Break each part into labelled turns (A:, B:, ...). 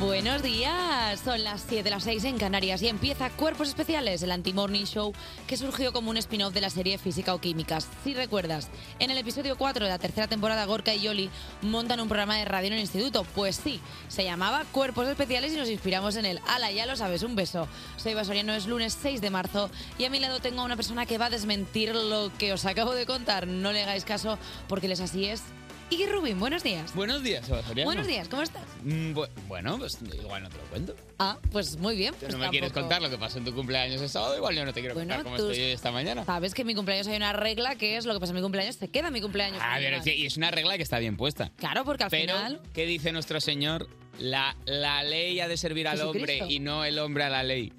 A: Buenos días, son las 7 de las 6 en Canarias y empieza Cuerpos Especiales, el anti-morning show que surgió como un spin-off de la serie Física o Químicas. Si recuerdas, en el episodio 4 de la tercera temporada Gorka y Yoli montan un programa de radio en el instituto. Pues sí, se llamaba Cuerpos Especiales y nos inspiramos en el Ala, ya lo sabes, un beso. Soy Eva Soriano, es lunes 6 de marzo y a mi lado tengo a una persona que va a desmentir lo que os acabo de contar. No le hagáis caso porque les así es. Iggy Rubin, buenos días.
B: Buenos días, Eva Soriano.
A: Buenos días, ¿cómo estás?
B: Mm, bu- bueno, pues igual no te lo cuento.
A: Ah, pues muy bien.
B: Tú
A: pues
B: no me quieres
A: tampoco-
B: contar lo que pasó en tu cumpleaños el sábado, igual yo no te quiero
A: Bueno,
B: contar cómo
A: tú-
B: estoy hoy esta mañana.
A: Sabes que en mi cumpleaños hay una regla que es lo que pasa en mi cumpleaños, se queda en mi cumpleaños.
B: Ah, pero es
A: Normal.
B: que- y es una regla que está bien puesta.
A: Claro, porque al
B: Pero,
A: final...
B: ¿qué dice nuestro Señor? La, la ley ha de servir al hombre
A: Jesucristo.
B: y no el hombre a la ley.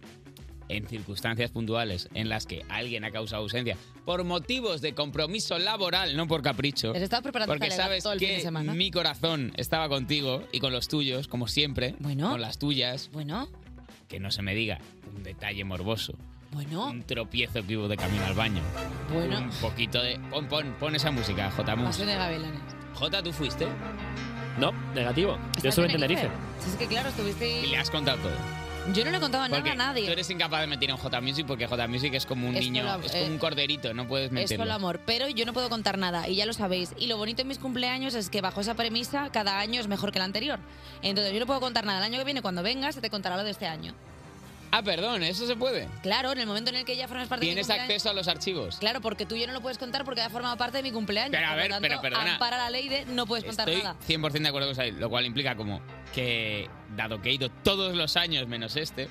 B: En circunstancias puntuales en las que alguien ha causado ausencia por motivos de compromiso laboral, no por capricho.
A: Les estaba preparando
B: Porque
A: para el
B: sabes
A: todo el fin de
B: que
A: semana.
B: mi corazón estaba contigo y con los tuyos, como siempre, con las tuyas.
A: Bueno.
B: Que no se me diga un detalle morboso.
A: Bueno.
B: Un tropiezo que hubo de camino al baño.
A: Bueno.
B: Un poquito de... Pon, pon, pon esa música, J. Mus.
A: Pasión de Gavilanes.
B: J, ¿tú fuiste?
C: No, negativo. Yo estuve en Tenerife.
A: Si es que claro,
B: Y
A: estuviste...
B: le has contado todo.
A: Yo no le he contado nada
B: Porque
A: a nadie.
B: Tú eres incapaz de mentir en J Music porque J Music es como un
A: Es
B: niño,
A: solo-
B: es como
A: eh,
B: un corderito, no puedes
A: Es
B: mentirlo.
A: solo amor, pero yo no puedo contar nada y ya lo sabéis. Y lo bonito en mis cumpleaños es que bajo esa premisa cada año es mejor que el anterior. Entonces yo no puedo contar nada. El año que viene cuando vengas se te contará lo de este año.
B: Ah, perdón, eso se puede.
A: Claro, en el momento en el que ya formas parte
B: Tienes
A: de mi cumpleaños-
B: acceso a los archivos.
A: Claro, porque tú yo no lo puedes contar porque ha formado parte de mi cumpleaños.
B: Pero a
A: Por lo
B: ver,
A: tanto,
B: pero perdona.
A: Ampara la ley de no puedes contar
B: Estoy
A: nada.
B: 100% de acuerdo con Sai, lo cual implica como que, dado que he ido todos los años menos este,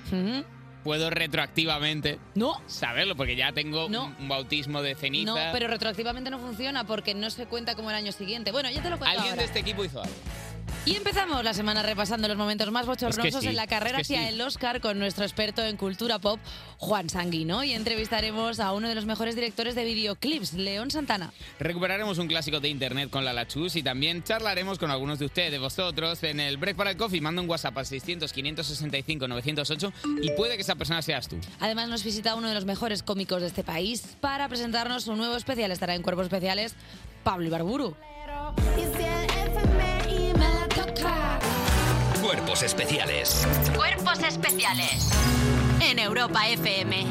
B: puedo retroactivamente saberlo, porque ya tengo un- un bautismo de ceniza.
A: No, pero retroactivamente no funciona porque no se cuenta como el año siguiente. Bueno, ya te lo cuento
B: Alguien
A: ahora.
B: de este equipo hizo algo.
A: Y empezamos la semana repasando los momentos más bochornosos
B: Es que sí,
A: en la carrera
B: es que
A: hacia
B: sí.
A: el Oscar con nuestro experto en cultura pop, Juan Sanguino. Y entrevistaremos a uno de los mejores directores de videoclips, León Santana.
B: Recuperaremos un clásico de internet con la Lachus y también charlaremos con algunos de ustedes, vosotros, en el Break para el Coffee. Manda un WhatsApp al 600-565-908 y puede que esa persona seas tú.
A: Además nos visita uno de los mejores cómicos de este país para presentarnos un nuevo especial. Estará en Cuerpos Especiales, Pablo Ibarburu.
D: Cuerpos especiales.
E: Cuerpos especiales en Europa FM.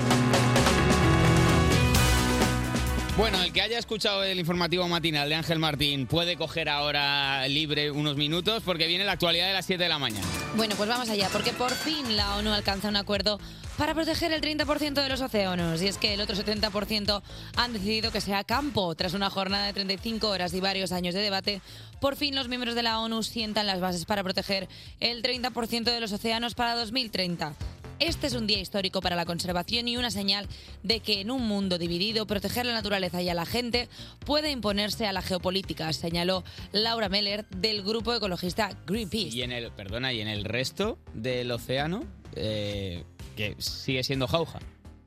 B: Bueno, el que haya escuchado el informativo matinal de Ángel Martín puede coger ahora libre unos minutos porque viene la actualidad de las 7 de la mañana.
A: Bueno, pues vamos allá, porque por fin la ONU alcanza un acuerdo para proteger el 30% de los océanos. Y es que el otro 70% han decidido que sea campo. Tras una jornada de 35 horas y varios años de debate, por fin los miembros de la ONU sientan las bases para proteger el 30% de los océanos para 2030. Este es un día histórico para la conservación y una señal de que en un mundo dividido proteger la naturaleza y a la gente puede imponerse a la geopolítica, señaló Laura Meller del grupo ecologista Greenpeace.
B: Y en el, perdona, y en el resto del océano, eh, que sigue siendo jauja.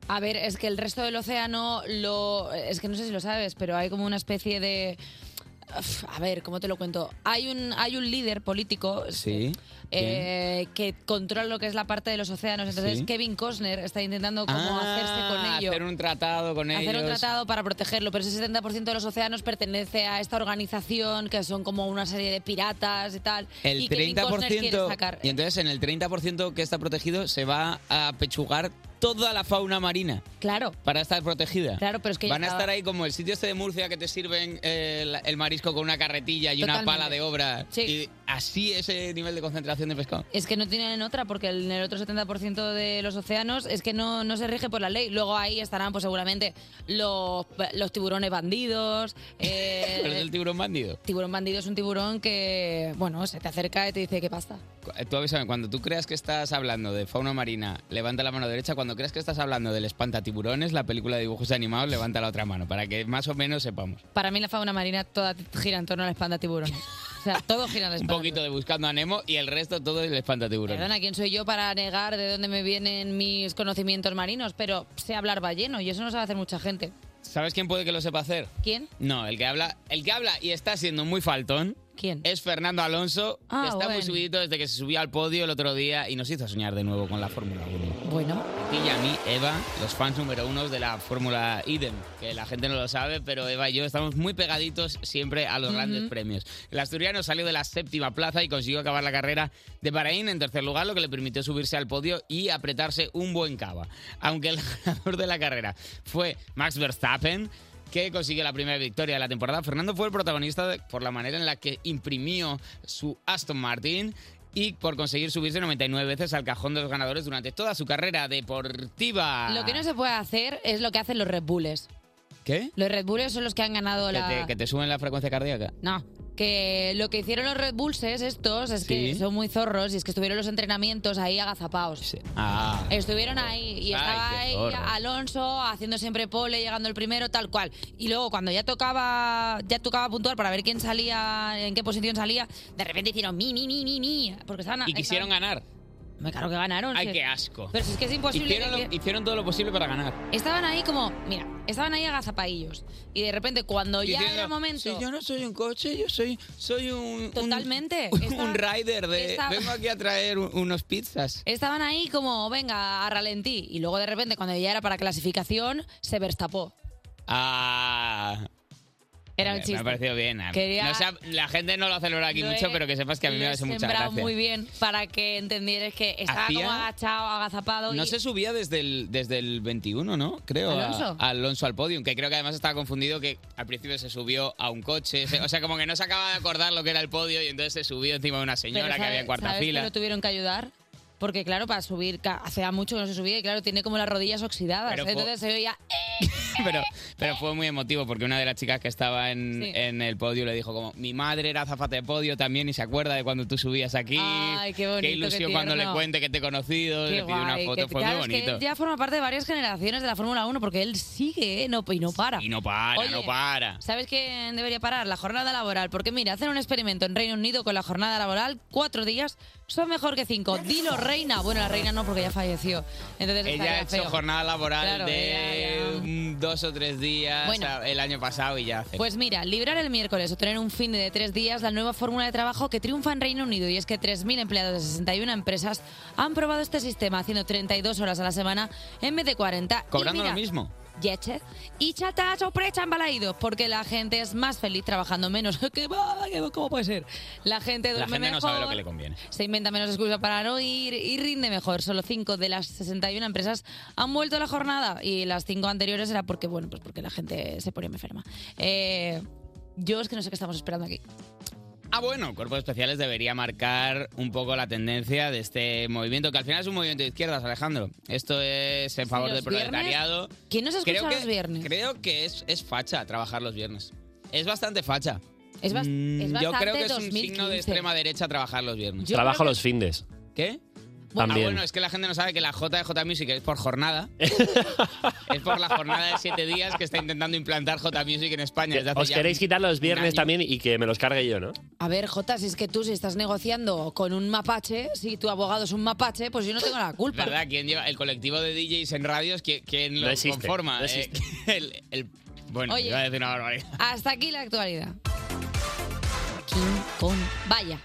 A: A ver, es que el resto del océano lo. Es que no sé si lo sabes, pero hay como una especie de. Uf, A ver, ¿cómo te lo cuento? Hay un, hay un líder político
F: pues,
B: Sí.
A: eh, que controla lo que es la parte de los océanos. Entonces,
B: Sí.
A: Kevin Costner está intentando como hacerse con
B: Ah,
A: ello.
B: Hacer un tratado con ellos.
A: Hacer un tratado para protegerlo, pero ese 70% de los océanos pertenece a esta organización que son como una serie de piratas y tal.
B: El
A: y Kevin Costner quiere
B: 30%.
A: sacar. eh.
B: Y entonces en el 30% que está protegido se va a pechugar toda la fauna marina
A: Claro,
B: para estar protegida.
A: Claro, pero es que yo
B: Van a
A: estaba-
B: estar ahí como el sitio este de Murcia que te sirven eh, el, el marisco con una carretilla y una
A: Totalmente.
B: pala de obra.
A: Sí.
B: Y así ese nivel de concentración de pescado.
A: Es que no tienen otra, porque el- en el otro 70% de los océanos es que no, no se rige por la ley. Luego ahí estarán, pues seguramente, los, los tiburones bandidos. eh,
B: Pero es el tiburón bandido.
A: tiburón bandido es un tiburón que, bueno, se te acerca y te dice, ¿qué pasa?
B: Cu- eh, Tú avísame, cuando tú creas que estás hablando de fauna marina, levanta la mano derecha. Cuando creas que estás hablando del espantatiburones, la película de dibujos animados, levanta la otra mano, para que más o menos sepamos.
A: Para mí la fauna marina toda gira en torno a la espalda tiburón. O sea, todo gira en la
B: Un
A: espalda.
B: poquito de buscando a Nemo y el resto todo es el espantatiburones.
A: Perdona, ¿quién soy yo para negar de dónde me vienen mis conocimientos marinos? Pero sé hablar balleno y eso no sabe hacer mucha gente.
B: ¿Sabes quién puede que lo sepa hacer?
A: ¿Quién?
B: No, el que habla, el que habla y está siendo muy faltón.
A: ¿Quién?
B: Es Fernando Alonso,
A: Ah,
B: que está
A: bueno.
B: muy subidito desde que se subió al podio el otro día y nos hizo soñar de nuevo con la Fórmula 1.
A: Bueno.
B: A ti y a mí, Eva, los fans número uno de la Fórmula idem, que la gente no lo sabe, pero Eva y yo estamos muy pegaditos siempre a los
F: Ujú.
B: grandes premios. El asturiano salió de la séptima plaza y consiguió acabar la carrera de Bahrein en tercer lugar, lo que le permitió subirse al podio y apretarse un buen cava. Aunque el ganador de la carrera fue Max Verstappen, que consiguió la primera victoria de la temporada, Fernando fue el protagonista de- por la manera en la que imprimió su Aston Martin y por conseguir subirse 99 veces al cajón de los ganadores durante toda su carrera deportiva.
A: Lo que no se puede hacer es lo que hacen los Red Bulls.
B: ¿Qué?
A: Los Red Bulls son los que han ganado
B: ¿Que
A: la...
B: te, que te suben la frecuencia cardíaca.
A: No, que lo que hicieron los Red Bulls es estos, es que
B: Sí.
A: son muy zorros y es que estuvieron los entrenamientos ahí agazapados.
B: Ah.
A: Estuvieron ahí y
B: Ay,
A: estaba
B: qué
A: ahí
B: zorro.
A: Alonso haciendo siempre pole, llegando el primero, tal cual. Y luego cuando ya tocaba, ya tocaba puntuar para ver quién salía, en qué posición salía, de repente hicieron mi, mi, mi, mi, mi, porque estaban
B: Y quisieron
A: Pues estaban-
B: ganar.
A: Me claro que ganaron.
B: Ay,
A: sí.
B: qué asco.
A: Pero si es que es imposible
B: Hicieron,
A: que-
B: lo- hicieron todo lo posible para ganar.
A: Estaban ahí como, mira, estaban ahí agazapadillos. Y de repente cuando ya
B: Diciendo,
A: era el momento.
B: "Si yo no soy un coche, yo soy, soy un.
A: Totalmente.
B: un rider de.
A: esta- Eh.
B: Vengo aquí a traer un- unos pizzas.
A: Estaban ahí como, venga, a ralentí. Y luego de repente, cuando ya era para clasificación, se verstapó.
B: Ah.
A: Era
B: Me-
A: un chiste.
B: Me ha parecido bien. a mí.
A: Quería-
B: No se ha- la gente no lo ha celebrado aquí
A: Lo
B: mucho,
A: he-
B: pero que sepas que a mí me
A: Lo he
B: hace mucha
A: sembrado
B: gracia.
A: muy bien para que entendierais que estaba
B: Hacía-
A: como agachado, agazapado.
B: No
A: y-
B: se subía desde el, desde el 21, ¿no? Creo. a-
A: ¿Alonso?
B: a Alonso al podium, que creo que además estaba confundido que al principio se subió a un coche. se- o sea, como que no se acaba de acordar lo que era el podio y entonces se subió encima de una
A: Pero
B: señora que
A: ¿sabe-
B: había en cuarta
A: ¿sabes que
B: fila.
A: lo tuvieron que ayudar? Porque claro, para subir, ca- hacía mucho que no se subía y claro, tiene como las rodillas oxidadas. ¿eh?
B: Pero fue-
A: entonces se veía...
B: pero, pero fue muy emotivo porque una de las chicas que estaba en,
A: Sí.
B: en el podio le dijo como, mi madre era azafata de podio también y se acuerda de cuando tú subías aquí.
A: Ay, qué bonito, qué
B: ilusión cuando le
A: tierno.
B: cuente que te he conocido,
A: Qué
B: le pidió una
A: guay,
B: foto,
A: que-
B: fue muy
A: claro, es que
B: bonito.
A: él ya forma parte de varias generaciones de la Fórmula 1 porque él sigue ¿eh? no, y no para.
B: Y no para,
A: Oye,
B: no para.
A: ¿Sabes quién debería parar? La jornada laboral. Porque mira, hacer un experimento en Reino Unido con la jornada laboral, cuatro días, son mejor que cinco. Dilo, reina. Bueno, la reina no, porque ya falleció. Entonces
B: Ella
A: estaría
B: ha hecho
A: feo.
B: jornada laboral
A: Claro, eh.
B: de mm, dos o tres días
A: Bueno.
B: a- el año pasado y ya hace.
A: Pues mira, librar el miércoles o tener un fin de tres días, la nueva fórmula de trabajo que triunfa en Reino Unido. Y es que 3.000 empleados de 61 empresas han probado este sistema haciendo 32 horas a la semana en vez de 40. Y
B: Cobrando
A: mira,
B: lo mismo.
A: Yeche. Y chatas o prechambalaídos, porque la gente es más feliz trabajando menos. ¿Qué va? ¿Qué va? ¿Cómo puede ser? La gente
B: La
A: duerme
B: gente no
A: mejor.
B: sabe lo que le conviene.
A: Se inventa menos excusas para no ir y rinde mejor. Solo 5 de las 61 empresas han vuelto a la jornada y las 5 anteriores era porque, bueno, pues porque la gente se ponía enferma. Eh, yo es que no sé qué estamos esperando aquí.
B: Ah, bueno, Cuerpos Especiales debería marcar un poco la tendencia de este movimiento, que al final es un movimiento de izquierdas, Alejandro. Esto es en favor
A: los
B: del proletariado.
A: viernes? ¿Quién nos escucha
B: creo que,
A: los viernes?
B: Creo que es, es facha trabajar los viernes. Es bastante facha.
A: Es, bas-
B: Mm,
A: es
B: Yo creo
A: bastante
B: que es
A: 2015.
B: un signo de extrema derecha trabajar los viernes.
C: Trabajo los findes.
B: ¿Qué? Ah,
C: También.
B: bueno, es que la gente no sabe que la JJ Music es por jornada. es por la jornada de siete días que está intentando implantar J Music en España. desde hace
C: Os
B: ya
C: queréis
B: un-
C: quitar los viernes
B: año.
C: también y que me los cargue yo, ¿no?
A: A ver, Jota, si es que tú si estás negociando con un mapache, si tu abogado es un mapache, pues yo no tengo la culpa.
B: ¿Verdad? ¿Quién lleva el colectivo de DJs en radios? ¿Quién, quién lo
C: No existe,
B: conforma?
C: no
B: Eh, el- el- bueno,
A: Oye.
B: iba a decir una barbaridad.
A: Hasta aquí la actualidad. King Kong. Vaya.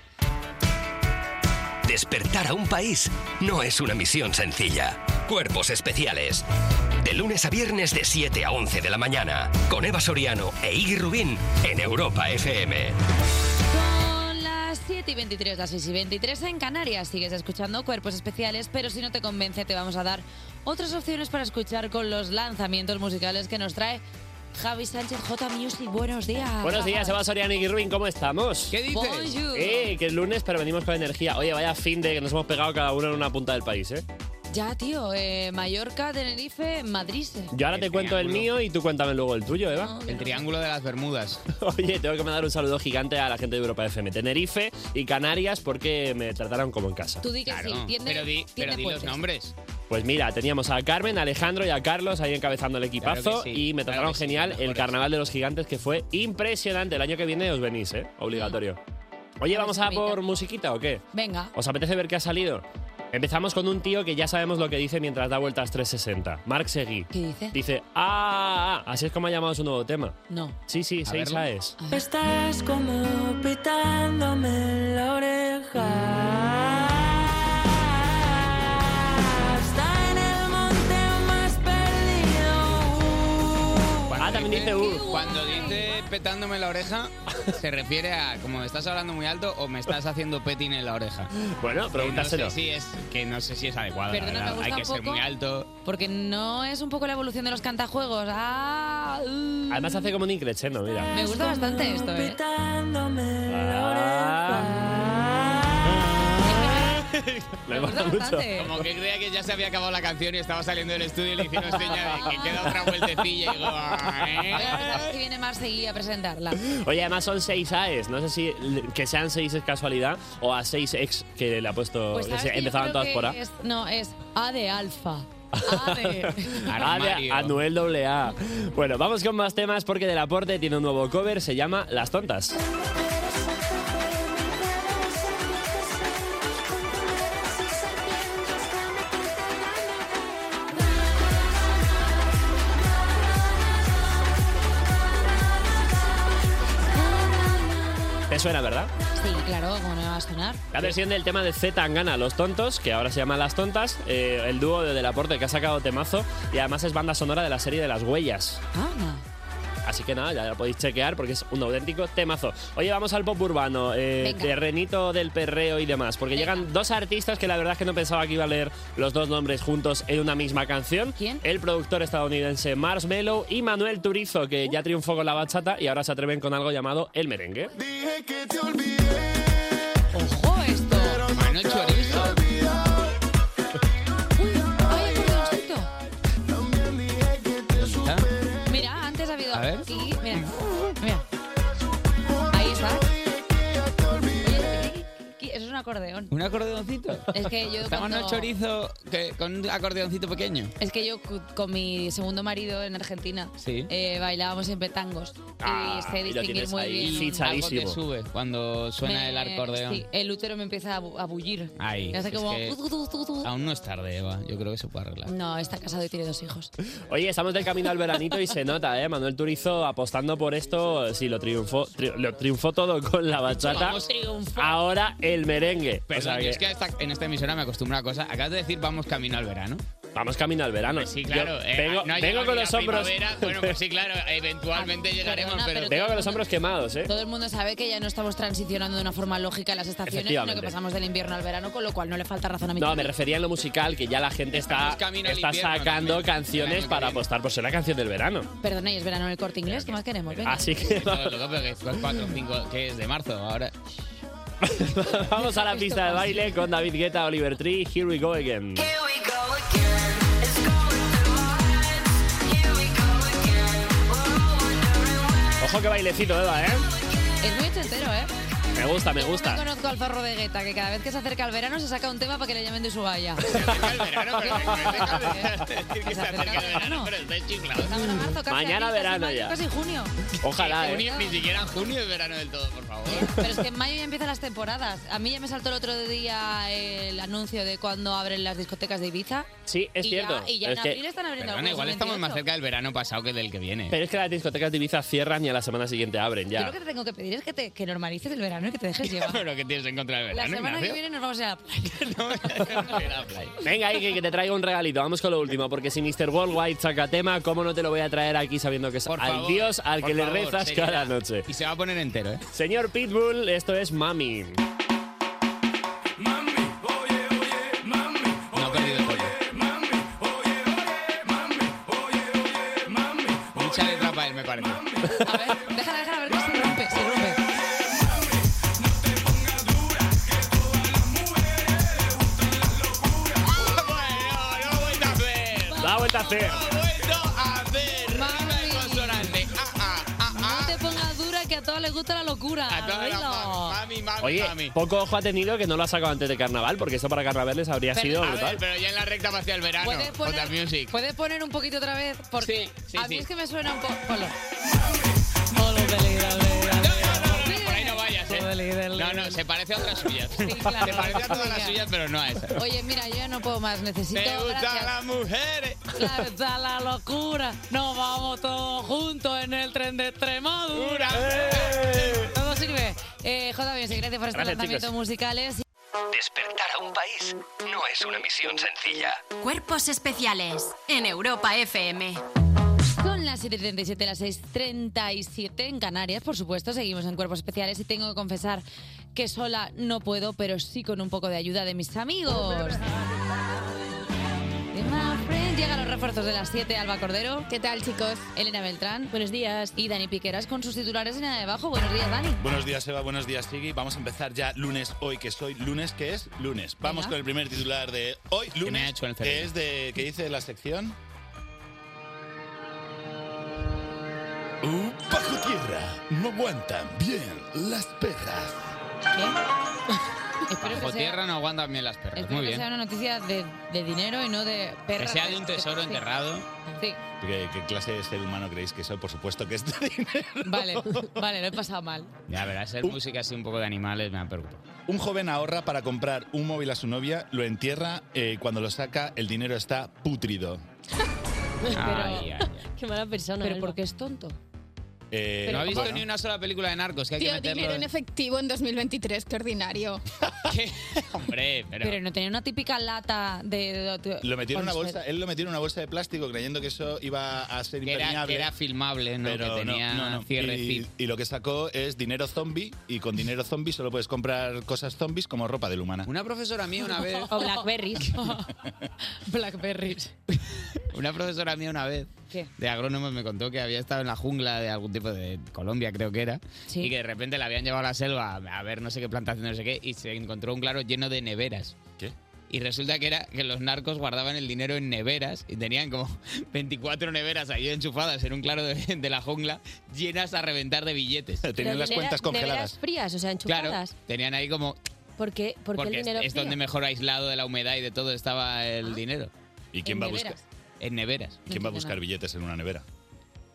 D: Despertar a un país no es una misión sencilla. Cuerpos especiales. De lunes a viernes de 7 a 11 de la mañana. Con Eva Soriano e Iggy Rubín en Europa FM.
A: Son las 7 y 23, las 6 y 23 en Canarias. Sigues escuchando cuerpos especiales, pero si no te convence, te vamos a dar otras opciones para escuchar con los lanzamientos musicales que nos trae Javi Sánchez J Music. Buenos días.
C: Buenos días, Eva Soriano y Ruin, ¿cómo estamos? ¿Qué
A: dices? Ah. Bonjour.
C: Eh, que es lunes, pero venimos con energía. Oye, vaya fin de que nos hemos pegado cada uno en una punta del país, ¿eh?
A: Ya, tío, eh, Mallorca, Tenerife, Madrid.
C: Yo ahora te cuento el mío y tú cuéntame luego el tuyo, Eva.
B: El triángulo de las Bermudas.
C: Oye, tengo que mandar un saludo gigante a la gente de Europa FM, Tenerife y Canarias porque me trataron como en casa.
A: Tú di que sí, tiende,
B: pero di-
A: tiende
B: pero di los
A: puentes.
B: nombres.
C: Pues mira, teníamos a Carmen, a Alejandro y a Carlos ahí encabezando el equipazo
B: Claro que sí,
C: y me
B: claro
C: trataron
B: que sí,
C: genial el carnaval de los gigantes que fue impresionante. El año que viene os venís, ¿eh? Obligatorio. Oye, ¿vamos a por musiquita o qué?
A: Venga.
C: ¿Os apetece ver qué ha salido? Empezamos con un tío que ya sabemos lo que dice mientras da vueltas 360. Marc Seguí.
A: ¿Qué dice?
C: Dice, ah, ah, ah". así es como ha llamado su nuevo tema.
A: No. Ah.
C: Sí, sí, seis es.
F: eh, Estás como pitándome en la oreja. Hasta en el monte más perdido.
B: Cuando
C: Ah, también dice
G: uh.
C: U.
B: Cuando dice petándome la oreja, se refiere a como me estás hablando muy alto o me estás haciendo petting en la oreja.
C: Bueno, pregúntaselo.
B: No sé si es, que no sé si es adecuado. la
A: Perdona, me
B: verdad.
A: gusta
B: Hay que
A: un
B: ser
A: poco.
B: muy alto.
A: Porque no es un poco la evolución de los cantajuegos. Ah, uh.
C: Además hace como un increchendo, mira.
A: me gusta bastante esto, ¿eh?
C: Ah. Me
A: Me gusta
C: gusta mucho.
A: bastante.
B: Como que creía que ya se había acabado la canción y estaba saliendo del estudio y le hicieron seña de que queda otra vueltecilla y digo,
A: Ahora
B: "Ah,
A: pensamos que viene más seguida a presentarla. Pues,
C: Oye, además son seis AES. No sé si l- que sean seis es casualidad o a seis ex que le ha puesto.
A: Pues
C: que
A: sabes
C: se-
A: que yo
C: empezaban
A: creo
C: todas
A: que
C: por A.
A: es- no, es A de alfa. A de...
C: Ah, de
B: armario".
C: Anuel AA. Bueno, vamos con más temas porque Del Aporte tiene un nuevo cover, se llama Las Tontas. Te suena, ¿verdad?
A: Sí, claro, como no va a sonar.
C: La versión del tema de Z Tangana, Los Tontos, que ahora se llama Las Tontas, eh, el dúo de Del Aporte que ha sacado temazo y además es banda sonora de la serie de Las Huellas.
A: Ah,
C: Así que nada, ya lo podéis chequear porque es un auténtico temazo. Oye, vamos al pop urbano, eh,
A: Venga.
C: de Renito del Perreo y demás, porque
A: Venga.
C: llegan dos artistas que la verdad es que no pensaba que iba a leer los dos nombres juntos en una misma canción.
A: ¿Quién?
C: El productor estadounidense Marshmello y Manuel Turizo, que
A: Uh.
C: ya triunfó con la bachata y ahora se atreven con algo llamado el merengue.
G: Dije que te olvidé,
F: oh,
A: ojo esto.
B: Manuel Chorizo.
A: Uy, ay, acordeoncito. Mira, antes ha habido
B: A ver.
A: aquí, mira, mira. Ahí está. Oye, ¿qué- Eso es un acordeón.
B: ¿Un acordeoncito?
A: Es que yo
B: Está
A: cuando-
B: Manuel Chorizo que- con un acordeoncito pequeño.
A: Es que yo cu- con mi segundo marido en Argentina
B: Sí.
A: eh, bailábamos siempre tangos
C: Ah,
A: y sé
C: y lo
A: distinguir
C: tienes
A: muy
C: ahí
A: bien.
C: fichado.
B: Algo te
C: Fichadísimo.
B: sube cuando suena
A: Me-
B: el acordeón.
A: sí, el útero me empieza a, bu- a bullir.
B: Ay,
A: Y hace
B: es
A: como-
B: que Ah, Aún no es tarde, Eva. Yo creo que se puede arreglar.
A: No, está casado y tiene dos hijos.
C: Oye, estamos del camino al veranito y se nota, ¿eh? Manuel Turizo apostando por esto, sí, lo triunfó, tri- lo triunfó todo con la bachata.
B: Vamos, triunfa.
C: Ahora el merengue. O
B: Perdón,
C: sea
B: yo
C: que-
B: es que hasta en esta emisora me acostumbro a cosas. Acabas de decir vamos camino al verano.
C: Vamos camino al verano.
B: Sí,
C: Yo
B: claro. eh,
C: vengo
B: no ha
C: vengo
B: llegado
C: con
B: ni
C: los
B: la
C: hombros.
B: primavera. Bueno, pues sí, claro. Eventualmente
A: Ah,
B: llegaremos,
A: perdona,
B: pero...
A: pero-
C: Vengo con los hombros quemados, ¿eh?
A: Todo el mundo sabe que ya no estamos transicionando de una forma lógica las estaciones, sino que
C: Efectivamente.
A: pasamos del invierno al verano, con lo cual no le falta razón a mi
C: No, me refería en lo musical, que ya la gente está,
B: Estamos camino al
C: está
B: invierno
C: sacando
B: también, el
C: canciones
B: año que
C: para
B: viene.
C: apostar por ser la canción del verano.
A: Perdona, y es verano en el corte inglés, ¿qué más queremos? Venga.
C: Así que
B: No, lo que pasa es que es 4, 5, que es de marzo ahora.
C: vamos a la pista de baile con David Guetta, Oliver Tree, Here We Go Again. Ojo que bailecito, Eva, ¿eh?
A: Es muy ochentero, ¿eh?
C: Me gusta, me
A: No
C: gusta.
A: conozco al zorro de Guetta, que cada vez que se acerca al verano se saca un tema para que le llamen de su valla.
B: Acerca el verano, pero me parece que- es decir, que se
A: Se acerca
B: acerca el
A: el
B: verano,
A: verano.
B: pero estáis chiflados.
A: Estamos en marzo, casi
C: Mañana
A: abril, casi
C: verano
A: mayo,
C: ya.
A: Casi junio.
C: Ojalá, ¿eh?
B: Junio, Ni siquiera en junio es verano del todo, por favor.
A: Pero es que en mayo ya empiezan las temporadas. A mí ya me saltó el otro día el anuncio de cuando abren las discotecas de Ibiza.
C: Sí, es
A: y
C: cierto.
A: Ya, y ya
C: Es
A: en
C: que-
A: abril están abriendo
B: Perdona,
A: algunas
B: igual
A: pues el
B: estamos más
A: 28.
B: cerca del verano pasado que del que viene.
C: Pero es que las discotecas de Ibiza cierran y a la semana siguiente abren
A: Yo lo
C: ya.
A: que te tengo que pedir es que, te, que normalices el verano y que te dejes llevar.
B: Pero que tienes en contra del
A: La
B: verano,
A: semana que
B: Ignacio?
A: viene nos vamos a la playa.
B: No voy a hacer la playa.
C: Venga, Ike, que te traigo un regalito. Vamos con lo último, porque si Mr. Worldwide saca tema, ¿cómo no te lo voy a traer aquí sabiendo que es
B: Por
C: al
B: favor,
C: dios al
B: por
C: que le
B: favor,
C: rezas
B: seriedad.
C: cada noche?
B: Y se va a poner entero, ¿eh?
C: Señor Pitbull, esto es Mami.
G: mami, oye, oye, mami,
B: No ha perdido el foco.
G: mami, oye, oye, mami, oye, oye, mami,
B: Mucha letra para él, me parece.
A: A ver, déjala, déjala, a ver que se rompe, se rompe.
B: Bueno, lo he vuelto a hacer.
C: Da vuelta a hacer.
B: Lo he vuelto a hacer. Rima y consonante. Ah, ah, ah,
A: No
B: ah.
A: te pongas dura que a todos les gusta la locura.
B: A todas las
A: Arreglo.
B: mami, mami, mami,
C: Oye,
B: mami.
C: poco ojo ha tenido que no lo ha sacado antes de carnaval, porque eso para carnavales habría
A: Pero,
C: sido
B: A
C: brutal.
B: ver, pero ya en la recta hacia el verano.
A: ¿Puedes
B: Otra music.
A: poner, puedes poner un poquito otra vez? Porque
B: Sí, sí,
A: a mí
B: sí.
A: es que me suena un poco. Ponlo. Ponlo, peligra, peligra.
B: No, no, no, no, por ahí no vayas, eh.
A: Dolly, Dolly.
B: No, no, se parece a otras suyas.
A: claro.
B: Se parece a todas las suyas, pero no a esa.
A: Oye, mira, yo ya no puedo más, necesito.
B: Te gustan
A: gracias.
B: las mujeres.
A: Claro, está la locura. Nos vamos todos juntos en el tren de Extremadura. Todo sirve. Eh, J. Bien, gracias por estos
D: Gracias,
A: lanzamientos
D: chicos.
A: musicales.
D: Despertar a un país no es una misión sencilla.
E: Cuerpos especiales en Europa FM.
A: Son las 7.37, las 6.37 en Canarias, por supuesto. Seguimos en Cuerpos Especiales y tengo que confesar que sola no puedo, pero sí con un poco de ayuda de mis amigos. De my friend. Llegan los refuerzos de las 7, Alba Cordero. ¿Qué tal, chicos? Elena Beltrán. Buenos días. Y Dani Piqueras con sus titulares en la de abajo. Buenos días, Dani.
B: Pues
H: Buenos días, Eva. Buenos días, Sigui. Vamos a empezar ya lunes hoy, que soy lunes, que es lunes. Vamos
A: Venga.
H: con el primer titular de hoy,
B: me ha
H: lunes,
B: hecho el
H: que
B: cerebro.
H: es de que dice la sección. Uh, bajo tierra, no aguantan bien las perras.
A: Espero que
B: Bajo
A: sea-
B: tierra no aguantan bien las perras.
A: Espero
B: Muy
A: que sea
B: bien.
A: una noticia de, de dinero y no de perra.
B: Que sea de un tesoro enterrado.
A: Sí,
H: ¿Qué, qué clase de ser humano creéis que soy? Por supuesto que es de dinero.
A: vale, vale, lo he pasado mal.
B: Ya verás, es música así un poco de animales me ha preocupado.
H: Un joven ahorra para comprar un móvil a su novia, lo entierra, eh, cuando lo saca el dinero está pútrido.
B: Ay, ay, ay.
I: Qué mala persona.
A: Pero
I: Alba.
A: porque es tonto.
H: Eh,
B: No ha visto
H: bueno.
B: ni una sola película de narcos, que hay que
J: Tío,
B: meterlo.
J: dinero en efectivo en 2023, qué ordinario.
B: Hombre, pero.
A: Pero no tenía una típica lata de... de-
H: Lo metió en una
A: Bueno,
H: bolsa, él lo metió en una bolsa de plástico creyendo que eso iba a ser
B: que, era,
H: impermeable.
B: que era filmable, ¿no?
H: pero
B: que
H: no,
B: tenía
H: no, no.
B: cierre
H: Y,
B: zip.
H: y lo que sacó es dinero zombie y con dinero zombie solo puedes comprar cosas zombies como ropa del humana.
B: Una profesora mía una vez,
I: O Blackberries.
A: Blackberries.
B: una profesora mía una vez
A: ¿Qué?
B: de agrónomo me contó que había estado en la jungla de algún tipo de Colombia, creo que era,
A: Sí.
B: y que de repente la habían llevado a la selva a ver no sé qué plantación, no sé qué, y se encontró un claro lleno de neveras.
H: ¿Qué?
B: Y resulta que era que los narcos guardaban el dinero en neveras y tenían como 24 neveras ahí enchufadas en un claro de, de la jungla llenas a reventar de billetes.
H: Tenían las cuentas congeladas.
I: frías, o sea,
B: Claro,
I: enchufadas.
B: tenían ahí como...
I: ¿Por qué, por qué
B: Porque
I: el
B: es,
I: dinero
B: es
I: frío?
B: donde mejor aislado de la humedad y de todo estaba el dinero.
H: ¿Y quién
A: Ah. En
H: va a buscar?
A: neveras.
B: En neveras.
H: ¿Quién va a
A: entiendo
H: buscar
A: nada.
H: billetes en una nevera?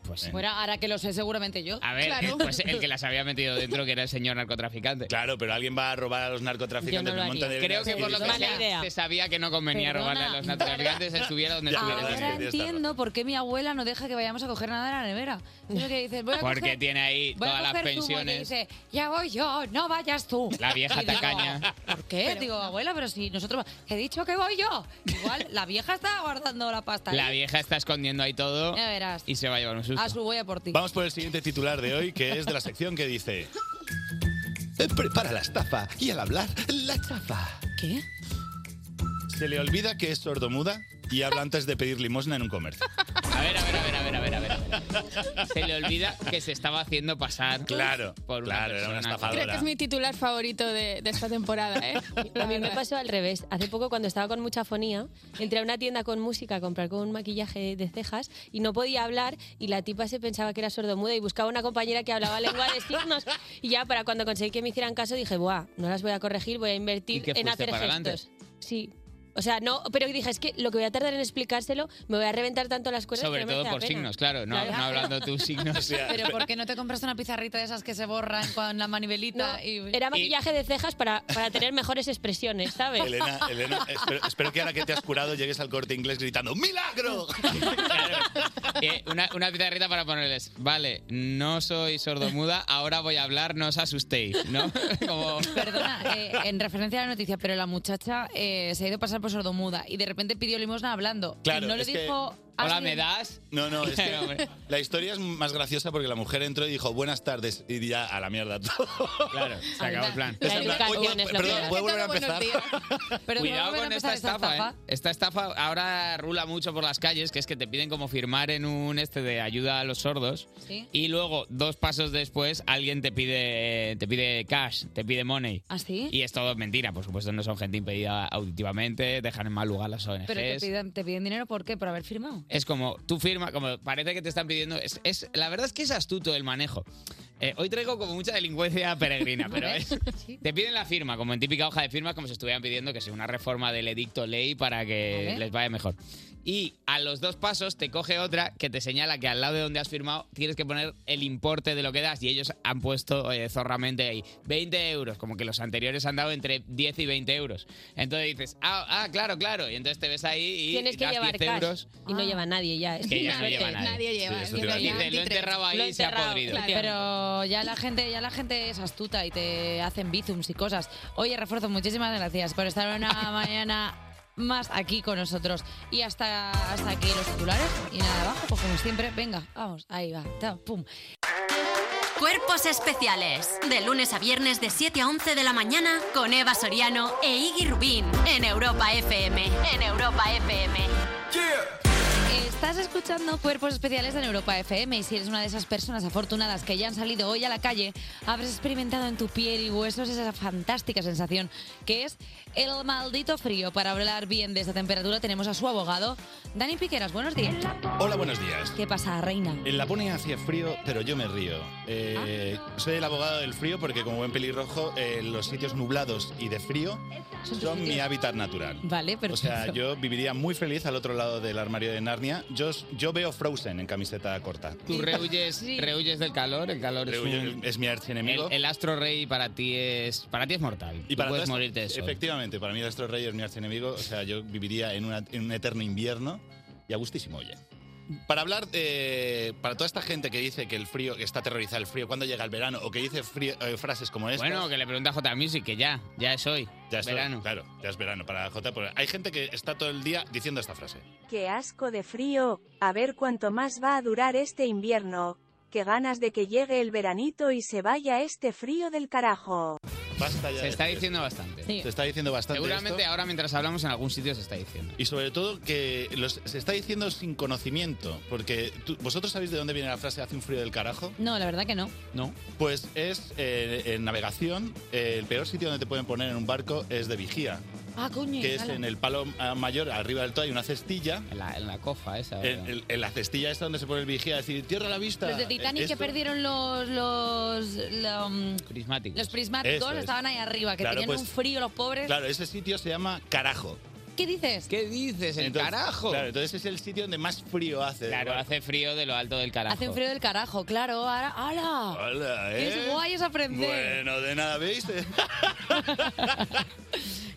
B: Pues,
H: Eh.
A: Bueno, ahora que lo sé seguramente yo.
B: A ver,
J: Claro.
B: pues el que las había metido dentro, que era el señor narcotraficante.
H: Claro, pero alguien va a robar a los narcotraficantes
I: Yo no lo
H: un montón de
I: haría.
B: Creo
H: neveras
B: que por lo que
H: y-
I: Mala
B: sea,
I: idea.
B: se sabía que no convenía
A: Perdona.
B: robarle a los narcotraficantes, estuviera donde
H: Ya,
B: estuviera.
H: verdad,
A: Ahora
H: sí, sí, está
A: entiendo por qué mi abuela no deja que vayamos a coger nada de la nevera. Es lo que dices, voy a
B: Porque
A: coger,
B: tiene ahí
A: voy a
B: todas las
A: coger zumo, y te
B: pensiones.
A: dice, ya voy yo, no vayas tú.
B: La vieja
A: Y digo,
B: tacaña.
A: ¿Por qué?
J: Pero-
A: digo, abuela, pero si nosotros... He dicho que voy yo. Igual la vieja está guardando la pasta.
B: La
A: ¿eh?
B: vieja está escondiendo ahí todo
A: Ya verás.
B: y se va a llevar un susto.
A: A su voy a por ti.
H: Vamos por el siguiente titular de hoy, que es de la sección que dice... Prepara la estafa y al hablar, la chafa.
A: ¿Qué?
H: Se le olvida que es sordomuda y habla antes de pedir limosna en un comercio.
B: A ver, a ver, a ver, a ver, a ver, a ver. Se le olvida que se estaba haciendo pasar
H: Claro,
B: por una
H: claro, era una
B: persona.
H: estafadora.
J: Creo que es mi titular favorito de, de esta temporada, ¿eh?
I: A mí me pasó al revés. Hace poco, cuando estaba con mucha fonía, entré a una tienda con música a comprar con un maquillaje de cejas y no podía hablar y la tipa se pensaba que era sordomuda y buscaba una compañera que hablaba lengua de signos. Y ya para cuando conseguí que me hicieran caso dije, buah, no las voy a corregir, voy a
B: ¿Y
I: invertir
B: que
I: en
B: fuiste
I: hacer
B: para
I: gestos.
B: adelante?
I: Sí. O sea, no, pero dije, es que lo que voy a tardar en explicárselo, me voy a reventar tanto las cuerdas
B: Sobre
I: que no
B: todo
I: merece la
B: por
I: pena".
B: signos, claro, no,
I: Claro.
B: no hablando tus signos.
A: Pero ¿por qué no te compras una pizarrita de esas que se borran con la manivelita?
I: No,
A: y...
I: era maquillaje de cejas para, para tener mejores expresiones, ¿sabes?
H: Elena, Elena, espero, espero que ahora que te has curado llegues al corte inglés gritando ¡Milagro!
B: Eh, una, una pizarrita para ponerles, vale, no soy sordomuda, ahora voy a hablar, no os asustéis, ¿no? Como...
A: Perdona, eh, en referencia a la noticia, pero la muchacha eh, se ha ido a pasar por sordomuda y de repente pidió limosna hablando.
H: Claro,
A: y no le
H: es que-
A: dijo.
B: Hola,
A: "Hazme-".
B: ¿me das?
H: No, no, es que
B: Claro, hombre.
H: la historia es más graciosa porque la mujer entró y dijo buenas tardes y ya a la mierda todo.
B: Claro, se acabó el plan.
I: La
H: Es en plan,
I: educación
H: "Oye,
I: es lo
H: perdón,
I: que-
H: ¿puedo volver a
J: Todo buenos
H: empezar?
J: días.
A: Pero
B: Cuidado
A: ¿cómo van a
B: con esta
A: empezar
B: estafa, ¿eh? Esta estafa ahora rula mucho por las calles, que es que te piden como firmar en un este de ayuda a los sordos
A: Sí.
B: y luego, dos pasos después, alguien te pide, te pide cash, te pide money.
A: ¿Ah, sí?
B: Y es todo mentira, por supuesto, no son gente impedida auditivamente, dejan en mal lugar las ONGs.
A: Pero te piden, te piden dinero, ¿por qué? Por haber firmado.
B: Es como, tú firma, como parece que te están pidiendo. Es, es- la verdad es que es astuto el manejo. Eh, hoy traigo como mucha delincuencia peregrina, pero
I: ¿Eh?
B: es.
A: Sí.
B: Te piden la firma, como en típica hoja de firmas, como si estuvieran pidiendo que sea una reforma del edicto ley para que
A: Vale.
B: les vaya mejor. y a los dos pasos te coge otra que te señala que al lado de donde has firmado tienes que poner el importe de lo que das y ellos han puesto eh, zorramente ahí 20 euros, como que los anteriores han dado entre 10 y 20 euros. Entonces dices, ah, ah, claro, claro, y entonces te ves ahí y
I: Tienes que
B: das
I: llevar
B: 10
I: cash.
B: euros.
I: Y no
K: Ah.
I: lleva nadie ya. es
B: Que ya no
I: una
B: lleva
I: vez.
B: nadie. Nadie lleva, Sí, eso te iba a decir. Dice, lo he enterrado ahí,
A: Lo he
B: se ha
A: enterrado,
B: podrido.
A: claro, Pero ya la gente, ya la gente es astuta y te hacen bizums y cosas. Oye, refuerzo, muchísimas gracias por estar una mañana más aquí con nosotros. Y hasta, hasta aquí los titulares. Y nada, abajo, pues como siempre, venga, vamos, ahí va, ta, pum.
E: Cuerpos especiales. De lunes a viernes de 7 a 11 de la mañana con Eva Soriano e Iggy Rubín en Europa FM. En Europa FM.
A: Estás escuchando Cuerpos Especiales en Europa FM y si eres una de esas personas afortunadas que ya han salido hoy a la calle, habrás experimentado en tu piel y huesos esa fantástica sensación que es el maldito frío. Para hablar bien de esta temperatura tenemos a su abogado, Dani Piqueras. Buenos días.
H: Hola, buenos días.
A: ¿Qué pasa, reina?
H: En Laponia hacía frío, pero yo me río. Eh,
B: Ah.
H: Soy el abogado del frío porque, como buen pelirrojo, eh, los sitios nublados y de frío
A: tus
H: son mi
A: sitios.
H: hábitat natural.
A: Vale, perfecto.
H: O sea, yo viviría muy feliz al otro lado del armario de Narnia. Yo, yo veo Frozen en camiseta corta.
B: Tú rehuyes, rehuyes del calor, el calor es,
H: Rehuyo-
B: un-
H: es mi archienemigo.
B: El, el astro rey para ti es para ti es mortal.
H: Y
B: Tú
H: para
B: puedes
H: todas-
B: morirte de eso.
H: Efectivamente, para mí nuestro rey es mi archienemigo. O sea, yo viviría en, una- en un eterno invierno y a gustísimo, oye. Para hablar, eh, para toda esta gente que dice que el frío, que está aterrorizada el frío, cuando llega el verano, o que dice frío- eh, frases como esta.
B: Bueno, que le pregunta a J Music que ya, ya es hoy.
H: Ya es
B: verano.
H: verano. Claro, ya es verano para J. porque Hay gente que está todo el día diciendo esta frase.
K: Qué asco de frío, a ver cuánto más va a durar este invierno. Qué ganas de que llegue el veranito y se vaya este frío del carajo.
H: Basta ya.
B: Se
H: de
B: está
H: frío.
B: diciendo bastante.
H: Se está diciendo bastante.
B: Seguramente
H: esto.
B: ahora mientras hablamos en algún sitio se está diciendo.
H: Y sobre todo que los- se está diciendo sin conocimiento, porque tú- vosotros sabéis de dónde viene la frase hace un frío del carajo.
A: No, la verdad que no.
B: No.
H: Pues es eh, en navegación, eh, el peor sitio donde te pueden poner en un barco es de vigía,
A: Ah, coño.
H: que es
A: ala.
H: en el palo ah, mayor, arriba del todo hay una cestilla.
B: En la, cofa esa.
H: En, en la cestilla esta donde se pone el vigía, es decir, tierra a la vista.
A: Los de Titanic
H: Esto-
A: que perdieron los, los, la, mm,
B: Prismáticos.
A: los prismáticos
H: Eso es.
A: estaban ahí arriba, que
H: Claro,
A: tenían
H: pues-
A: un frío los pobres.
H: Claro, ese sitio se llama Carajo.
A: ¿Qué dices?
B: ¿Qué dices? El
H: Entonces-
B: carajo.
H: Claro, entonces es el sitio donde más frío hace.
B: Claro, hace frío de lo alto del carajo.
A: Hace un frío del carajo, claro. Ahora, ¡Hala!
H: Hola, ¿eh?
A: Es guay es aprender.
H: Bueno, de nada, ¿veis?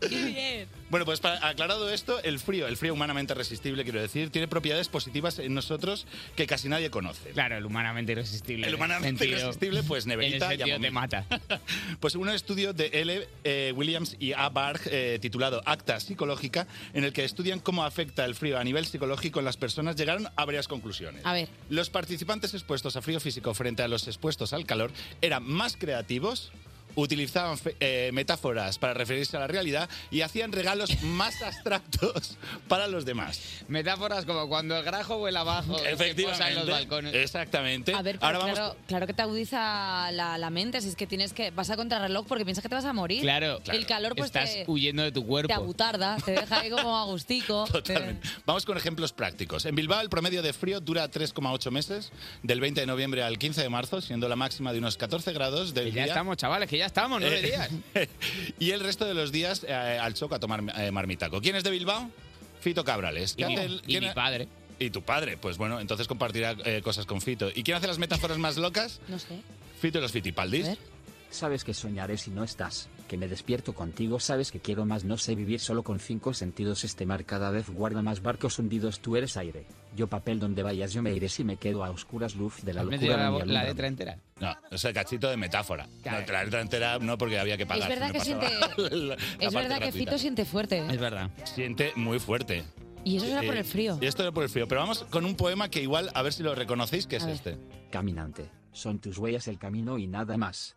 A: Qué bien.
H: Bueno, pues para, aclarado esto, el frío, el frío humanamente resistible, quiero decir, tiene propiedades positivas en nosotros que casi nadie conoce.
B: Claro, el humanamente irresistible.
H: El humanamente
B: Sentido-
H: irresistible, pues neverita
B: en el
H: y a
B: sentido te
H: momento.
B: mata.
H: Pues un estudio de L. eh, Williams y A. Barg eh, titulado Acta Psicológica, en el que estudian cómo afecta el frío a nivel psicológico en las personas, llegaron a varias conclusiones.
A: A ver.
H: Los participantes expuestos a frío físico frente a los expuestos al calor eran más creativos, utilizaban fe- eh, metáforas para referirse a la realidad y hacían regalos más abstractos para los demás.
B: Metáforas como cuando el grajo vuela abajo. y se posa En los balcones.
H: Exactamente.
A: A ver, pero
H: Ahora vamos
A: Pues claro, claro que te agudiza la, la mente, si es que tienes que vas a contrarreloj porque piensas que te vas a morir.
B: Claro,
A: Y el calor pues
B: estás
A: te,
B: huyendo de tu
A: te
B: cuerpo.
A: abutarda, te deja ahí como agustico.
H: Totalmente. Vamos con ejemplos prácticos. En Bilbao el promedio de frío dura 3,8 meses, del 20 de noviembre al 15 de marzo, siendo la máxima de unos 14 grados del
B: Ya
H: día.
B: estamos, chavales, que ya estamos, nueve
H: Eh,
B: días.
H: y el resto de los días eh, al choco a tomar eh, marmitaco. ¿Quién es de Bilbao? Fito Cabrales.
B: Y mi- y mi
H: padre. Y tu padre, pues bueno, entonces compartirá eh, cosas con Fito. ¿Y quién hace las metáforas más locas?
A: No sé.
H: Fito y los Fitipaldis.
L: Sabes que soñaré si no estás, que me despierto contigo, sabes que quiero más, no sé vivir solo con cinco sentidos este mar cada vez guarda más barcos hundidos, tú eres aire, yo papel donde vayas, yo me iré si me quedo a oscuras luz de la
B: metido
L: locura.
B: la
L: de mi
B: vo- la
L: alumbra.
B: letra entera.
H: No, o sea, cachito de metáfora. No, la letra entera no, porque había que pagar.
A: verdad
H: no
A: que
H: pasaba
A: siente-
H: la- la
A: Es
H: parte
A: verdad que
H: gratuita.
A: Fito siente fuerte. ¿eh?
B: verdad.
H: Siente muy fuerte.
A: Y eso será
H: Eh,
A: por el frío.
H: Y esto era por el frío. Pero vamos con un poema que igual, a ver si lo reconocéis, que es este.
L: Caminante, son tus huellas el camino y nada más,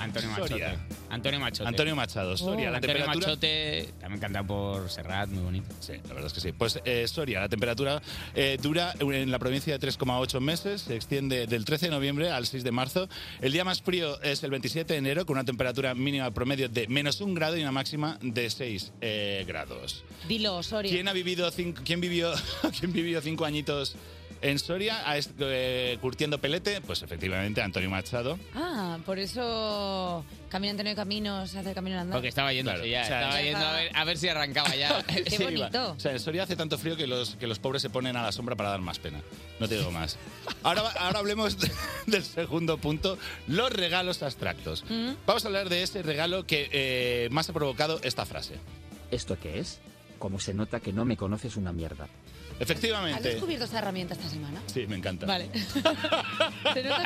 B: Antonio
L: Soria.
B: Machote. Antonio Machote.
H: Antonio Machado, Soria, la
B: Antonio
H: temperatura-
B: Machote, también cantado por Serrat, muy bonito.
H: Sí, la verdad es que sí. Pues eh, Soria, la temperatura eh, dura en la provincia de 3,8 meses, se extiende del 13 de noviembre al 6 de marzo. El día más frío es el 27 de enero, con una temperatura mínima promedio de menos un grado y una máxima de 6 eh, grados.
A: Dilo, Soria.
H: ¿Quién ha vivido cinco, quién vivió, quién vivió cinco añitos en Soria, a est- eh, curtiendo pelete, pues efectivamente Antonio Machado.
A: Ah, por eso Caminante no hay camino, se hace el camino al andar.
B: Porque estaba yendo ya,
H: o sea,
B: estaba
H: es-
B: yendo a ver, a ver si arrancaba ya.
A: Qué
H: Sí, iba.
A: bonito.
H: O sea, en Soria hace tanto frío que los, que los pobres se ponen a la sombra para dar más pena. No te digo más. Ahora, ahora hablemos de- del segundo punto, los regalos abstractos.
L: Mm.
H: Vamos a hablar de ese regalo que eh, más ha provocado esta frase.
L: ¿Esto qué es? Como se nota que no me conoces una mierda.
A: ¿Has
H: Efectivamente.
A: descubierto esta herramienta esta semana?
H: Sí, me encanta.
A: Vale. Se nota
H: Has
A: cuando
H: llegado-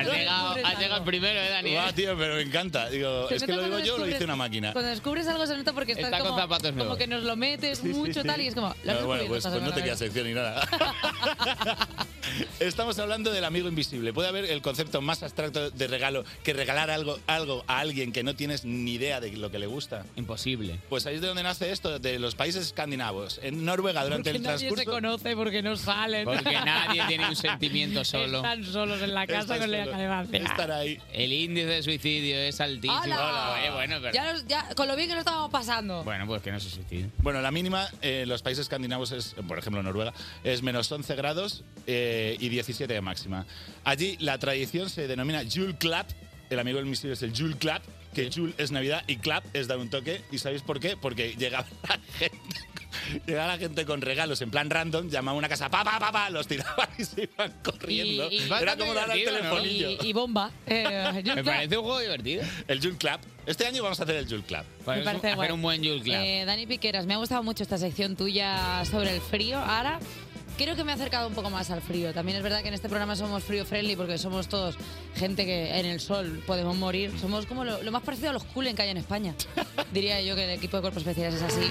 A: descubres
B: has llegado
A: algo.
B: primero, eh, Dani.
H: Buah, tío, pero me encanta. Digo,
A: Se
H: es que
A: nota
H: lo digo
A: cuando
H: yo o lo
A: descubres-
H: dice una máquina.
A: Cuando descubres algo se nota porque estás
H: Está con
A: como,
H: zapatos
A: como
H: nuevos.
A: que nos lo metes
H: Sí, sí,
A: mucho
H: sí.
A: tal y es como... lo has
H: No, bueno,
A: descubierto
H: pues,
A: esta
H: pues no
A: semana,
H: te quedas sección ni nada. Estamos hablando de la amigo invisible. Puede haber el concepto más abstracto de regalo que regalar algo, algo a alguien que no tienes ni idea de lo que le gusta.
B: Imposible.
H: Pues ahí es de donde nace esto, de los países escandinavos. En Noruega, durante
A: Porque
H: el
A: nadie
H: transcurso.
A: se conoce porque no salen.
B: Porque nadie tiene un sentimiento solo.
A: Están solos en la casa
B: Están
A: con la
B: solos.
A: calefacción.
B: Estar
H: ahí.
B: El índice de suicidio es altísimo.
A: ¡Hala!
B: Eh, bueno, pero-
A: Ya, nos- ya- con lo bien que nos estábamos pasando.
B: Bueno, pues que no se suicide.
H: Bueno, la mínima eh, en los países escandinavos es, por ejemplo, Noruega, es menos 11 grados eh, y 17 de máxima. Allí la tradición se denomina Jule Clap. El amigo del misil es el Jule Clap, que Jule es Navidad y Clap es dar un toque. ¿Y sabéis por qué? Porque llegaba la gente, llegaba la gente con regalos en plan random, llamaba a una casa, pa, pa, pa, pa, los tiraban y se iban corriendo. Era como dar al telefonillo.
A: Y, y bomba. Eh, yo-
H: un juego divertido. El Jule Clap. Este año vamos a hacer el Jule Clap.
A: Me parece hacer guay. un
B: buen Jule
A: Eh, Dani Piqueras, me ha gustado mucho esta sección tuya sobre el frío. Ahora creo que me he acercado un poco más al frío. También es verdad que en este programa somos frío friendly porque somos todos gente que en el sol podemos morir. Somos como lo, lo más parecido a los coolen que hay en España. Diría yo que el equipo de cuerpos especiales es así.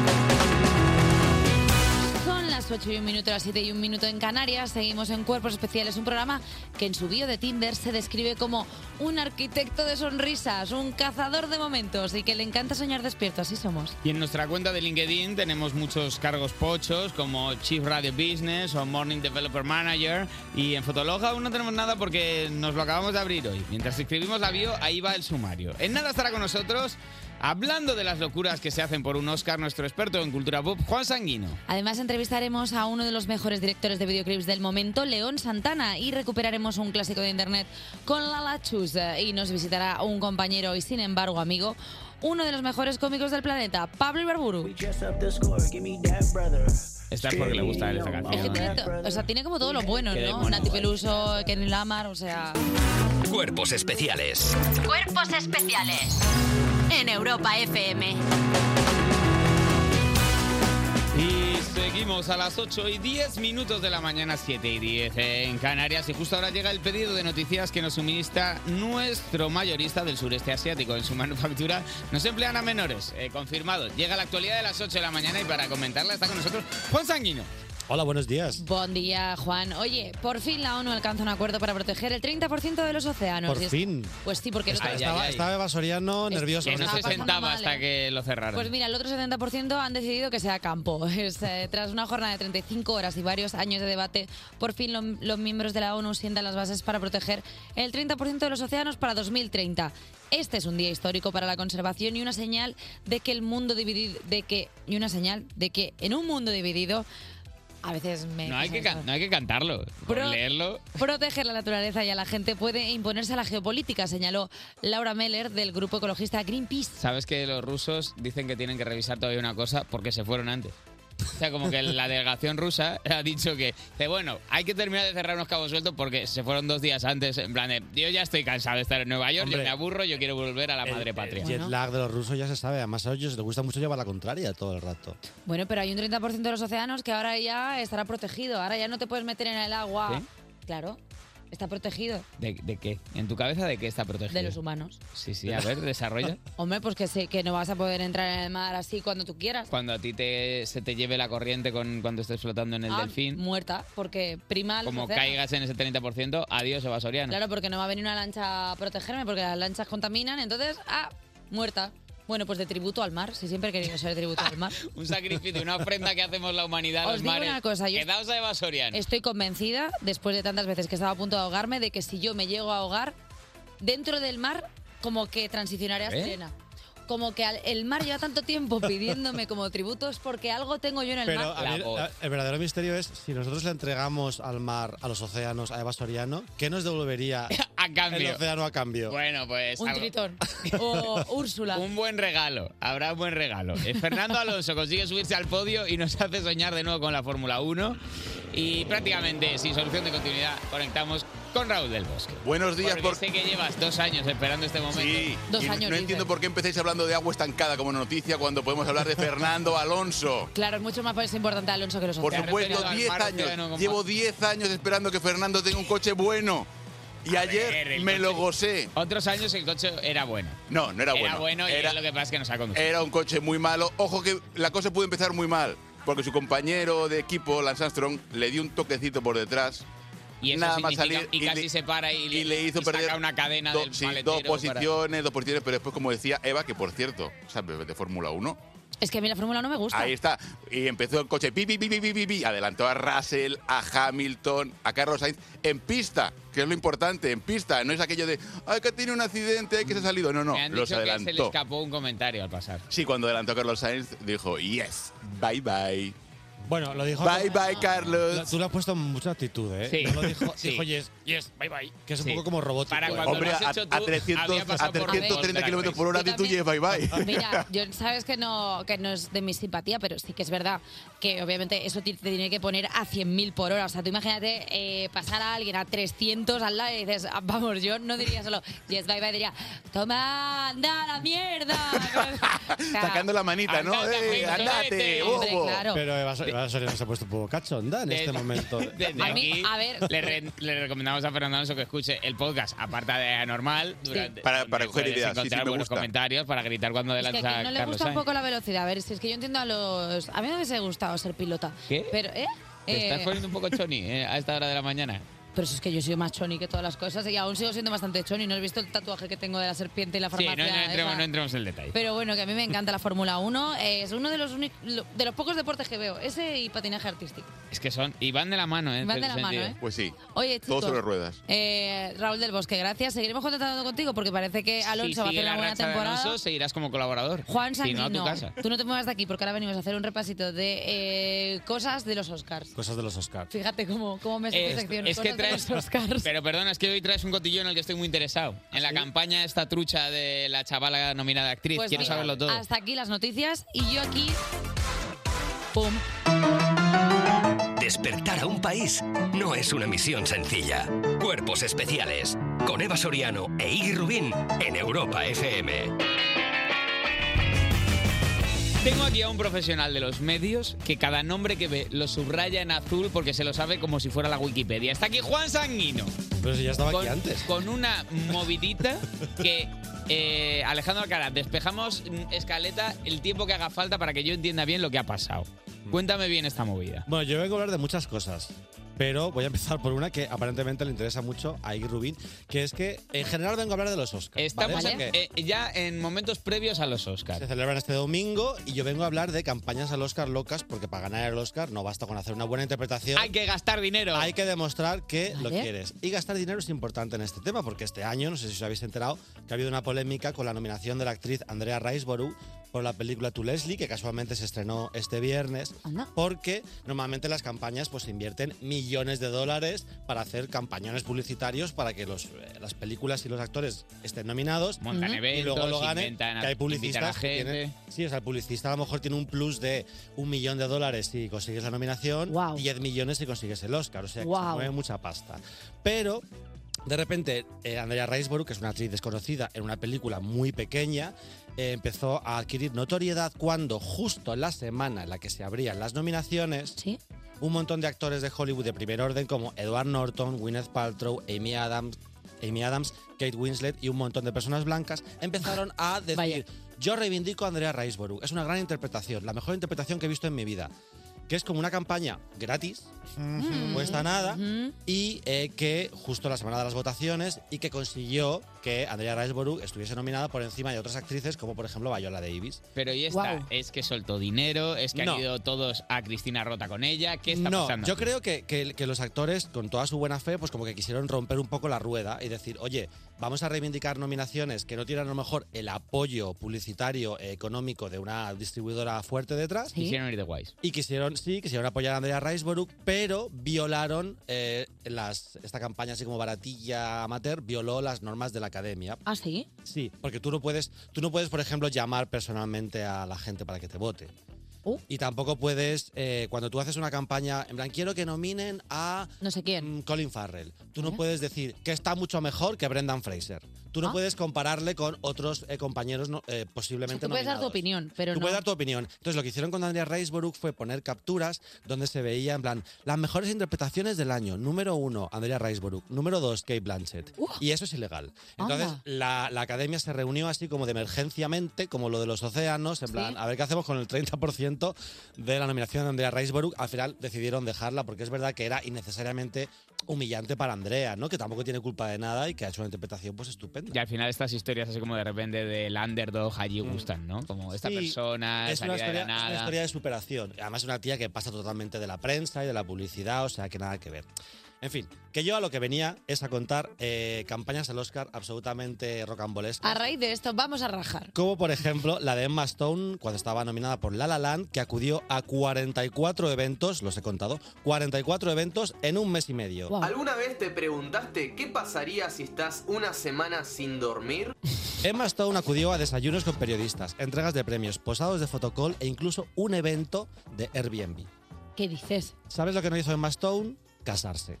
A: Son las 8 y un minuto, las 7 y un minuto en Canarias. Seguimos en Cuerpos Especiales, un programa que en su bio de Tinder se describe como un arquitecto de sonrisas, un cazador de momentos y que le encanta soñar despierto. Así somos.
B: Y en nuestra cuenta de LinkedIn tenemos muchos cargos pochos como Chief Radio Business o Morning Developer Manager. Y en Fotologa aún no tenemos nada porque nos lo acabamos de abrir hoy. Mientras escribimos la bio, ahí va el sumario. En nada estará con nosotros, hablando de las locuras que se hacen por un Oscar, nuestro experto en cultura pop, Juan Sanguino.
A: Además, entrevistaremos a uno de los mejores directores de videoclips del momento, León Santana, y recuperaremos un clásico de internet con Lala Chus. eh, Y nos visitará un compañero y, sin embargo, amigo, uno de los mejores cómicos del planeta, Pablo Ibarburu.
B: Esta es porque le gusta a él esta canción.
A: Es que tiene, to- o sea, tiene como todos los buenos,
B: Qué
A: ¿no?
B: demonio.
A: Nati Peluso, Kenny Lamar, o sea...
D: Cuerpos especiales.
E: Cuerpos especiales en Europa FM.
B: Y seguimos a las 8 y 10 minutos de la mañana, 7 y 10 en Canarias. Y justo ahora llega el pedido de noticias que nos suministra nuestro mayorista del sureste asiático. En su manufactura no se emplean a menores. Eh, confirmado. Llega la actualidad de las 8 de la mañana y para comentarla está con nosotros Juan Sanguino.
M: Hola, buenos días.
A: Buen día, Juan. Oye, por fin la ONU alcanza un acuerdo para proteger el 30% de los océanos.
M: Por
A: Y es-
M: fin.
A: Pues sí, porque... el
M: Esta-
A: otro-
M: estaba, estaba Eva Soriano nervioso.
B: Que
M: con
B: no
M: esta
B: se
M: historia.
B: sentaba hasta que lo cerraron.
A: Pues mira, el otro 70% han decidido que sea campo. Es, eh, tras una jornada de 35 horas y varios años de debate, por fin lo- los miembros de la ONU sientan las bases para proteger el 30% de los océanos para 2030. Este es un día histórico para la conservación y una señal de que el mundo dividido, de que y una señal de que en un mundo dividido a veces me
B: no, hay que, can- no hay que cantarlo. Por
A: Eh, Pro-
B: leerlo.
A: Proteger la naturaleza y a la gente puede imponerse a la geopolítica, señaló Laura Meller del grupo ecologista Greenpeace.
B: Sabes que los rusos dicen que tienen que revisar todavía una cosa porque se fueron antes. O sea, como que la delegación rusa ha dicho que, dice, bueno, hay que terminar de cerrar unos cabos sueltos porque se fueron dos días antes. En plan, de, yo ya estoy cansado de estar en Nueva York, yo
M: Hombre.
B: me aburro, yo quiero volver a la madre patria.
M: El jet lag de los rusos ya se sabe. Además, a ellos les gusta mucho llevar la contraria todo el rato.
A: Bueno, pero hay un 30% de los océanos que ahora ya estará protegido. Ahora ya no te puedes meter en el agua.
B: ¿Sí?
A: Claro, está protegido
B: ¿De, de qué? ¿En tu cabeza de qué está protegido?
A: de los humanos.
B: Sí, sí, a ver, desarrolla.
A: Hombre, pues que sé que no vas a poder entrar en el mar así cuando tú quieras.
B: Cuando a ti te, se te lleve la corriente con cuando estés flotando en el
A: Ah,
B: delfín,
A: Muerta, porque prima los
B: como
A: océanos.
B: caigas en ese 30%, adiós, Eva Soriano.
A: Claro, porque no va a venir una lancha a protegerme, porque las lanchas contaminan, entonces, ah, muerta. Bueno, pues de tributo al mar, si siempre he querido ser tributo al mar.
B: Un sacrificio, una ofrenda que hacemos la humanidad a
A: Os
B: los
A: digo
B: mares.
A: una cosa, yo-
B: Quedaos a Eva Soriano.
A: Estoy convencida, después de tantas veces que estaba a punto de ahogarme, de que si yo me llego a ahogar, dentro del mar, como que transicionaré a
B: ¿Eh?
A: Serena. Como que al- el mar lleva tanto tiempo pidiéndome como tributo, es porque algo tengo yo en el
M: Pero
A: mar.
M: a ver, a- el verdadero misterio es si nosotros le entregamos al mar, a los océanos, a Eva Soriano, ¿qué nos devolvería
B: a cambio.
M: el océano a cambio?
B: Bueno, pues.
A: Un
B: algo-
A: tritón. O Úrsula.
B: Un buen regalo, habrá un buen regalo. Eh, Fernando Alonso consigue subirse al podio y nos hace soñar de nuevo con la Fórmula 1. Y prácticamente sin solución de continuidad conectamos con Raúl del Bosque.
N: Buenos días,
B: Porque sé que llevas dos años esperando este momento.
N: Sí, y no entiendo por qué empecéis hablando de agua estancada como noticia cuando podemos hablar de Fernando Alonso.
A: Claro, es mucho más importante Alonso que los
N: Por
A: océanos.
N: supuesto, 10 años. Llevo 10 años esperando que Fernando tenga un coche bueno. Y ayer
B: ver, el
N: me lo
B: coche-
N: gocé.
B: Otros años el coche era bueno.
N: No, no era bueno.
B: Era bueno y
N: Era-
B: lo que pasa es que nos ha conducido.
N: Era un coche muy malo. Ojo que la cosa pudo empezar muy mal, porque su compañero de equipo, Lance Armstrong, le dio un toquecito por detrás.
B: Y eso
N: nada más
B: significa-
N: salir
B: y casi se para y,
N: y le hizo
B: y saca
N: perder
B: una cadena
N: do-
B: del
N: sí,
B: maletero
N: dos
B: para-
N: posiciones, dos posiciones, pero después, como decía Eva, que por cierto, sabes de Fórmula 1,
A: Es que a mí la Fórmula no me gusta.
N: ahí está. Y empezó el coche, pi, pi, pi, pi, pi, pi, pi. adelantó a Russell, a Hamilton, a Carlos Sainz, en pista, que es lo importante, en pista. No es aquello de, ay, que tiene un accidente, ay, que se ha salido. No, no,
B: Me han
N: los
B: dicho
N: adelantó.
B: que se le escapó un comentario al pasar.
N: Sí, cuando adelantó Carlos Sainz, dijo, yes, bye bye.
M: Bueno, lo dijo.
N: Bye, bye, Carlos.
M: Lo- Tú lo has puesto en mucha actitud, ¿eh?
N: Sí.
M: No lo dijo,
N: Sí.
M: dijo yes, yes, bye bye. Que es un
N: Sí.
M: poco como robótico. eh.
N: Para cuando Hombre, lo has a- hecho tú, a 300 había pasado a por 330 kilómetros por hora, Yo di tú, también- yes, bye, bye.
A: Mira, yo sabes que no, que no es de mi simpatía, pero sí que es verdad que obviamente eso te, te tiene que poner a 100.000 por hora. O sea, tú imagínate eh, pasar a alguien a 300 al lado y dices, "Ah, vamos, yo no diría solo yes, bye, bye, diría, toma, anda a la mierda.
N: Sacando la manita, ¿no? ¡Eh, andate, bobo!
A: claro.
M: Pero Eva, Sor- Eva Soriano se ha puesto un poco cachonda en
B: De-
M: este momento.
B: Desde
A: A mí,
B: aquí,
A: a ver.
B: Le, re- le recomendamos a Fernando Alonso que escuche el podcast, aparte de Anormal, durante,
N: Para- para
B: donde
N: coger
B: puedes
N: ideas, sí, sí,
B: encontrar
N: me
B: buenos
N: gusta.
B: comentarios para gritar cuando
A: Es que a
B: adelanta
A: quien no le
B: Carlos
A: gusta un
B: Sainz.
A: poco la velocidad. A ver, si es que yo entiendo a los... A mí me hubiese gustado ser pilota.
B: ¿Qué?
A: Pero, ¿eh?
B: Te estás
A: Eh,
B: poniendo un poco choni eh, a esta hora de la mañana.
A: Pero si es que yo soy más choni que todas las cosas y aún sigo siendo bastante choni. ¿No has visto el tatuaje que tengo de la serpiente y la
B: Sí,
A: farmacia?
B: no, no entremos,
A: esa?
B: no entremos en el detalle.
A: Pero bueno, que a mí me encanta la Fórmula 1. eh, Es uno de los, únic- lo- de los pocos deportes que veo. Ese y patinaje artístico.
B: Es que son. Y van de la mano, ¿eh? en
A: Van de
B: cierto
A: la mano,
B: sentido.
A: ¿eh?
N: Pues sí.
A: Oye, chicos.
N: Todo sobre ruedas.
A: eh, Raúl del Bosque, gracias. Seguiremos contactando contigo porque parece que
B: si
A: Alonso va a
B: sigue
A: hacer
B: la
A: una buena
B: racha de
A: temporada.
B: Alonso, seguirás como colaborador.
A: Juan
B: Si no,
A: Sanguino,
B: a tu casa.
A: tú no te muevas de aquí porque ahora venimos a hacer un repasito de eh, cosas de los Oscars.
M: Cosas de los Oscars.
A: Fíjate cómo, cómo me
B: Eh,
A: sé sección.
B: es que
A: cosas de
B: traes
A: los Oscars.
B: Pero perdona, es que hoy traes un cotillo en el que estoy muy interesado. En la campaña esta trucha de la chavala nominada actriz.
A: Pues
B: Quiero
A: mira,
B: saberlo todo.
A: Hasta aquí las noticias y yo aquí. ¡Pum!
D: Despertar a un país no es una misión sencilla. Cuerpos especiales con Eva Soriano e Iggy Rubín en Europa FM.
B: Tengo aquí a un profesional de los medios que cada nombre que ve lo subraya en azul porque se lo sabe como si fuera la Wikipedia. Está aquí Juan Sanguino.
M: Pero si ya estaba
B: con,
M: aquí antes.
B: Con una movidita que. eh, Alejandro Alcaraz, despejamos mm, escaleta el tiempo que haga falta para que yo entienda bien lo que ha pasado. Cuéntame bien esta movida.
M: Bueno, yo vengo a hablar de muchas cosas, pero voy a empezar por una que aparentemente le interesa mucho a Iggy Rubin, que es que en general vengo a hablar de los Oscars.
B: Estamos
M: ¿vale?
B: en-
M: Que
B: eh, ya en momentos previos a los Oscars.
M: se celebran este domingo y yo vengo a hablar de campañas al Oscar locas, porque para ganar el Oscar no basta con hacer una buena interpretación.
B: Hay que gastar dinero.
M: Hay que demostrar que lo quieres. Y gastar dinero es importante en este tema, porque este año, no sé si os habéis enterado, que ha habido una polémica con la nominación de la actriz Andrea Riseborough por la película To Leslie, que casualmente se estrenó este viernes, porque normalmente las campañas pues invierten millones de dólares para hacer campañones publicitarios para que los, eh, las películas y los actores estén nominados
B: Montan
M: y luego lo
B: eventos,
M: ganen,
B: inventan-
M: que
B: invitan
M: hay
B: a
M: publicistas que
B: gente.
M: tienen- Sí, o sea, el publicista a lo mejor tiene un plus de un millón de dólares si consigues la nominación, 10 millones si consigues el Oscar. O sea, que se
O: Wow.
M: mueve mucha pasta. Pero. De repente, eh, Andrea Riseborough, que es una actriz desconocida en una película muy pequeña, eh, empezó a adquirir notoriedad cuando, justo en la semana en la que se abrían las nominaciones, un montón de actores de Hollywood de primer orden como Edward Norton, Gwyneth Paltrow, Amy Adams, Amy Adams, Kate Winslet y un montón de personas blancas empezaron a decir, yo reivindico a Andrea Riseborough. Es una gran interpretación, la mejor interpretación que he visto en mi vida. Que es como una campaña gratis, no cuesta nada, y eh, que justo la semana de las votaciones y que consiguió que Andrea Riseborough estuviese nominada por encima de otras actrices como por ejemplo Viola Davis.
B: Pero y esta,
M: Guau.
B: es que soltó dinero, es que
M: No.
B: han ido todos a Cristina Rota con ella, ¿qué está
M: no,
B: pasando?
M: yo creo que, que- que los actores, con toda su buena fe, pues como que quisieron romper un poco la rueda y decir, oye, vamos a reivindicar nominaciones que no tienen a lo mejor el apoyo publicitario eh, económico de una distribuidora fuerte detrás.
B: Quisieron ir de guays.
M: Y quisieron, sí, quisieron apoyar a Andrea Riseborough, pero violaron eh, las, esta campaña así como baratilla amateur, violó las normas de la academia.
A: ¿Ah, sí?
M: Sí, porque tú no puedes, tú no puedes, por ejemplo, llamar personalmente a la gente para que te vote. Y tampoco puedes, eh, cuando tú haces una campaña, en plan, quiero que nominen a mm,
A: no sé quién.
M: Colin Farrell. Tú no puedes decir que está mucho mejor que Brendan Fraser. Tú no
A: Ah.
M: puedes compararle con otros eh, compañeros no- eh, posiblemente
A: Tú puedes dar tu
M: nominados.
A: opinión, pero
M: Tú
A: no.
M: puedes dar tu opinión. Entonces, lo que hicieron con Andrea Riseborough fue poner capturas donde se veía, en plan, las mejores interpretaciones del año. Número uno, Andrea Riseborough. Número dos, Kate Blanchett. Y eso es ilegal. Entonces,
O: Anda.
M: la, la academia se reunió así como de emergenciamente, como lo de los océanos, en plan,
O: Sí.
M: a ver qué hacemos con el 30% de la nominación de Andrea Riseborough. Al final decidieron dejarla porque es verdad que era innecesariamente humillante para Andrea, ¿no? Que tampoco tiene culpa de nada y que ha hecho una interpretación pues estupenda.
B: Y al final estas historias así como de repente del underdog allí gustan, ¿no? Como esta
M: Mm. Sí,
B: persona,
M: es una,
B: salida Ah, de
M: historia,
B: la
M: es una
B: nada.
M: historia de superación. Además, es una tía que pasa totalmente de la prensa y de la publicidad, o sea que nada que ver. En fin, que yo a lo que venía es a contar eh, campañas al Oscar absolutamente rocambolescas.
A: A raíz de esto, vamos a rajar.
M: Como por ejemplo la de Emma Stone cuando estaba nominada por La La Land, que acudió a 44 eventos, los he contado, 44 eventos en un mes y medio.
P: ¿Alguna vez te preguntaste qué pasaría si estás una semana sin dormir?
M: Emma Stone acudió a desayunos con periodistas, entregas de premios, posados de fotocall e incluso un evento de Airbnb.
A: ¿Qué dices?
M: ¿Sabes lo que no hizo Emma Stone? Casarse.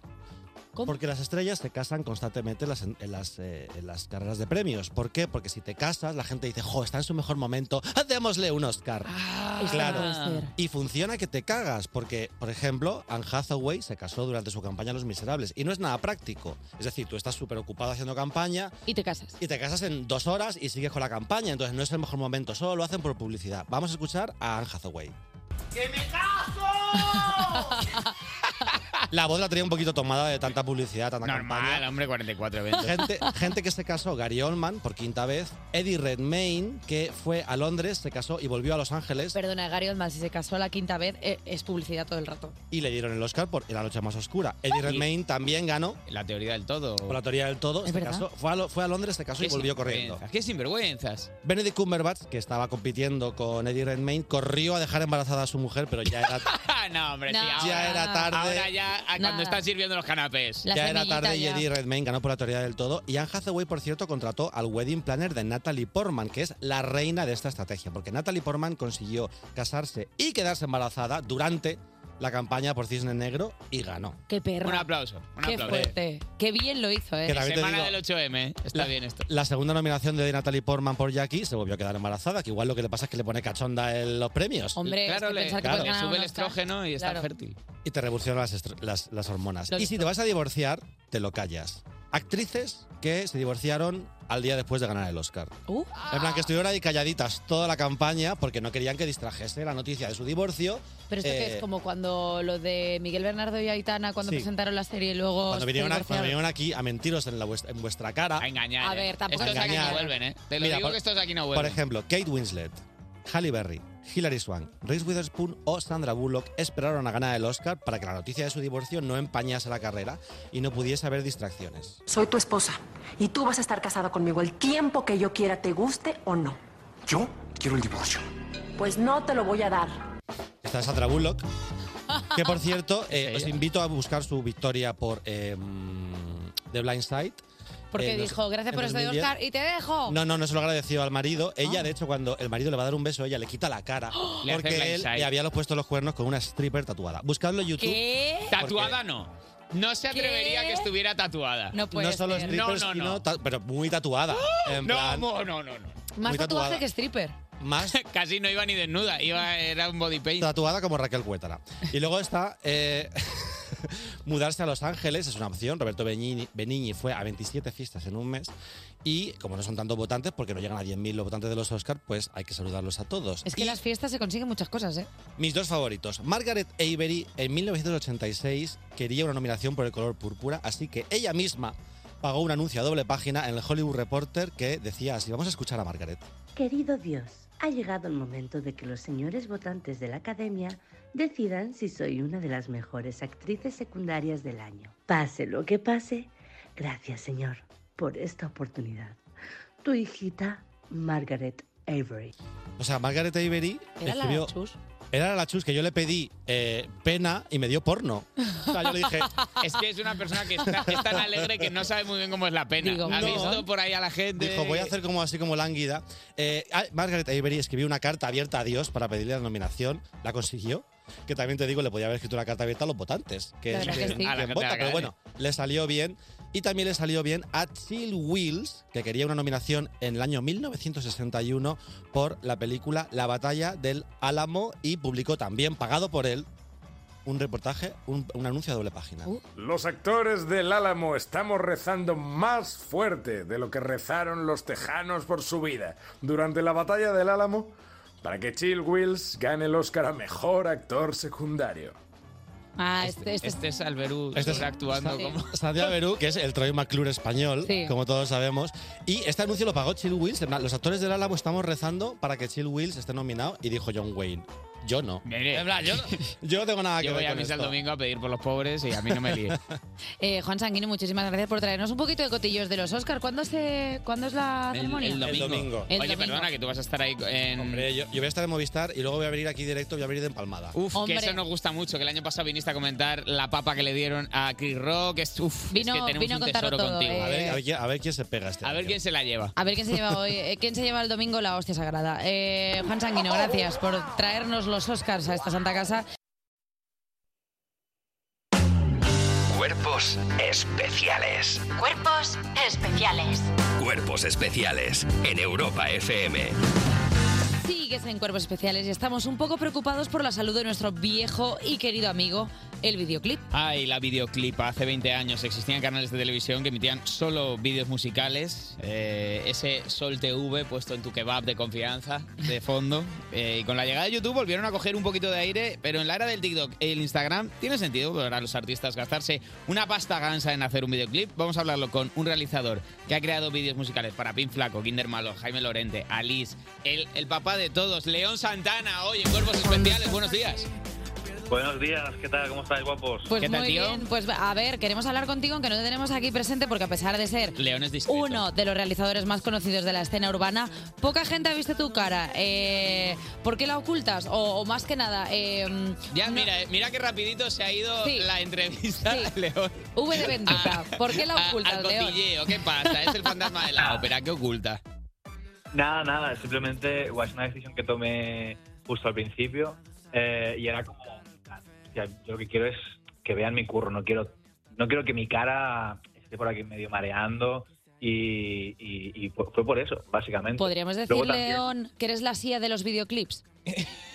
M: Porque las estrellas se casan constantemente en las, en las, eh, en las carreras de premios. ¿Por qué? Porque si te casas, la gente dice, jo, está en su mejor momento, démosle un Oscar.
A: esto Ah. no
M: claro.
A: puede ser.
M: Y funciona que te cagas, porque, por ejemplo, Anne Hathaway se casó durante su campaña a Los Miserables y no es nada práctico. Es decir, tú estás súper ocupado haciendo campaña.
A: Y te casas.
M: Y te casas en dos horas y sigues con la campaña, entonces no es el mejor momento, solo lo hacen por publicidad. Vamos a escuchar a Anne Hathaway.
G: ¡Que me caso!
M: La voz la tenía un poquito tomada de tanta publicidad, tanta
B: Normal, hombre, 44 eventos.
M: Gente, gente que se casó, Gary Oldman por quinta vez, Eddie Redmayne que fue a Londres, se casó y volvió a Los Ángeles
A: Perdona, Gary Oldman, si se casó la quinta vez, eh, es publicidad todo el rato.
M: y le dieron el Oscar por La noche más oscura. Eddie Redmayne también ganó
B: La teoría del todo.
M: por la teoría del todo,
B: ¿Es
M: se
B: verdad?
M: casó, fue, a, lo- fue a Londres, se casó y
B: Qué
M: volvió corriendo.
B: sinvergüenzas, ¡Qué sinvergüenzas!
M: Benedict Cumberbatch, que estaba compitiendo con Eddie Redmayne, corrió a dejar embarazada a su mujer, pero ya era,
B: Ah, no, hombre, sí,
M: Ya
B: ahora,
M: era tarde.
B: Ahora ya, a cuando
M: Nada.
B: están sirviendo los canapés.
M: ya era tarde y Eddie Redmayne ganó por la teoría del todo. Y Anne Hathaway, por cierto, contrató al wedding planner de Natalie Portman, que es la reina de esta estrategia, porque Natalie Portman consiguió casarse y quedarse embarazada durante la campaña por Cisne Negro y ganó.
A: Qué perra.
B: Un aplauso, un
A: Qué
B: aplauso.
A: fuerte. Qué bien lo hizo, ¿eh?
M: Que también te
B: Semana
M: digo-
B: del 8M, está bien esto.
M: La segunda nominación de Natalie Portman por Jackie se volvió a quedar embarazada, que igual lo que le pasa es que le pone cachonda en los premios.
A: Hombre, es
B: claro,
A: que
B: le,
A: pensar que
M: claro.
A: puedes ganar
B: sube
A: un
B: el
A: Oscar,
B: estrógeno y está
A: claro.
B: fértil.
M: y te revolucionan las, estro- las, las hormonas.
A: Lo
M: y si te vas a divorciar, te lo callas. Actrices que se divorciaron al día después de ganar el Oscar.
A: Uh.
M: En plan, que estuvieron ahí calladitas toda la campaña porque no querían que distrajese la noticia de su divorcio.
A: Pero esto que
M: Eh,
A: es como cuando lo de Miguel Bernardo y Aitana cuando
M: Sí.
A: presentaron la serie y luego.
M: Cuando
A: se
M: vinieron, a- cuando
A: divorciaron.
M: vinieron aquí a mentiros en, la vuest- en vuestra cara. A
B: engañar. eh.
A: A ver, tampoco
B: Estos
A: es
B: aquí no
A: engañar.
B: vuelven, ¿eh? Te lo
M: Mira,
B: digo
M: por-
B: que estos aquí no
M: Por
B: vuelven.
M: ejemplo, Kate Winslet, Halle Berry, Hilary Swank, Reese Witherspoon o Sandra Bullock esperaron a ganar el Oscar para que la noticia de su divorcio no empañase la carrera y no pudiese haber distracciones.
Q: Soy tu esposa y tú vas a estar casada conmigo el tiempo que yo quiera, te guste o no.
M: Yo quiero el divorcio.
Q: Pues no te lo voy a dar.
M: Está Sandra Bullock. Que por cierto, eh, os invito a buscar su victoria por eh, The Blind Side.
A: Porque
M: Eh, no sé,
A: dijo, gracias
M: en
A: por esto de
M: 2010.
A: Oscar y te dejo.
M: No, no, no se lo agradeció al marido.
A: Ah.
M: Ella, de hecho, cuando el marido le va a dar un beso, ella le quita la cara.
B: Le hace
M: Porque
B: Blind
M: él
A: eh.
B: Side.
M: le había puesto los cuernos con una stripper tatuada. Buscadlo en YouTube.
A: ¿Qué?
B: Tatuada no. No se atrevería que estuviera tatuada.
A: No puede
M: no solo
A: ser.
M: strippers,
B: No, no, no.
M: sino ta- pero muy tatuada. en
B: No,
M: plan,
B: mo- Oh, no, no, no.
A: Más tatuaje
M: muy tatuada.
A: que stripper.
M: Más
B: Casi no iba ni desnuda, iba, era un body paint.
M: tatuada como Raquel Cuétara. Y luego está eh, mudarse a Los Ángeles, es una opción. Roberto Benigni, Benigni fue a 27 fiestas en un mes. Y como no son tantos votantes, porque no llegan a 10.000 los votantes de los Oscars, pues hay que saludarlos a todos.
A: Es que en las fiestas se consiguen muchas cosas, ¿eh?
M: Mis dos favoritos. Margaret Avery en 1986 quería una nominación por el color púrpura, así que ella misma pagó un anuncio a doble página en el Hollywood Reporter que decía así, vamos a escuchar a Margaret.
O: Querido Dios, ha llegado el momento de que los señores votantes de la Academia decidan si soy una de las mejores actrices secundarias del año. Pase lo que pase, gracias Señor por esta oportunidad. Tu hijita, Margaret Avery.
M: O sea, Margaret Avery
O: Era la
M: escribió...
O: chus.
M: Era la chus que yo le pedí eh, pena y me dio porno. O sea, yo le dije,
B: Es que es una persona que está, es tan alegre que no sabe muy bien cómo es la pena.
M: Digo,
B: ha
M: no.
B: visto por ahí a la gente.
M: Dijo, voy a hacer como así como lánguida. Eh, ah, Margaret Avery escribió una carta abierta a Dios para pedirle la nominación. La consiguió. Que también te digo, le podía haber escrito una carta abierta a los votantes. Que,
B: La
M: es
B: verdad
M: quien-
B: que sí. A la
M: quien
B: gente de la
M: vota,
B: calle.
M: pero bueno, le salió bien. Y también le salió bien a Till Wills, que quería una nominación en el año 1961 por la película La batalla del Álamo y publicó también, pagado por él, un reportaje, un, un anuncio a doble página.
B: Uh,
R: Los actores del Álamo estamos rezando más fuerte de lo que rezaron los tejanos por su vida durante la batalla del Álamo para que Chill Wills gane el Oscar a mejor actor secundario.
A: Ah, este, este,
B: Este es Alberú
M: Este es-
B: actuando
M: Sa-
B: como.
M: Santiago Berú, que es el Troy McClure español,
B: Sí.
M: como todos sabemos. Y este anuncio lo pagó Chill Wills. En plan, Los actores del Álamo estamos rezando para que Chill Wills esté nominado. Y dijo John Wayne, yo no.
B: En plan, yo,
M: Yo no tengo nada que
B: yo voy
M: ver
B: a
M: con
B: misa el
M: esto.
B: domingo a pedir por los pobres y a mí no me líe.
A: Eh, Juan Sanguino, muchísimas gracias por traernos un poquito de cotillos de los Oscars. ¿Cuándo, se, ¿cuándo es la ceremonia? El
B: Oye,
A: domingo.
B: perdona, que tú vas a estar ahí en.
M: Hombre, yo, yo voy a estar en Movistar y luego voy a venir aquí directo, voy a venir de empalmada.
B: Uf, que eso nos gusta mucho, que el año pasado viniste a comentar la papa que le dieron a Chris Rock. Es, uf,
A: Vino-
B: es que tenemos
A: vino a
B: un
A: contarlo
B: tesoro
A: todo,
B: contigo.
A: eh. A ver, a
M: ver quién- a ver quién se pega este.
B: A ver quién se la lleva.
A: A ver quién se lleva hoy, eh, quién se lleva el domingo la hostia sagrada. Eh, Juan Sanguino, gracias por traernos los Oscars a esta Santa Casa.
D: Cuerpos especiales.
E: Cuerpos especiales.
D: Cuerpos especiales en Europa FM.
A: Sigues en Cuerpos Especiales y estamos un poco preocupados por la salud de nuestro viejo y querido amigo, el videoclip.
B: Ay, la videoclipa. Hace 20 años existían canales de televisión que emitían solo vídeos musicales. Eh, ese Sol TV puesto en tu kebab de confianza, de fondo. Eh, y con la llegada de YouTube volvieron a coger un poquito de aire, pero en la era del TikTok e el Instagram tiene sentido para los artistas gastarse una pasta gansa en hacer un videoclip. Vamos a hablarlo con un realizador que ha creado vídeos musicales para Pin Flaco, Kinder Malo, Jaime Lorente, Alice, el, el papá de todos, León Santana, hoy en Cuerpos Especiales. Buenos días.
S: Buenos días, ¿qué tal? ¿Cómo estáis, guapos?
A: Pues muy bien, pues a ver, queremos hablar contigo, aunque no te tenemos aquí presente, porque a pesar de ser
B: León es discreto.
A: uno de los realizadores más conocidos de la escena urbana, poca gente ha visto tu cara. Eh, ¿Por qué la ocultas? O, o más que nada, eh,
B: Ya, mira, eh, mira qué rapidito se ha ido
A: Sí.
B: la entrevista León.
A: V de bendita, ¿por qué la
B: A-
A: ocultas,
B: al
A: León?
B: cotilleo, ¿qué pasa? Es el fantasma de la ópera, ¿qué oculta?
S: Nada, nada, simplemente guay, es una decisión que tomé justo al principio eh, y era como, hostia, yo lo que quiero es que vean mi curro, no quiero, no quiero que mi cara esté por aquí medio mareando y, y- y fue fue por eso, básicamente.
A: Podríamos decir,
S: Luego también-
A: León, que eres la silla de los videoclips.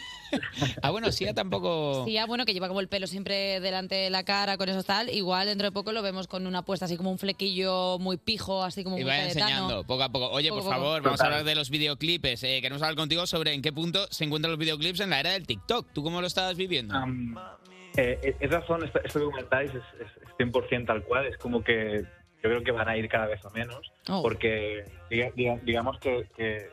B: Ah, bueno, Sia tampoco...
A: Sí, ah, bueno, que lleva como el pelo siempre delante de la cara, con eso tal. Igual dentro de poco lo vemos con una puesta así como un flequillo muy pijo, así como
B: Y
A: muy
B: vaya
A: cayetano.
B: enseñando, poco a poco. Oye,
A: Poco
B: por
A: a poco.
B: favor, vamos a
A: Total.
B: hablar de los videoclips. Eh, queremos hablar contigo sobre en qué punto se encuentran los videoclips en la era del TikTok. ¿Tú cómo lo estás viviendo?
S: Am, eh, eh, es razón, esto, esto que comentáis es, es- es 100% tal cual, es como que yo creo que van a ir cada vez a menos,
T: Oh.
S: porque diga- diga- digamos que, que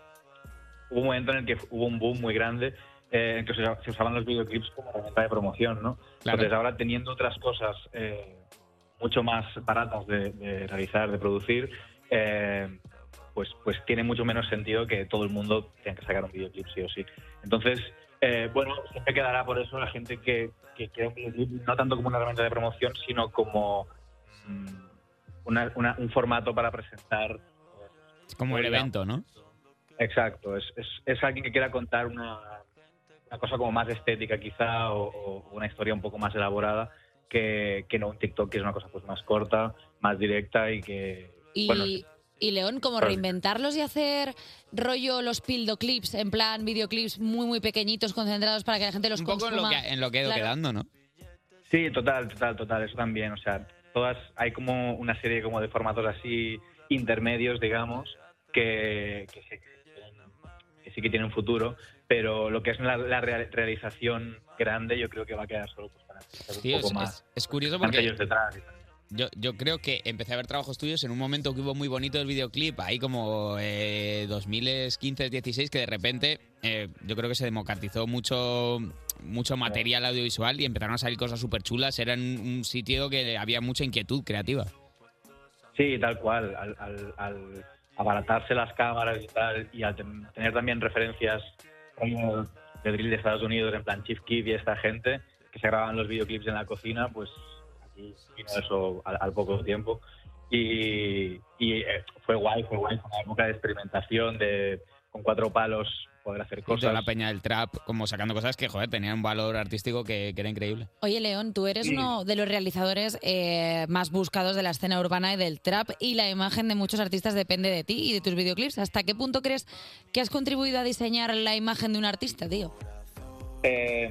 S: hubo un momento en el que hubo un boom muy grande eh, en que se, se usaban los videoclips como herramienta de promoción, ¿no?
U: Claro.
S: Entonces ahora teniendo otras cosas eh, mucho más baratas de, de realizar, de producir, eh, pues, pues tiene mucho menos sentido que todo el mundo tenga que sacar un videoclip sí o sí. Entonces, eh, bueno, siempre quedará por eso la gente que, que crea un videoclip no tanto como una herramienta de promoción, sino como mm, una- una- un formato para presentar.
B: Como el
S: Oiga.
B: evento, ¿no?
S: Exacto, es, es, es alguien que quiera contar una, una cosa como más estética quizá o, o una historia un poco más elaborada que, que no un TikTok, que es una cosa pues más corta, más directa y que...
A: Y,
S: bueno,
A: y León, como
S: Vale.
A: reinventarlos y hacer rollo los pildoclips, en plan videoclips muy, muy pequeñitos, concentrados para que la gente los
B: Un poco en lo
A: consuma.
B: que, en lo que he ido
A: Claro.
B: quedando, ¿no?
S: Sí, total, total, total, eso también, o sea, todas, hay como una serie como de formatos así intermedios, digamos, que, que, sí, que sí que tienen futuro, pero lo que es la, la real- realización grande yo creo que va a quedar solo pues, para un
B: Tío,
S: poco
B: es,
S: más.
B: es- es curioso
S: Están
B: porque
S: ellos detrás.
B: Yo, yo creo que empecé a ver trabajos tuyos en un momento que hubo muy bonito el videoclip, ahí como eh, 2015-16, que de repente eh, yo creo que se democratizó mucho, mucho material audiovisual y empezaron a salir cosas súper chulas. Era un, un sitio que había mucha inquietud creativa.
S: Sí, tal cual. Al, al- al abaratarse las cámaras y tal, y al ten- tener también referencias como de drill de Estados Unidos, en plan Chief Keef y esta gente, que se grababan los videoclips en la cocina, pues aquí vino eso al, al poco tiempo. Y, y, eh, fue guay, fue guay, fue una época de experimentación, de con cuatro palos poder hacer
B: Con toda
S: cosas.
B: la peña del trap, como sacando cosas que, joder, tenían un valor artístico que, que era increíble.
A: Oye, León, tú eres
B: Sí.
A: uno de los realizadores eh, más buscados de la escena urbana y del trap y la imagen de muchos artistas depende de ti y de tus videoclips. ¿Hasta qué punto crees que has contribuido a diseñar la imagen de un artista, tío?
S: Eh,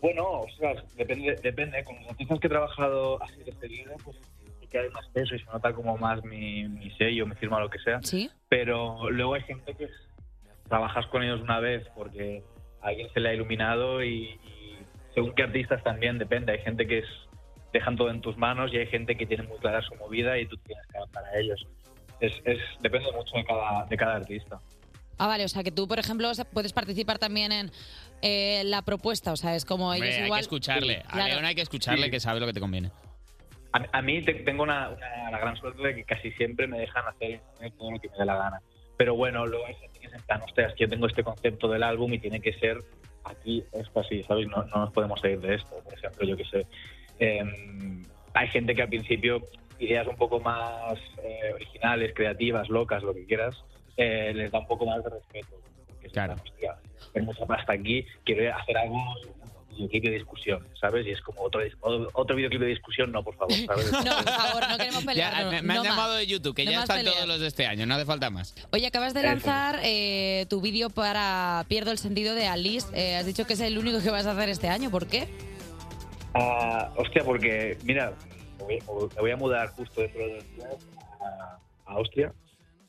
S: bueno, o sea, depende, depende. Con los artistas que he trabajado así de seguido, pues sí que hay más peso y se nota como más mi, mi sello, mi firma, lo que sea.
A: Sí.
S: Pero luego hay gente que trabajas con ellos una vez porque a alguien se le ha iluminado y, y según qué artistas también depende. Hay gente que es, dejan todo en tus manos y hay gente que tiene muy clara su movida y tú tienes que adaptar a ellos. Es, es, depende mucho de cada, de cada artista.
A: Ah, vale, o sea que tú, por ejemplo, sa- puedes participar también en eh, la propuesta, o sea, es como ellos
B: Hombre, hay
A: igual...
B: que escucharle.
A: Sí,
B: A
A: claro.
B: León hay que escucharle
S: Sí.
B: que sabe lo que te conviene.
S: A, a mí te- tengo una, una- la gran suerte de que casi siempre me dejan hacer todo lo que me dé la gana. Pero bueno, luego hay gente que es en plan, "Ostras, yo tengo este concepto del álbum y tiene que ser aquí, esto así, ¿sabes? No, no nos podemos salir de esto. Por ejemplo, yo que sé. em, hay gente que al principio, ideas un poco más eh, originales, creativas, locas, lo que quieras, eh, les da un poco más de respeto. Porque claro. Es mucha pasta aquí, quiero hacer algo un videoclip de discusión, ¿sabes? Y es como otro, dis- otro videoclip de discusión, no, por favor, ¿sabes?
A: No, por favor, no queremos
B: Ya,
A: pelearnos.
B: me, me han
A: no más.
B: llamado de YouTube, que
A: No
B: ya
A: más
B: están
A: peleas.
B: todos los de este año, no hace falta más.
A: Oye, acabas de
B: Eso.
A: lanzar eh, tu vídeo para Pierdo el sentido de Alice. Eh, has dicho que es el único que vas a hacer este año. ¿Por qué?
S: Ah, hostia, porque, mira, me voy, me voy a mudar justo dentro de dos días a, a Austria.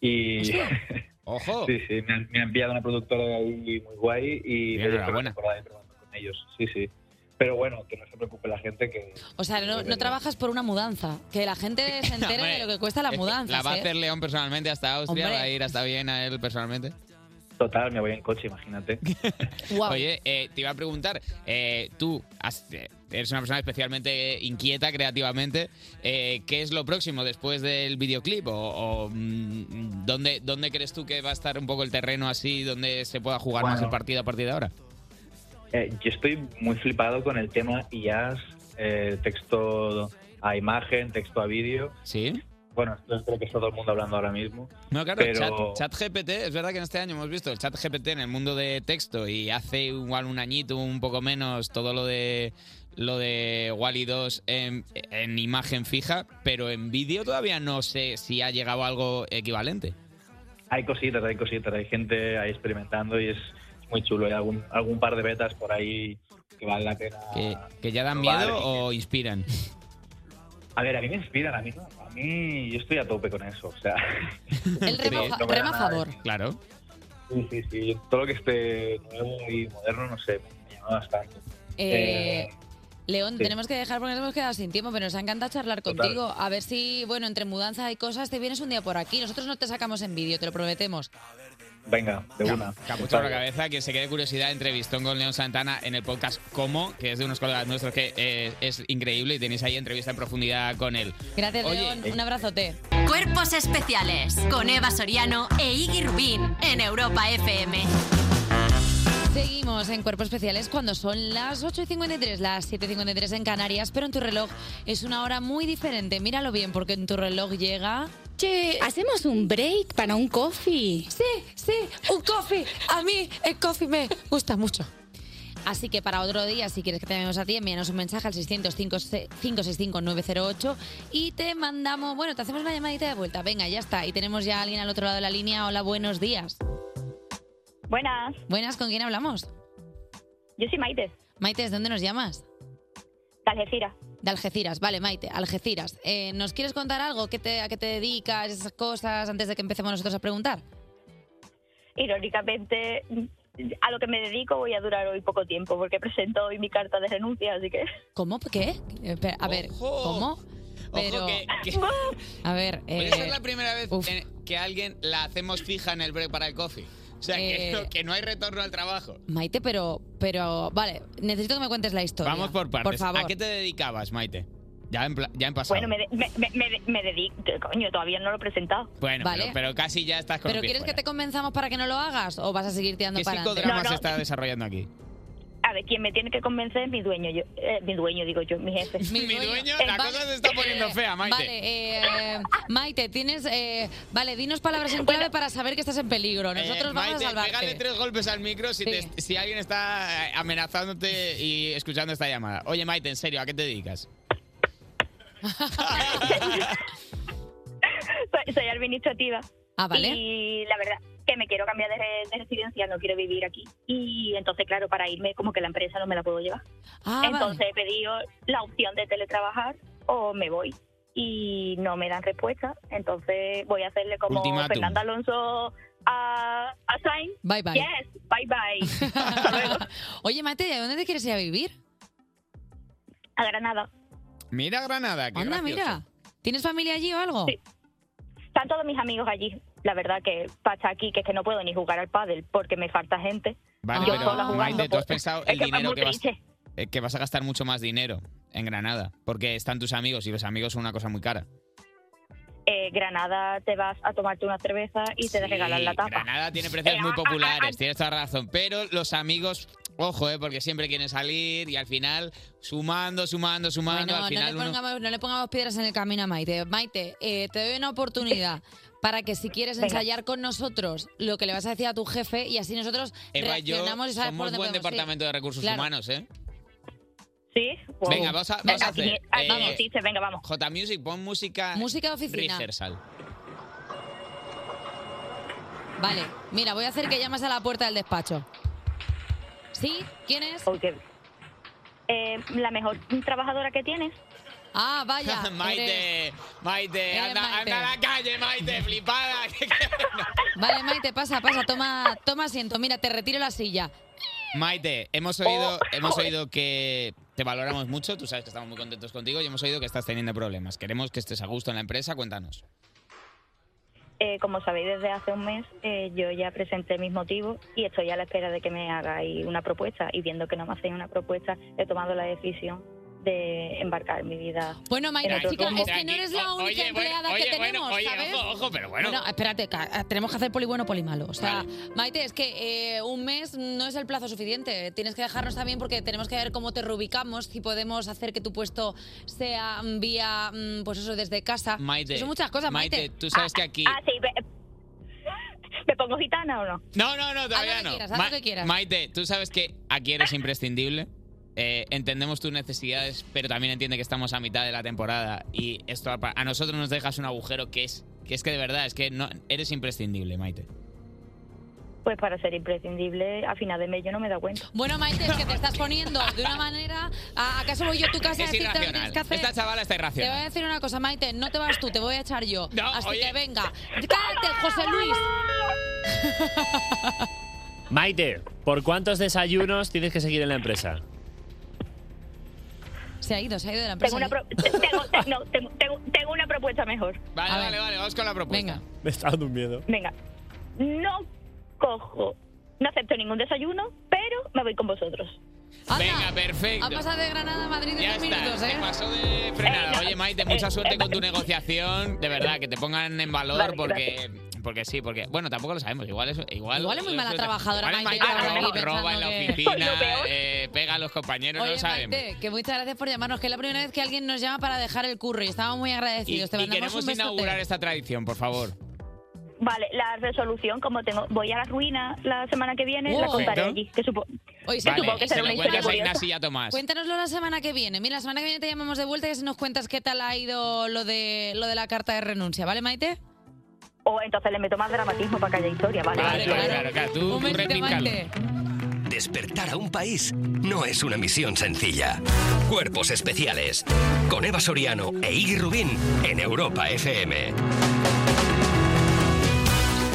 S: Y.
B: ¡Ojo!
S: sí, sí, me han, me han enviado una productora de ahí muy guay y me dijeron
B: enhorabuena.
S: que por ahí probando con ellos. Sí, sí. Pero bueno, que no se preocupe la gente que.
A: O sea, no, no trabajas por una mudanza. Que la gente se entere de lo que cuesta la
B: Es que
A: mudanza. ¿eh?
B: La va a hacer León personalmente hasta Austria,
A: Hombre.
B: va a ir hasta Viena él personalmente.
S: Total, me voy en coche, imagínate.
B: Oye, eh, te iba a preguntar, eh, tú has- eh, eres una persona especialmente inquieta creativamente, eh, ¿qué es lo próximo después del videoclip? ¿O, o, mm, ¿dónde, dónde crees tú que va a estar un poco el terreno así, donde se pueda jugar más
S: Bueno.
B: el partido a partir de ahora?
S: Eh, yo estoy muy flipado con el tema IAS, eh, texto a imagen, texto a vídeo.
B: Sí.
S: Bueno, esto creo que está todo el mundo hablando ahora mismo.
B: No, claro,
S: Pero-
B: chat, GPT, es verdad que en este año hemos visto el chat GPT en el mundo de texto y hace igual un añito, un poco menos, todo lo de lo de Wally 2 en, en imagen fija, pero en vídeo todavía no sé si ha llegado algo equivalente.
S: Hay cositas, hay cositas, hay gente ahí experimentando y es muy chulo. Hay algún, algún par de betas por ahí que vale la pena.
B: ¿Que, que ya dan miedo
S: Vale.
B: o inspiran?
S: A ver, a mí me inspiran, a mí no. A mí yo estoy a tope con eso, o sea.
A: El rema,
S: no me da
A: rema a
S: nada.
A: favor.
B: Claro.
S: Sí, sí, sí. Todo lo que esté nuevo y moderno, no sé, me, me llama bastante.
A: Eh,
S: Eh,
A: León,
S: sí.
A: tenemos que dejar porque nos hemos quedado sin tiempo, pero nos ha encantado charlar
S: Total.
A: contigo. A ver si, bueno, entre mudanza y cosas, te vienes un día por aquí. Nosotros no te sacamos en vídeo, te lo prometemos.
S: Venga, de una.
B: Capucha por la cabeza, que se quede curiosidad, entrevistón con León Santana en el podcast Como, que es de unos colegas nuestros que eh, es increíble y tenéis ahí entrevista en profundidad con él.
A: Gracias,
B: Oye,
A: León.
B: eh,
A: Un abrazote.
E: Cuerpos especiales con Eva Soriano e Iggy Rubín en Europa FM.
A: Seguimos en Cuerpos Especiales cuando son las 8.53, las 7.53 en Canarias, pero en tu reloj es una hora muy diferente. Míralo bien, porque en tu reloj llega...
T: Che, ¿hacemos un break para un coffee?
A: Sí, sí, un coffee. A mí el coffee me gusta mucho. Así que para otro día, si quieres que te llamemos a ti, envíanos un mensaje al 600-565-908 y te mandamos, bueno, te hacemos una llamadita de vuelta. Venga, ya está. Y tenemos ya a alguien al otro lado de la línea. Hola, buenos días.
U: Buenas,
A: Buenas, ¿con quién hablamos?
U: yo soy Maite,
A: Maite, ¿de dónde nos llamas?
U: de Algeciras.
A: De Algeciras, vale, Maite, Algeciras. Eh, ¿Nos quieres contar algo? ¿Qué te- ¿A qué te dedicas? Esas cosas, antes de que empecemos nosotros a preguntar.
U: Irónicamente, a lo que me dedico voy a durar hoy poco tiempo porque presento hoy mi carta de renuncia, así que
A: ¿Cómo? ¿Qué? Eh, espera, A ver, ¿cómo? Pero,
B: que-
A: a ver,
B: Pero
A: eh,
B: Pues esa es la primera vez en- que alguien la hacemos fija en el break para el coffee. O sea, que,
A: Eh,
B: no, que no hay retorno al trabajo.
A: Maite, pero, pero, vale, necesito que me cuentes la historia.
B: Vamos por partes.
A: Por favor.
B: ¿A qué te dedicabas, Maite? Ya en, pla- ya en pasado.
U: Bueno, me, de- me, me- me- me dedico. Coño, todavía no lo he presentado.
B: Bueno,
A: Vale.
B: pero, pero casi ya estás con
A: ¿Pero
B: el pie
A: quieres que
B: fuera.
A: te convenzamos para que no lo hagas o vas a seguir tirando
B: ¿Qué
A: para adelante?
B: psicodrama se está desarrollando aquí?
U: A ver, quien me tiene que convencer es mi dueño. Yo, eh, mi dueño, digo yo, mi jefe.
B: Mi dueño,
U: Eh,
B: la
U: vale.
B: cosa se está poniendo fea, Maite.
A: Vale, eh, Maite, tienes. eh, vale, dinos palabras en clave para saber que estás en peligro. Nosotros
B: Eh,
A: vamos
B: Maite,
A: a
B: pégale
A: salvarte.
B: tres golpes al micro si, te- si alguien está eh, amenazándote y escuchando esta llamada. Oye, Maite, en serio, ¿a qué te dedicas?
U: soy, soy administrativa.
A: Ah, vale.
U: Y la verdad que me quiero cambiar de, re- de residencia, no quiero vivir aquí. Y entonces, claro, para irme, como que la empresa no me la puedo llevar.
A: Ah,
U: entonces he pedido la opción de teletrabajar o me voy. Y no me dan respuesta. Entonces voy a hacerle como
B: Ultimátum.
U: Fernando Alonso a, a Sainz.
A: Bye, bye.
U: Yes, bye bye.
A: Oye, Maite, ¿a dónde te quieres ir a vivir?
U: A Granada.
B: Mira Granada, qué
A: Anda,
B: gracioso.
A: Ah, mira. ¿Tienes familia allí o algo?
U: Están todos mis amigos allí. La verdad que pasa aquí que es que no puedo ni jugar al pádel porque me falta gente.
B: Vale,
U: Yo
B: pero
U: sola jugando,
B: Maite, tú
U: pues,
B: has pensado
U: es
B: el
U: que es
B: dinero
U: muy
B: que vas,
U: triste.
B: eh, que vas a gastar mucho más dinero en Granada, porque están tus amigos y los amigos son una cosa muy cara.
U: eh, Granada te vas a tomarte una cerveza y te regalan la tapa. Eh,
B: Granada tiene precios muy populares, tienes toda razón, pero los amigos, ojo, eh, porque siempre quieren salir y al final sumando, sumando,
A: No,
B: sumando, Ah, al
A: no le,
B: final uno-
A: pongamos, no le pongamos piedras en el camino a Maite. Maite, eh, te doy una oportunidad para que si quieres
U: Venga.
A: ensayar con nosotros lo que le vas a decir a tu jefe y así nosotros
B: Eva y yo
A: reaccionamos y sabes por
B: somos
A: dónde
B: buen
A: podemos ir.
B: departamento de recursos
A: Claro.
B: humanos, ¿eh?
U: Sí.
A: wow.
B: Venga, ah, vamos a, vamos a
A: Aquí-
B: hacer. eh,
A: aquí existe,
U: venga, eh, vamos.
B: J Music, pon música.
A: Música de oficina.
B: Rehearsal.
A: Vale, mira, voy a hacer que llamas a la puerta del despacho. ¿Sí? ¿Quién es?
U: Eh, la mejor trabajadora que tienes.
A: Ah, vaya.
B: Maite, Maite,
A: eres
B: anda,
A: Maite.
B: anda a la calle, Maite, flipada.
A: Vale, Maite, pasa, pasa, toma, toma asiento. Mira, te retiro la silla.
B: Maite, hemos oído, hemos oído que te valoramos mucho, tú sabes que estamos muy contentos contigo y hemos oído que estás teniendo problemas. Queremos que estés a gusto en la empresa, cuéntanos.
U: Eh, como sabéis, desde hace un mes eh, yo ya presenté mis motivos y estoy a la espera de que me hagáis una propuesta. Y viendo que no me hacéis una propuesta, he tomado la decisión de embarcar mi vida.
A: Bueno, Maite,
U: en otro
A: chica,
U: rumbo.
A: es que no eres la única
U: oye, bueno,
A: empleada
U: oye,
A: que
U: bueno,
A: tenemos,
U: oye,
A: ¿sabes?
U: ojo, ojo,
B: pero
U: bueno.
A: espérate, ca- Ah, tenemos que hacer poli bueno, poli malo. O sea, Maite, es que eh, un mes no es el plazo suficiente. Tienes que dejarnos también porque tenemos que ver cómo te reubicamos, si podemos hacer que tu puesto sea mm, vía, mm, pues eso, desde casa.
B: Maite,
A: Son muchas cosas, Maite.
B: tú sabes que aquí...
U: Ah, sí, ve- ¿me pongo gitana o no?
B: No, no, no, todavía
U: Haz lo que
B: no.
U: quieras, haz lo que quieras.
B: Maite, tú sabes que aquí eres imprescindible. Eh, entendemos tus necesidades, pero también entiende que estamos a mitad de la temporada y esto a, a nosotros nos dejas un agujero que es que es que de verdad es que no eres imprescindible, Maite.
U: Pues para ser imprescindible, a final de mes yo no me he dado cuenta.
A: Bueno, Maite, es que te estás poniendo de una manera. ¿A- ¿Acaso voy yo a tu casa a
B: es
A: decirte lo que
B: irracional.
A: tienes que hacer?
B: Esta chavala está
A: Te voy
B: irracional.
A: a decir una cosa, Maite, no te vas tú, te voy a echar yo.
B: No,
A: Así
B: oye.
A: que venga, cállate, José Luis.
C: Maite, ¿por cuántos desayunos tienes que seguir en la empresa?
A: Se ha ido, se ha ido de la empresa.
U: Tengo una, pro- tengo- te- no, tengo- tengo- tengo una propuesta mejor.
B: Vale, vale, vale, vamos con la propuesta. Venga.
C: Me está dando un miedo.
U: Venga, no cojo, no acepto ningún desayuno, pero me voy con vosotros.
B: Venga, perfecto.
A: Ha pasado de Granada a Madrid en
B: Ya
A: dos
B: está,
A: minutos,
B: se
A: ¿eh?
B: pasó de frenada.
A: Eh, no,
B: Oye, Maite, mucha
A: eh,
B: suerte
A: eh,
B: con tu negociación. De verdad, que te pongan en valor
A: Vale,
B: porque, porque sí, porque. Bueno, tampoco lo sabemos. Igual es. Igual,
A: Igual es muy mala
B: igual
A: trabajadora,
B: es
A: Maite, que
B: ro-
A: ahora aquí
B: roba en la
A: pensando que-
B: oficina,
A: Soy lo peor.
B: eh, pega a los compañeros, no
A: Oye,
B: lo sabemos.
A: Maite, que muchas gracias por llamarnos, que es la primera vez que alguien nos llama para dejar el curro y estamos muy
B: Y,
A: agradecidos. Te
B: y
A: mandamos
B: queremos
A: un besote.
B: inaugurar esta tradición, por favor.
U: Vale, la resolución, como tengo, voy a la ruina la semana que viene, la
B: Perfecto.
U: contaré allí. Que supo-
A: Oy,
U: que
B: Vale,
U: supongo que
B: se
U: será
B: lo
U: una
B: cuentas a
U: historia
B: Ignacio y
U: curiosa.
B: a Tomás.
A: Cuéntanoslo la semana que viene. Mira, la semana que viene te llamamos de vuelta y así nos cuentas qué tal ha ido lo de lo de la carta de renuncia, ¿vale, Maite?
U: O Oh, entonces le meto más dramatismo para que haya historia, ¿vale?
D: Vale,
U: vale.
D: claro, claro, tú- tú repícalo. Despertar a un país no es una misión sencilla. Cuerpos especiales. Con Eva Soriano e Iggy Rubín en Europa FM.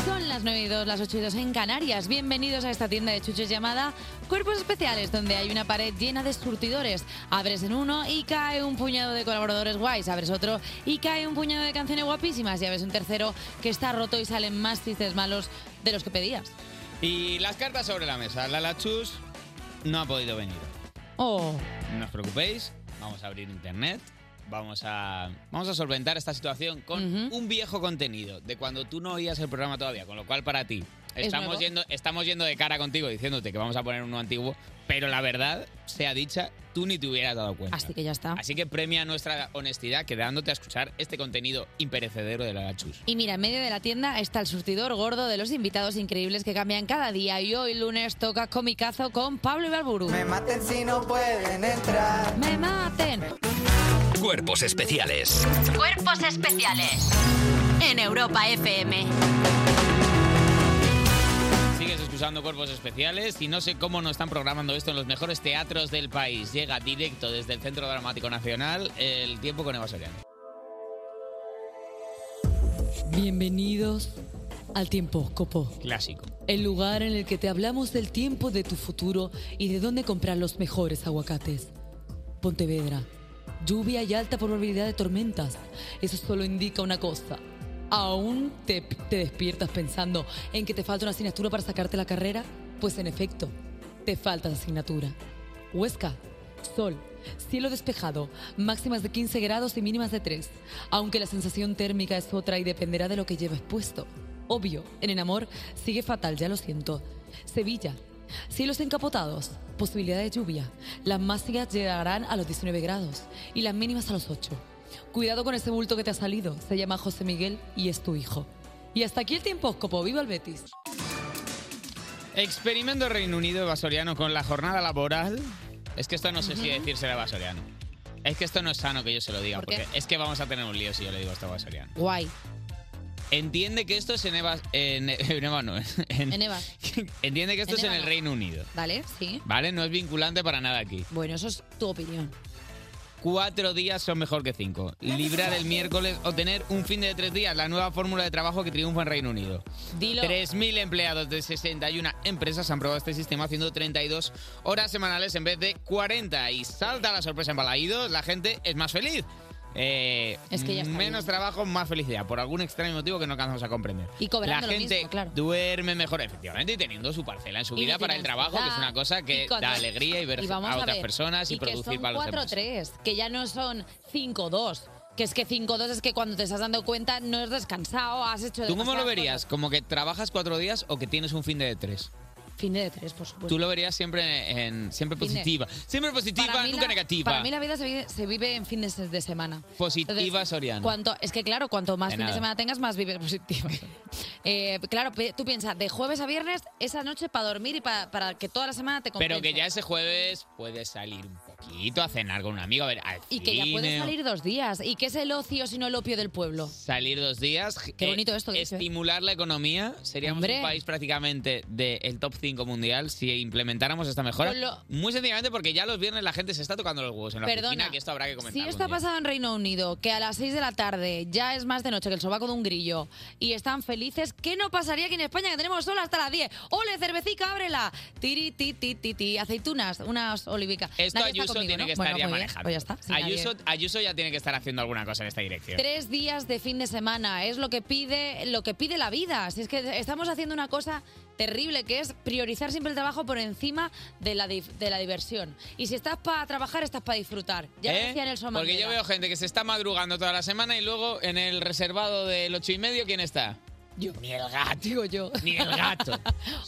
A: Son las 9 y 2, las 8 y 2 en Canarias. Bienvenidos a esta tienda de chuches llamada Cuerpos Especiales, donde hay una pared llena de surtidores. Abres en uno y cae un puñado de colaboradores guays. Abres otro y cae un puñado de canciones guapísimas. Y abres un tercero que está roto y salen más chistes malos de los que pedías.
B: Y las cartas sobre la mesa. Lala Chus no ha podido venir.
A: Oh.
B: No os preocupéis, vamos a abrir internet. Vamos a, vamos a solventar esta situación con un viejo contenido de cuando tú no oías el programa todavía, con lo cual para ti
F: Es
B: estamos
F: nuevo.
B: yendo, estamos yendo de cara contigo diciéndote que vamos a poner uno antiguo, pero la verdad sea dicha, tú ni te hubieras dado cuenta.
A: Así que ya está.
B: Así que premia nuestra honestidad quedándote a escuchar este contenido imperecedero de la Chus.
A: Y mira, en medio de la tienda está el surtidor gordo de los invitados increíbles que cambian cada día. Y hoy lunes toca comicazo con Pablo Ibarburu. Me maten si no pueden entrar. Me maten.
D: Cuerpos especiales.
E: Cuerpos especiales en Europa FM.
B: Sigues escuchando cuerpos especiales y no sé cómo no están programando esto en los mejores teatros del país. Llega directo desde el Centro Dramático Nacional el tiempo con Eva Soriano.
V: Bienvenidos al Tiempo Copo.
B: Clásico.
V: El lugar en el que te hablamos del tiempo de tu futuro y de dónde comprar los mejores aguacates. Pontevedra. Lluvia y alta probabilidad de tormentas. Eso solo indica una cosa. ¿Aún te, te despiertas pensando en que te falta una asignatura para sacarte la carrera? Pues en efecto, te falta esa asignatura. Huesca. Sol. Cielo despejado, máximas de 15 grados y mínimas de 3. Aunque la sensación térmica es otra y dependerá de lo que lleves puesto. Obvio, en el amor sigue fatal, ya lo siento. Sevilla, cielos encapotados, posibilidad de lluvia. Las máximas llegarán a los 19 grados y las mínimas a los 8. Cuidado con ese bulto que te ha salido. Se llama José Miguel y es tu hijo. Y hasta aquí el tiempóscopo. ¡Viva el Betis!
B: Experimento Reino Unido Vasoriano con la jornada laboral. Es que esto no sé si
A: Ujú.
B: decírselo a Vasoriano. Es que esto no es sano que yo se lo diga,
A: ¿Por qué?
B: porque es que vamos a tener un lío si yo le digo esto a Vasoriano.
A: Guay.
B: Entiende que esto es en Eva. En, en Eva no, en-
A: En Eva.
B: entiende que esto
A: En
B: es en
A: Eva
B: el
A: no.
B: Reino Unido.
A: Vale, sí.
B: ¿Vale? No es vinculante para nada aquí.
A: Bueno, eso es tu opinión.
B: Cuatro días son mejor que cinco. Librar el miércoles o tener un fin de tres días, la nueva fórmula de trabajo que triunfa en Reino Unido.
A: Dilo.
B: 3.000 empleados de 61 empresas han probado este sistema haciendo 32 horas semanales en vez de 40. Y salta la sorpresa en Balaídos, la gente es más feliz. Eh,
A: Es que ya está
B: menos trabajo, más felicidad, por algún extraño motivo que no alcanzamos a comprender.
A: Y cobrando
B: la
A: lo
B: gente
A: mismo, claro.
B: duerme mejor, efectivamente, y teniendo su parcela en su
A: Y no
B: vida para el
A: tiene
B: trabajo, que es
A: ansiedad.
B: una cosa que
A: Y cuando-
B: da alegría y ver
A: vamos
B: a
A: a
B: otras
A: ver,
B: personas y,
A: que
B: producir
A: son
B: para los demás.
A: 4-3, que ya no son 5-2. Que es que 5-2 es que cuando te estás dando cuenta no has descansado, has hecho
B: ¿Tú cómo lo
A: demasiadas
B: verías? ¿Como que trabajas cuatro días o que tienes un fin de tres?
A: cosas. Fin de 3, por supuesto.
B: Tú lo verías siempre en, en- siempre
A: Pues Fin de-
B: positiva. Siempre positiva,
A: Para mí
B: nunca
A: la-
B: negativa.
A: Para mí la vida se vive, se vive en fines de semana.
B: positiva
A: Entonces,
B: Soriano.
A: Cuanto, es que claro, cuanto más
B: De
A: fin de
B: nada.
A: semana tengas, más vives positiva. Eh, claro, pe- tú piensas, de jueves a viernes, esa noche para dormir y pa- para que toda la semana te compense.
B: Pero que ya ese jueves puedes salir un poquito a cenar con un amigo, a ver, al
A: Y que ya puedes
B: cine,
A: salir dos días. ¿Y qué es el ocio sino el opio del pueblo?
B: salir dos días. eh,
A: Qué bonito esto que dice.
B: Estimular la economía. Seríamos
A: Hombre.
B: un país prácticamente del top 5 mundial si implementáramos esta mejora.
A: Con lo-
B: Muy sencillamente porque ya los viernes la gente se está tocando los huevos en la
A: Perdona,
B: oficina, que esto habrá que comentar.
A: Si
B: algún
A: esto ha
B: día.
A: pasado en Reino Unido, que a las 6 de la tarde ya es más de noche que el sobaco de un grillo y están felices, ¿qué no pasaría aquí en España que tenemos sol hasta las 10? ¡Ole, cervecica, ábrela! Tiri, ti, ti, ti, ti, aceitunas, unas olivicas.
B: Esto
A: Nadie está
B: Ayuso
A: conmigo,
B: tiene
A: ¿no?
B: que estar
A: Bueno,
B: ya
A: muy bien,
B: manejando.
A: pues ya está, si nadie-
B: Ayuso, Ayuso ya tiene que estar haciendo alguna cosa en esta dirección.
A: Tres días de fin de semana es lo que pide, lo que pide la vida. Si es que estamos haciendo una cosa terrible que es priorizar siempre el trabajo por encima de la, dif- de la diversión. Y si estás para trabajar, estás para disfrutar. Ya lo
B: ¿Eh?
A: decía Nelson
B: Porque yo
A: Mandela.
B: veo gente que se está madrugando toda la semana y luego en el reservado del ocho y medio, ¿quién está? Yo. Ni el gato.
A: Digo yo.
B: Ni el gato.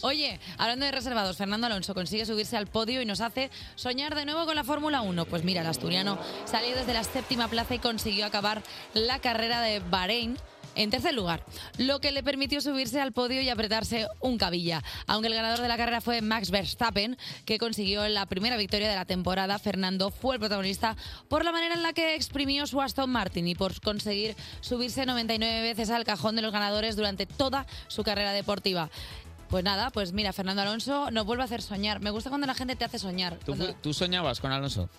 A: Oye, hablando de reservados, Fernando Alonso consigue subirse al podio y nos hace soñar de nuevo con la Fórmula 1. Pues mira, el asturiano salió desde la séptima plaza y consiguió acabar la carrera de Bahrein. En tercer lugar, lo que le permitió subirse al podio y apretarse un cabilla. Aunque el ganador de la carrera fue Max Verstappen, que consiguió la primera victoria de la temporada, Fernando fue el protagonista por la manera en la que exprimió su Aston Martin y por conseguir subirse 99 veces al cajón de los ganadores durante toda su carrera deportiva. Pues nada, pues mira, Fernando Alonso nos vuelve a hacer soñar. Me gusta cuando la gente te hace soñar.
B: ¿Tú,
A: Cuando-
B: fu- tú soñabas con Alonso?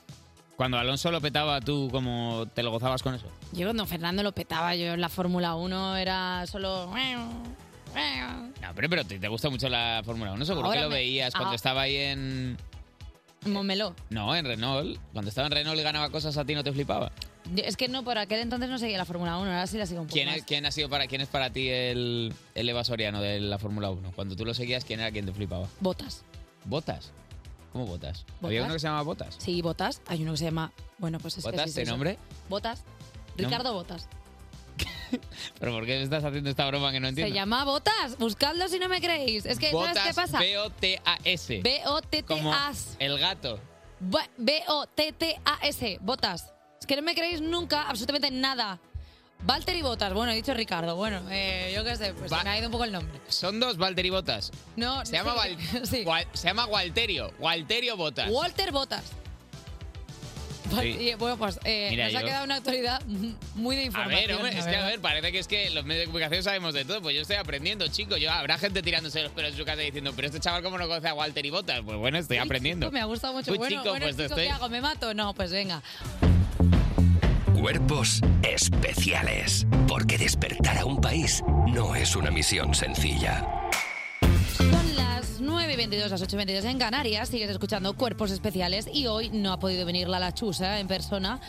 B: Cuando Alonso lo petaba, ¿tú cómo te lo gozabas con eso?
A: Yo cuando Fernando lo petaba, yo en la Fórmula 1 era solo...
B: No, Ah, pero, pero te, te gusta mucho la Fórmula 1, seguro
A: Ahora
B: que lo
A: me-
B: veías cuando
A: ah.
B: estaba ahí en...
A: Momelo.
B: No, en Renault. Cuando estaba en Renault y ganaba cosas a ti no te flipaba.
A: Yo- Es que no, por aquel entonces no seguía la Fórmula 1, ahora sí la sigo un poco
B: ¿Quién
A: más.
B: es, quién ha sido para, ¿Quién es para ti el, el Eva Soriano de la Fórmula 1? Cuando tú lo seguías, ¿quién era quien te flipaba?
A: Botas.
B: ¿Botas? ¿Cómo botas? ¿Había
A: ¿Botas?
B: uno que se llamaba Botas?
A: Sí, Botas. Hay uno que se llama... Bueno, pues es que
B: ¿Botas
A: sí, sí,
B: de
A: sí.
B: nombre?
A: Botas.
B: No.
A: Ricardo Botas.
B: ¿Pero por qué me estás haciendo esta broma que no entiendo?
A: Se llama Botas. Buscadlo si no me creéis. Es que,
B: Botas,
A: ¿sabes qué pasa?
B: B-O-T-A-S. Como
A: B-O-T-T-A-S.
B: el gato.
A: Bo- B-O-T-T-A-S, botas. Es que no me creéis nunca absolutamente nada. Walter y botas. Bueno, he dicho Ricardo. Bueno, eh, yo qué sé, pues se me ha ido un poco el nombre.
B: Son dos Valtteri Botas.
A: No,
B: Se llama,
A: sí.
B: Val- Gual- se llama Walterio. Walterio Botas.
A: Walter Botas. Val-
B: Sí.
A: y, Bueno, pues eh,
B: Mira,
A: nos ha
B: yo-
A: quedado una actualidad muy de
B: A
A: información.
B: ver, hombre,
A: la
B: es que a
A: verdad.
B: ver, parece que es que los medios de comunicación sabemos de todo. Pues yo estoy aprendiendo, chicos. Yo, habrá gente tirándose los pelos en su casa diciendo, pero este chaval, ¿cómo no conoce a Walter y Botas? Pues bueno, estoy aprendiendo.
A: Me ha gustado mucho.
B: Tú,
A: bueno,
B: chico,
A: bueno,
B: pues te
A: chico,
B: estoy-
A: ¿qué hago? ¿Me mato? No, pues venga.
D: Cuerpos especiales. Porque despertar a un país no es una misión sencilla.
A: Son las 9 y 22, las 8 y 22 en Canarias. Sigues escuchando Cuerpos Especiales y hoy no ha podido venir la Lachusa en persona.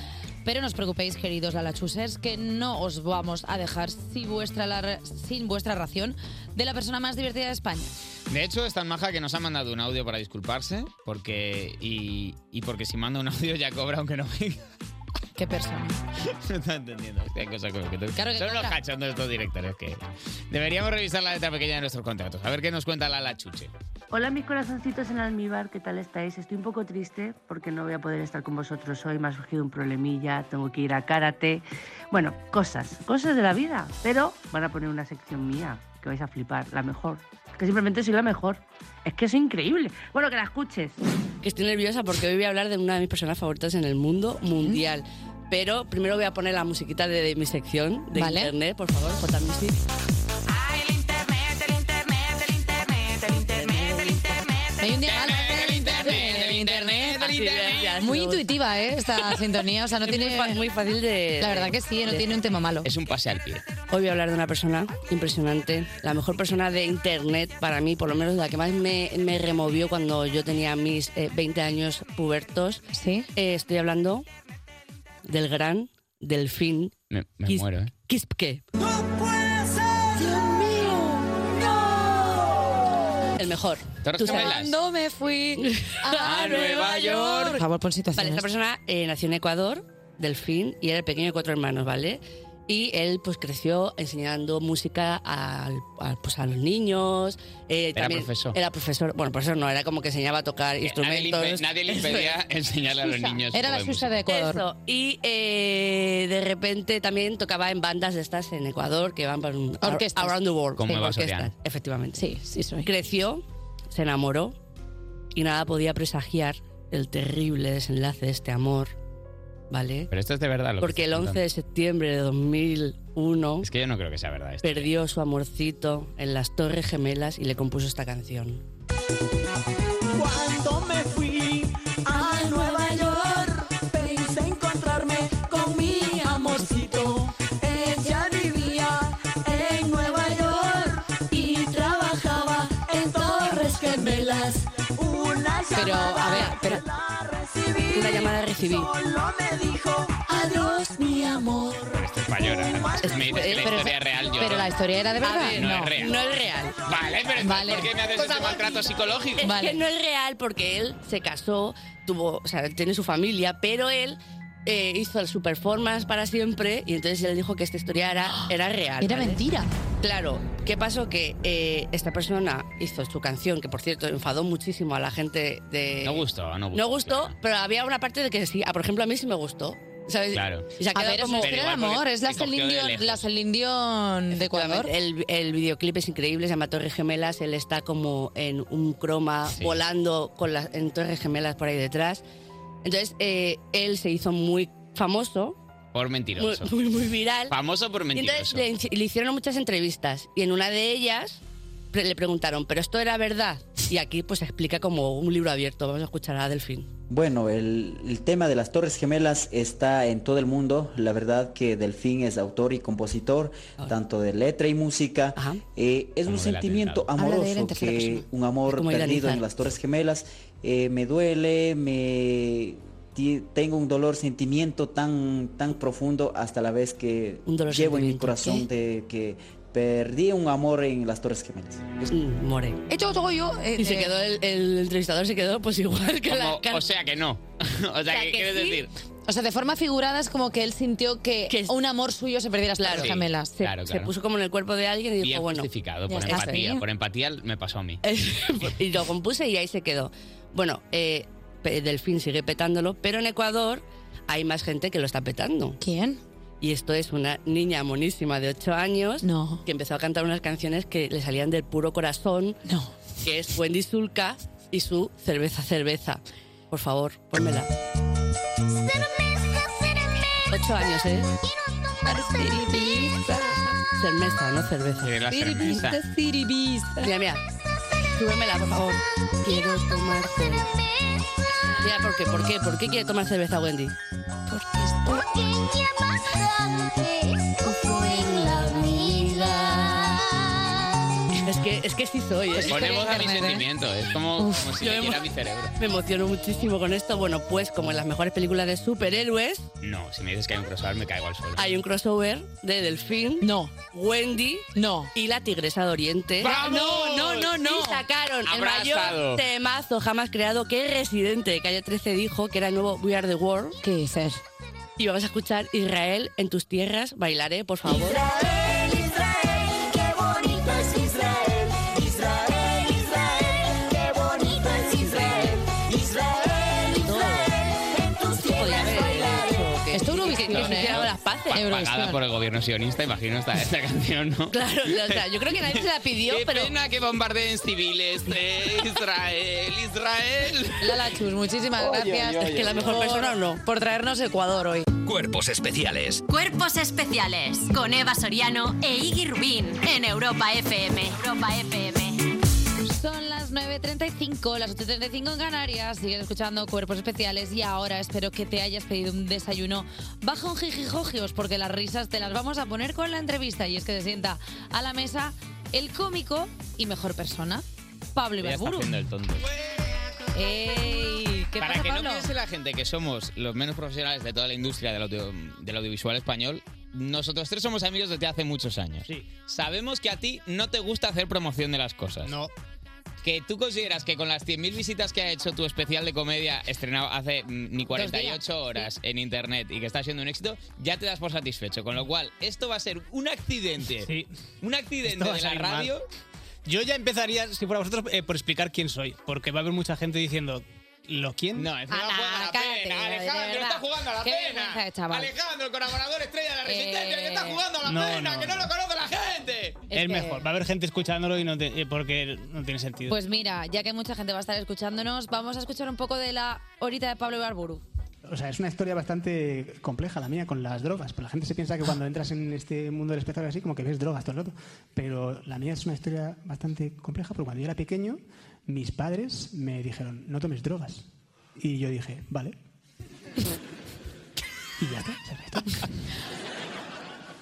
A: Pero no os preocupéis, queridos lalachusers, que no os vamos a dejar si vuestra lar- sin vuestra ración de la persona más divertida de España.
B: De hecho, es tan maja que nos ha mandado un audio para disculparse. Porque. Y, y porque si manda un audio ya cobra, aunque no venga.
A: ¿Qué persona?
B: No está entendiendo. Es que hay cosas como que tú-
A: Claro que
B: Son
A: cobra.
B: los cachondos de estos directores que. Deberíamos revisar la letra pequeña de nuestros contratos. A ver qué nos cuenta la Lachuche.
O: Hola mis corazoncitos en almíbar, ¿qué tal estáis? Estoy un poco triste porque no voy a poder estar con vosotros hoy, me ha surgido un problemilla, tengo que ir a karate. Bueno, cosas, cosas de la vida, pero van a poner una sección mía que vais a flipar, la mejor. Que simplemente soy la mejor. Es que es increíble. Bueno, que la escuches.
F: que estoy nerviosa porque hoy voy a hablar de una de mis personas favoritas en el mundo mundial. Pero primero voy a poner la musiquita de, de mi sección de internet, por favor, J Music.
A: Hay un día-
F: internet,
A: Así, gracias. Muy intuitiva, ¿eh? Esta sintonía. O sea, no tiene.
F: muy fácil de.
A: La verdad que sí, no
F: de-
A: tiene un tema malo.
B: Es un pase al pie.
F: Hoy voy a hablar de una persona impresionante, la mejor persona de internet para mí, por lo menos la que más me, me removió cuando yo tenía mis eh, 20 años pubertos. Eh,
A: Sí.
F: estoy hablando del gran delfín.
B: Me, me
F: Kiss-
B: muero, ¿eh?
F: Kispke. El mejor. Tú sabes.
A: Cuando me fui a, Nueva York. Por favor, pon
F: Vale,
A: situaciones.
F: esta persona eh, nació en Ecuador, Delfín, y era el pequeño de cuatro hermanos, ¿vale? Y él pues creció enseñando música al- al- pues, a los niños. eh,
B: Era
F: también
B: profesor. Eh,
F: Era profesor. Bueno, profesor no, era como que enseñaba a tocar
B: Nadie le,
F: instrumentos.
B: impe- nadie le impedía enseñarle a los niños. algo de música.
F: Eso. Y eh, de repente también tocaba en bandas de estas en Ecuador que van por un-
A: Orquestas.
F: Around the World.
B: Como
F: Sí,
B: Eva
F: orquestas,
B: Soriano.
F: Efectivamente.
A: Sí, sí, soy.
F: Creció, se enamoró y nada podía presagiar el terrible desenlace de este amor, ¿vale?
B: Pero esto es de verdad lo que
F: Porque el
B: estoy
F: 11 de septiembre de 2001
B: contando. Es que este- yo no creo que sea verdad esto.
F: perdió su amorcito en las Torres Gemelas y le compuso esta canción.
G: Cuando me fui a Nueva York, pensé encontrarme con mi amorcito. Ella vivía en Nueva York y trabajaba en Torres Gemelas. Una
F: Pero, a ver, pero... Una llamada recibí.
G: solo me dijo adiós, mi amor.
B: Pero esto es payora. ¿no? Me dices que la
F: pues pero-
B: historia es real. Yo
F: pero
B: no.
F: la historia era de
B: A
F: verdad.
B: ver, no,
F: No,
B: es real.
F: no es real.
B: Vale, pero entonces,
F: Vale.
B: ¿por qué me haces
F: Pues
B: ese
F: hago-
B: maltrato psicológico?
F: Es que no es real porque él se casó, tuvo, o sea, él tiene su familia, pero él eh, hizo su performance para siempre y entonces él dijo que esta historia era, era real.
A: Era mentira.
F: Claro, ¿qué pasó? Que eh, esta persona hizo su canción, que por cierto enfadó muchísimo a la gente de...
B: No gustó, no gustó.
F: No gustó, pero había una parte de que sí, ah, por ejemplo, a mí sí me gustó. ¿sabes?
B: Claro.
F: Y se ha
A: A
F: quedado
A: ver, es
F: como-
A: una historia de amor, es la Celine Dion- la Celine Dion de Ecuador.
F: el, el videoclip es increíble, se llama Torres Gemelas. Él está como en un croma, volando con las, en Torres Gemelas por ahí detrás. Entonces, eh, él se hizo muy famoso,
B: Por mentiroso.
F: Muy- muy- muy viral.
B: Famoso por
F: y entonces
B: mentiroso.
F: le, hinch- le hicieron muchas entrevistas y en una de ellas pre- le preguntaron, ¿pero esto era verdad? Y aquí pues explica como un libro abierto. Vamos a escuchar a Delfín.
I: Bueno, el, el tema de las Torres Gemelas está en todo el mundo. La verdad que Delfín es autor y compositor,
J: Ah.
I: tanto de letra y música. Eh, es un
J: del
I: sentimiento
J: atentado. Habla de él en
I: amoroso
J: tercera
I: que
J: persona.
I: un amor
J: Como
I: perdido
J: ironizar.
I: en las Torres Gemelas. Eh, me duele, me ti- tengo un dolor, sentimiento tan, tan profundo hasta la vez que llevo en mi corazón de que perdí un amor en las Torres Gemelas.
J: Mm,
F: More.
W: Esto todo yo.
A: eh,
F: Y se quedó el, el entrevistador se quedó pues igual que la
B: O sea que no. O sea, que, quieres decir.
A: O sea, de forma figurada es como que él sintió que un amor suyo se perdiera las
B: Claro.
A: Torres gemelas.
B: Sí, claro,
F: se
B: claro.
F: puso como en el cuerpo de alguien y dijo,
B: Bien
F: bueno.
B: justificado,
F: ya
B: por
F: está.
B: empatía.
F: Sí.
B: Por empatía me pasó a mí.
F: y lo compuse y ahí se quedó. Bueno, eh, pe- Delfín sigue petándolo, pero en Ecuador hay más gente que lo está petando.
A: ¿Quién?
F: Y esto es una niña monísima de 8 años que empezó a cantar unas canciones que le salían del puro corazón, que es Wendy Zulka y su cerveza, cerveza. Por favor, pónmela. 8 años, ¿eh? Cerveza, no cerveza.
B: la cerveza.
F: Mira, mira. Súbemela, por favor. Quiero tomar cerveza. Mira, ¿por qué? ¿Por qué? ¿Por qué quiere tomar cerveza Wendy? Es que, es que sí soy. ¿eh?
B: Pone voz a mi sentimiento. Es como,
F: Uf.
B: como si
F: Yo
B: le
F: me
B: diera
F: mo-
B: mi cerebro.
F: Me emociono muchísimo con esto. Bueno, pues como en las mejores películas de superhéroes,
B: No, si me dices que hay un crossover, me caigo al suelo.
F: hay un crossover de Delfín. No. Wendy. No. Y la Tigresa de Oriente.
B: ¡Vamos!
F: No, no, no, no. Y sacaron el
B: Abrazado.
F: mayor temazo jamás creado que es Residente. Calle 13 dijo que era el nuevo We Are the World. ¿Qué es Y vamos a escuchar Israel en tus tierras. Bailaré, por favor.
G: Qué bonito es Israel, Israel, Israel, qué bonito es Israel, Israel, Israel, en tus tierras bailaré.
A: Esto es Eurovisión,
F: Que- que se
A: ¿eh?
F: hicieron las paces.
B: Pa- Pagada por el gobierno sionista, imagino esta, esta canción, ¿no?
F: Claro, o sea, yo creo que nadie se la pidió,
B: Qué
F: pero-
B: pena que bombardeen civiles. eh, Israel, Israel.
A: Lala Chus, muchísimas
B: Oye,
A: gracias.
B: oye, Es que la oye. mejor
A: por-
B: persona
F: no.
A: Por traernos Ecuador hoy.
D: Cuerpos especiales
E: Cuerpos especiales con Eva Soriano e Iggy Rubín en Europa FM. Europa FM.
A: Son las 9.35, las 8.35 en Canarias. Sigues escuchando Cuerpos Especiales y ahora espero que te hayas pedido un desayuno bajo un jijijojios porque las risas te las vamos a poner con la entrevista. Y es que se sienta a la mesa el cómico y mejor persona, Pablo
B: Ya está
A: Ibarburu.
B: haciendo el tonto.
A: ¡Ey! ¿Qué
B: Para
A: pasa,
B: que
A: Pablo?
B: no piense la gente que somos los menos profesionales de toda la industria del, audio- del audiovisual español, nosotros tres somos amigos desde hace muchos años. Sabemos que a ti no te gusta hacer promoción de las cosas. No. Que tú consideras que con las 100.000 visitas que ha hecho tu especial de comedia estrenado hace mm, ni 48 horas en internet y que está siendo un éxito, ya te das por satisfecho. Con lo cual, esto va a ser un accidente. Un
X: Esto
B: accidente
X: va a
B: de la
X: salir mal.
B: radio.
X: Yo ya empezaría, si fuera vosotros, eh, por explicar quién soy, porque va a haber mucha gente diciendo, ¿lo quién?
B: No, es una
X: juega
A: Ah, cállate, de
B: Alejandro,
A: verdad.
B: está jugando a la
A: Qué
B: pena.
A: vergüenza Eh, de chaval.
B: Alejandro, el colaborador estrella de la Resistencia, que está jugando a la
X: No,
B: pena,
X: no,
B: que no
X: no.
B: lo conoce la gente.
X: Es mejor, va a haber gente escuchándolo y no te- eh, porque no tiene sentido.
A: Pues mira, ya que mucha gente va a estar escuchándonos, vamos a escuchar un poco de la horita de Pablo Ibarburu.
Y: O sea, es una historia bastante compleja la mía con las drogas. Pero la gente se piensa que cuando entras en este mundo del espectáculo así, como que ves drogas todo el rato. Pero la mía es una historia bastante compleja porque cuando yo era pequeño, mis padres me dijeron, no tomes drogas. Y yo dije, vale. y ya está. esa es la historia.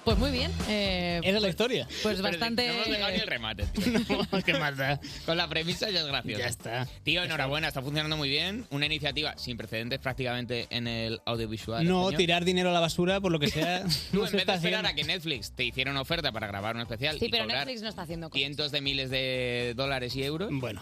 A: Pues muy bien. eh,
X: Esa es la historia.
A: Pues
B: Pero
A: bastante-
B: No hemos dejado ni el remate, tío. ¿Qué más da? Con la premisa ya es gracioso.
X: Ya está.
B: Tío, enhorabuena, está funcionando muy bien. Una iniciativa sin precedentes prácticamente en el audiovisual.
X: no
B: español.
X: tirar dinero a la basura por lo que sea.
B: Tú,
X: no
B: en vez
X: se
B: de
X: está
B: esperar
X: haciendo.
B: a que Netflix te hiciera una oferta para grabar un especial
A: Sí,
B: y
A: pero
B: cobrar
A: Netflix no está haciendo cosas.
B: cientos de miles de dólares y euros. Bueno.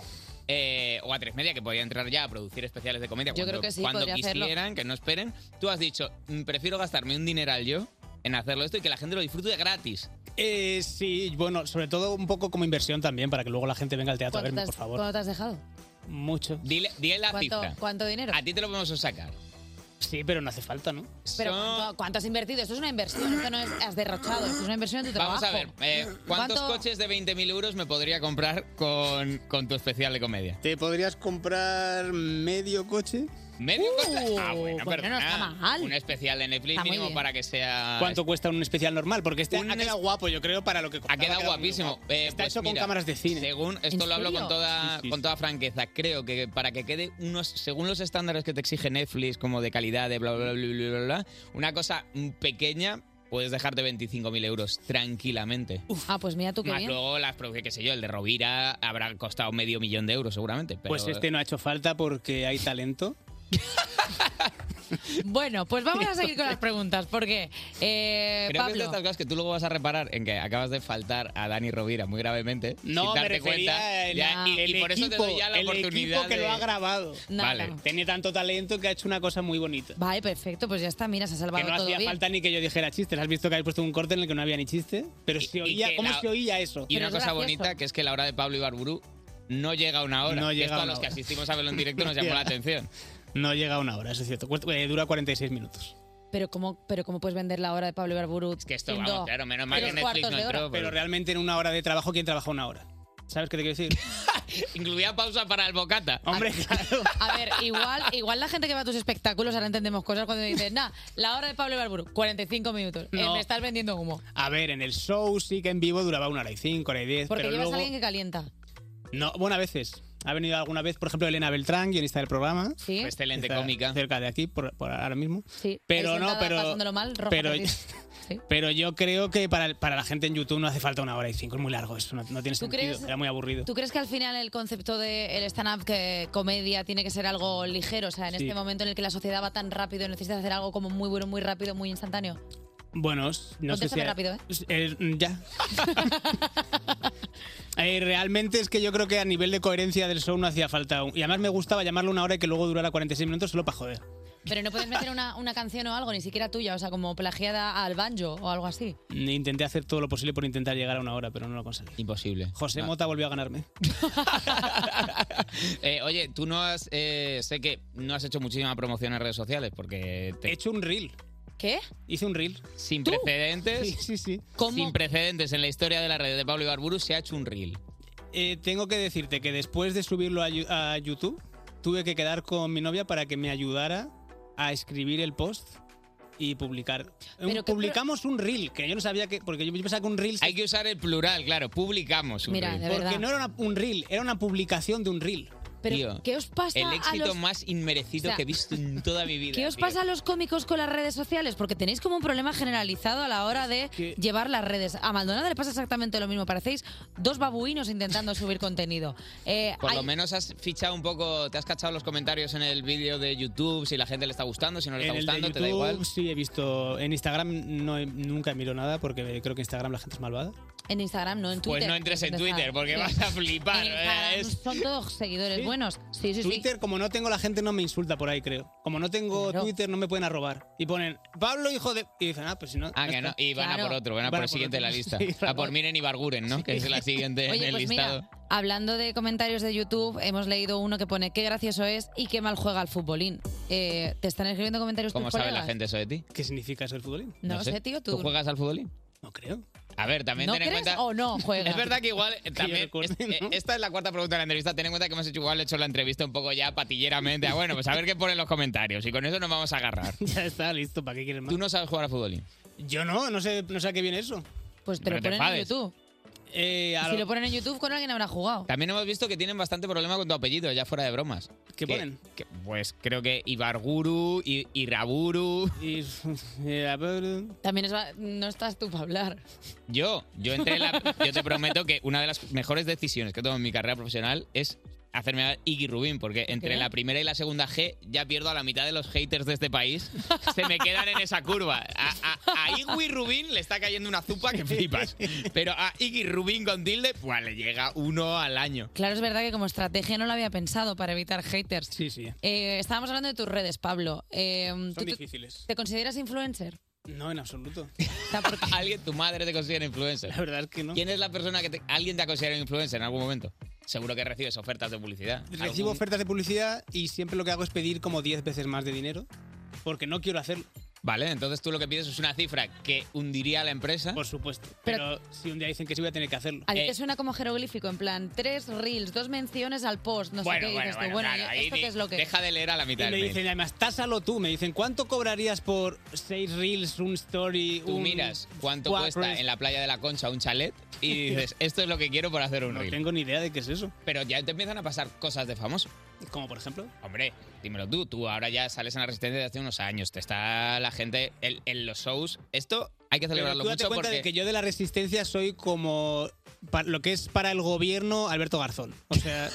B: o a tres media, que podía entrar ya a producir especiales de comedia
A: Yo
B: cuando,
A: creo que sí,
B: cuando
A: podría hacerlo.
B: quisieran, que no esperen. Tú has dicho, "Mm, prefiero gastarme un dineral yo en hacerlo esto y que la gente lo disfrute de gratis.
X: Eh, sí, bueno, sobre todo un poco como inversión también, para que luego la gente venga al teatro a
A: ¿Cuánto te
X: verme,
A: has-
X: por favor.
A: cuánto te has dejado?
X: Mucho.
B: Dile, dile la
A: ¿Cuánto,
B: cifra.
A: cuánto dinero?
B: A ti te lo podemos sacar.
X: Sí, pero no hace falta, ¿no?
A: Pero ¿cuánto, cuánto has invertido? Esto es una inversión, esto no es has derrochado, esto es una inversión en tu trabajo.
B: Vamos a ver, eh, ¿cuántos
A: ¿Cuánto?
B: coches de 20.000 euros me podría comprar con, con tu especial de comedia?
X: ¿Te podrías comprar medio coche?
B: Medio costal. Ah,
A: bueno,
B: bueno,
A: Uh, no está
B: perdona. Un especial de Netflix
X: Está muy
B: mínimo
X: bien.
B: para que sea.
X: ¿Cuánto cuesta un especial normal? Porque este ha quedado guapo, yo creo, para lo que
B: Ha quedado guapísimo. Eh,
X: Está
B: pues
X: hecho con
B: mira,
X: cámaras de cine.
B: Según, esto
X: ¿En
B: lo hablo
X: serio?
B: con toda,
X: Sí, sí,
B: con
X: sí.
B: toda franqueza. Creo que para que quede unos, según los estándares que te exige Netflix, como de calidad, de bla, bla, bla, bla, bla, bla, una cosa mm, pequeña, puedes dejarte 25.000 euros tranquilamente.
A: Ah, pues mira tú qué
B: Más
A: bien.
B: luego las producciones, qué sé yo, el de Rovira habrá costado medio millón de euros seguramente. pero-
X: Pues este no ha hecho falta porque hay talento.
A: Bueno, pues vamos a seguir con las preguntas, porque eh,
B: Creo que es de
A: Pablo,
B: estas cosas que tú luego vas a reparar en que acabas de faltar a Dani Rovira muy gravemente.
X: No,
B: sin
X: me
B: darte
X: refería
B: cuenta.
X: el-
B: Ya, y,
X: el
B: y por eso te doy ya la
X: equipo, el
B: oportunidad.
X: equipo que lo
B: de-
X: ha grabado.
A: Nada. Vale.
X: Tiene tanto talento que ha hecho una cosa muy bonita.
A: vale, perfecto, pues ya está, mira, se ha salvado
X: que no
A: todo
X: hacía
A: bien.
X: falta ni que yo dijera chistes. Has visto que habéis puesto un corte en el que no había ni chiste. Pero se oía,
B: que
X: ¿cómo
B: la-
X: se oía eso?
B: Y una cosa bonita que es que la hora de Pablo Ibarburu no llega a una hora.
X: No
B: Que
X: llega
B: Esto
X: a
B: a
X: una
B: los que
X: hora.
B: asistimos a verlo en directo nos llamó la atención.
X: No llega a una hora, eso es cierto. Cuesta- eh, dura 46 minutos.
A: Pero ¿cómo, pero ¿cómo puedes vender la hora de Pablo Ibarburu? Es que
X: Esto, vamos, claro, menos mal que Netflix no entró,
A: pues.
X: pero... realmente en una hora de trabajo, ¿quién trabaja una hora? ¿Sabes qué te quiero decir?
B: Incluía pausa para el bocata.
X: Hombre, claro.
A: A ver, igual, igual la gente que va a tus espectáculos ahora entendemos cosas cuando dices, nah, la hora de Pablo Ibarburu, 45 minutos. Eh,
X: No.
A: me estás vendiendo humo.
X: A ver, en el show sí que en vivo duraba una hora y cinco, hora y diez,
A: Porque
X: pero
A: llevas
X: luego...
A: a alguien que calienta.
X: No, bueno, a veces. Ha venido alguna vez, por ejemplo, Elena Beltrán, guionista del programa.
A: Sí.
B: Excelente
X: cómica. Cerca de aquí, por, por ahora mismo.
A: Sí.
X: Pero
A: ahí
X: no,
A: sentada,
X: pero...
A: Pasándolo mal, roja
X: pero,
A: perdiz.
X: pero yo creo que para, el- para la gente en YouTube no hace falta una hora y cinco, es muy largo eso, no, no tiene
A: ¿Tú
X: sentido,
A: crees-
X: era muy aburrido.
A: ¿Tú crees que al final el concepto del stand-up, que comedia, tiene que ser algo ligero? O sea, en
X: Sí.
A: este momento en el que la sociedad va tan rápido, necesitas hacer algo como muy bueno, muy rápido, muy instantáneo.
X: Bueno, s- no sé si...
A: Contéstame rápido, ¿eh?
X: Eh, mm, ya. Eh, realmente es que yo creo que a nivel de coherencia del show no hacía falta. un- Y además me gustaba llamarlo una hora y que luego durara 46 minutos solo para joder.
A: Pero no puedes meter una, una canción o algo, ni siquiera tuya, o sea, como plagiada al banjo o algo así.
X: Intenté hacer todo lo posible por intentar llegar a una hora, pero no lo conseguí.
B: Imposible.
X: José
B: No.
X: Mota volvió a ganarme.
B: Eh, oye, tú no has. eh, sé que no has hecho muchísima promoción en redes sociales porque. Te... He
X: hecho un reel.
A: ¿Qué?
X: Hice un reel.
B: Sin precedentes.
X: Sí, sí, sí.
B: Sin precedentes en la historia de la red de Pablo Ibarburu se ha hecho un reel.
X: Eh, tengo que decirte que después de subirlo a, Yu- a YouTube, tuve que quedar con mi novia para que me ayudara a escribir el post y publicar. Un-
A: Pero qué pro-
X: publicamos un reel, que yo no sabía que. Porque yo, yo pensaba que un reel.
B: Hay que usar el plural, claro. Publicamos un
A: Mira,
B: reel.
A: de
X: Porque no era una- un reel, era una publicación de un reel.
A: Pero, ¿qué os pasa
B: El
A: a
B: éxito
A: los-
B: más
A: O
B: inmerecido
A: sea,
B: que he visto en toda mi vida.
A: ¿Qué os
B: tío.
A: pasa a los cómicos con las redes sociales? Porque tenéis como un problema generalizado a la hora de llevar las redes. A Maldonado le pasa exactamente lo mismo. Parecéis dos babuinos intentando subir contenido. Eh,
B: Por
A: hay-
B: lo menos has fichado un poco, te has cachado los comentarios en el vídeo de YouTube, si la gente le está gustando, si no le está
X: En el de
B: gustando, te da
X: YouTube
B: igual.
X: Sí, he visto. En Instagram no he- nunca miro nada porque creo que Instagram la gente es malvada.
A: En Instagram, no en Twitter.
X: Pues no entres en
A: Dejad.
X: Twitter, porque
A: Sí.
X: vas a flipar,
A: En
X: ¿eh?
A: Instagram
X: Es-
A: Son todos seguidores buenos. Sí, sí, sí.
X: Twitter, como no tengo, la gente no me insulta por ahí, creo. Como no tengo Twitter, no me pueden arrobar. Y ponen, Pablo, hijo de... Y dicen, ah, pues si no...
B: Ah, que no.
X: está".
B: Y van a por otro, van a por el siguiente de la
X: otro.
B: lista.
X: Sí,
B: a por Miren y Barguren, ¿no? Que es la siguiente en
A: Oye,
B: el
A: pues
B: listado.
A: mira, hablando de comentarios de YouTube, hemos leído uno que pone qué gracioso es y qué mal juega al futbolín. Eh, ¿Te están escribiendo comentarios
B: ¿Cómo
A: tus
B: sabe la
A: colegas?
B: gente eso de ti?
X: ¿Qué significa eso del futbolín?
A: No lo sé, tío, tú-
B: juegas al futbolín?
X: No creo.
B: A ver, también
A: ¿No
B: ten en
A: crees
B: cuenta.
A: o no juegas?
B: Es verdad que igual eh, también.
X: recuerde,
B: es- eh, Esta es la cuarta pregunta de la entrevista. Ten en cuenta que hemos hecho igual hecho la entrevista un poco ya patilleramente. Ah, bueno, pues a ver qué ponen los comentarios. Y con eso nos vamos a agarrar.
X: ya está, listo, ¿para qué quieres más?
B: Tú no sabes jugar al futbolín.
X: Yo no, no sé, no sé a qué viene eso.
A: Pues te lo
B: Pero te
A: ponen en
B: enfades.
A: YouTube.
X: Eh,
A: Y
B: a
A: Si
B: lo-
A: lo ponen en YouTube, con alguien habrá jugado.
B: También hemos visto que tienen bastante problema con tu apellido, ya fuera de bromas.
X: ¿Qué
B: Que-
X: ponen?
B: que- pues creo que Ibarguru, I- Iraburu.
A: También es va- no estás tú para hablar.
B: Yo, yo entré en la- yo te prometo que una de las mejores decisiones que tomo en mi carrera profesional es hacerme a Iggy Rubin, porque entre
A: ¿Qué?
B: la primera y la segunda G ya pierdo a la mitad de los haters de este país. Se me quedan en esa curva. A, a, a Iggy Rubin le está cayendo una zupa que flipas. Pero a Iggy Rubin con tilde, pues le llega uno al año.
A: Claro, es verdad que como estrategia no lo había pensado para evitar haters. Eh,
X: Sí, sí.
A: estábamos hablando de tus redes, Pablo. Eh, ¿tú-
X: Son
A: tú-
X: difíciles.
A: ¿Te consideras influencer?
X: No, en absoluto.
B: ¿Alguien, tu madre te considera influencer? La
X: verdad es que no.
B: ¿Quién es la persona que te- alguien te ha considerado influencer en algún momento? Seguro que recibes ofertas de publicidad.
X: Recibo
B: Algún-
X: ofertas de publicidad y siempre lo que hago es pedir como 10 veces más de dinero porque no quiero hacerlo.
B: Vale, entonces tú lo que pides es una cifra que hundiría a la empresa. Por
X: supuesto. Pero, si un día dicen que sí, voy a tener que hacerlo.
A: A ti te suena como jeroglífico, en plan, tres reels, dos menciones al post, no sé
X: Bueno,
A: qué dices
X: bueno,
A: tú.
X: bueno,
A: Bueno,
X: claro,
A: yo-
X: ahí
A: ¿esto
X: di-
A: qué es lo que
B: Deja de leer a la
X: Y
B: mitad
X: me
B: del
X: dicen,
B: mail.
X: además, tásalo tú. Me dicen, ¿cuánto cobrarías por seis reels, un story,
B: Tú
X: un
B: miras cuánto
X: cuatro
B: cuesta
X: reels?
B: en la playa de la Concha un chalet y dices, esto es lo que quiero por hacer un
X: No
B: reel.
X: tengo ni idea de qué es eso.
B: Pero ya te empiezan a pasar cosas de famoso.
X: Como por ejemplo.
B: Hombre, dímelo tú, tú ahora ya sales en la resistencia de hace unos años, te está la gente en, en los shows. Esto hay que
X: Pero
B: celebrarlo
X: tú date
B: mucho
X: cuenta
B: porque
X: de que yo de la resistencia soy como pa- lo que es para el gobierno Alberto Garzón. O sea,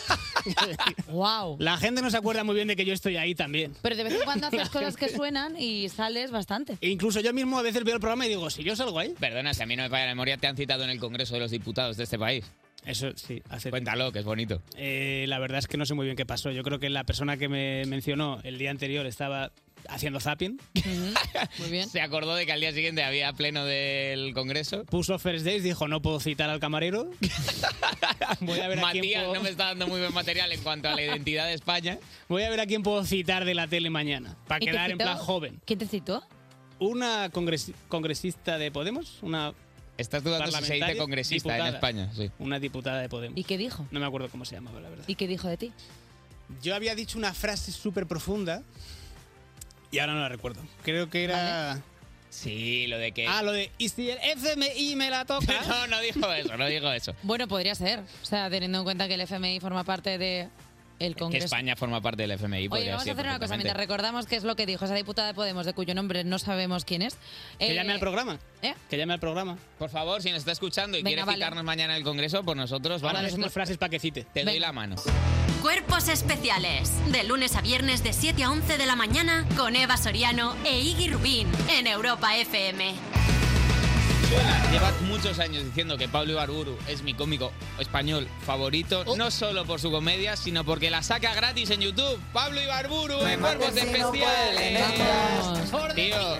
A: wow.
X: la gente no se acuerda muy bien de que yo estoy ahí también.
A: Pero de vez en cuando haces cosas que suenan y sales bastante.
X: E incluso yo mismo a veces veo el programa y digo, Pues si yo salgo ahí.
B: Perdona, si a mí no me falla la memoria, te han citado en el Congreso de los Diputados de este país. Pues
X: Eso sí, hace
B: Cuéntalo, que es bonito.
X: Eh, la verdad es que no sé muy bien qué pasó. Yo creo que la persona que me mencionó el día anterior estaba haciendo zapping.
A: Muy bien.
B: Se acordó de que al día siguiente había pleno del Congreso.
X: Puso First Days, dijo, no puedo citar al camarero. Voy a ver a quién
B: Matías
X: puedo-
B: no me está dando muy buen material en cuanto a la identidad de España.
X: Voy a ver a quién puedo citar de la tele mañana. Para
A: ¿Y te
X: quedar en
A: citó?
X: plan joven.
A: ¿Quién te citó?
X: Una congres- congresista de Podemos, una.
B: Estás dudando si se dice
X: parlamentaria,
B: congresista en
X: diputada.
B: España. Sí.
X: Una diputada de Podemos.
A: ¿Y qué dijo?
X: No me acuerdo cómo se llamaba, la verdad.
A: ¿Y qué dijo de ti?
X: Yo había dicho una frase súper profunda y ahora no la recuerdo. Creo que era.
B: Sí, lo de que.
X: Ah, lo de. ¿Y si el FMI me la toca?
B: no, no dijo eso, no dijo eso.
A: Bueno, podría ser. O sea, teniendo en cuenta que el FMI forma parte de el
B: Que
A: Congreso.
B: España forma parte del FMI.
A: Oye,
B: podría
A: vamos a
B: ser
A: hacer una cosa.
B: perfectamente.
A: Mientras recordamos qué es lo que dijo esa diputada de Podemos, de cuyo nombre no sabemos quién es.
B: Que
A: Eh,
B: llame al programa.
A: ¿eh?
X: Que llame al programa.
B: Por favor, si nos está escuchando y
A: Venga,
B: quiere
A: vale.
B: citarnos mañana en el Congreso, pues nosotros vamos.
X: Ahora decimos frases para que cite.
B: Te doy la mano.
E: Cuerpos especiales. De lunes a viernes de 7 a 11 de la mañana con Eva Soriano e Iggy Rubín en Europa FM.
B: Llevad muchos años diciendo que Pablo Ibarburu es mi cómico español favorito,
A: Oh.
B: no solo por su comedia, sino porque la saca gratis en YouTube. Pablo Ibarburu en Cuerpos
G: mates si no
B: Especiales.
G: puedes.
B: Vamos. Tío,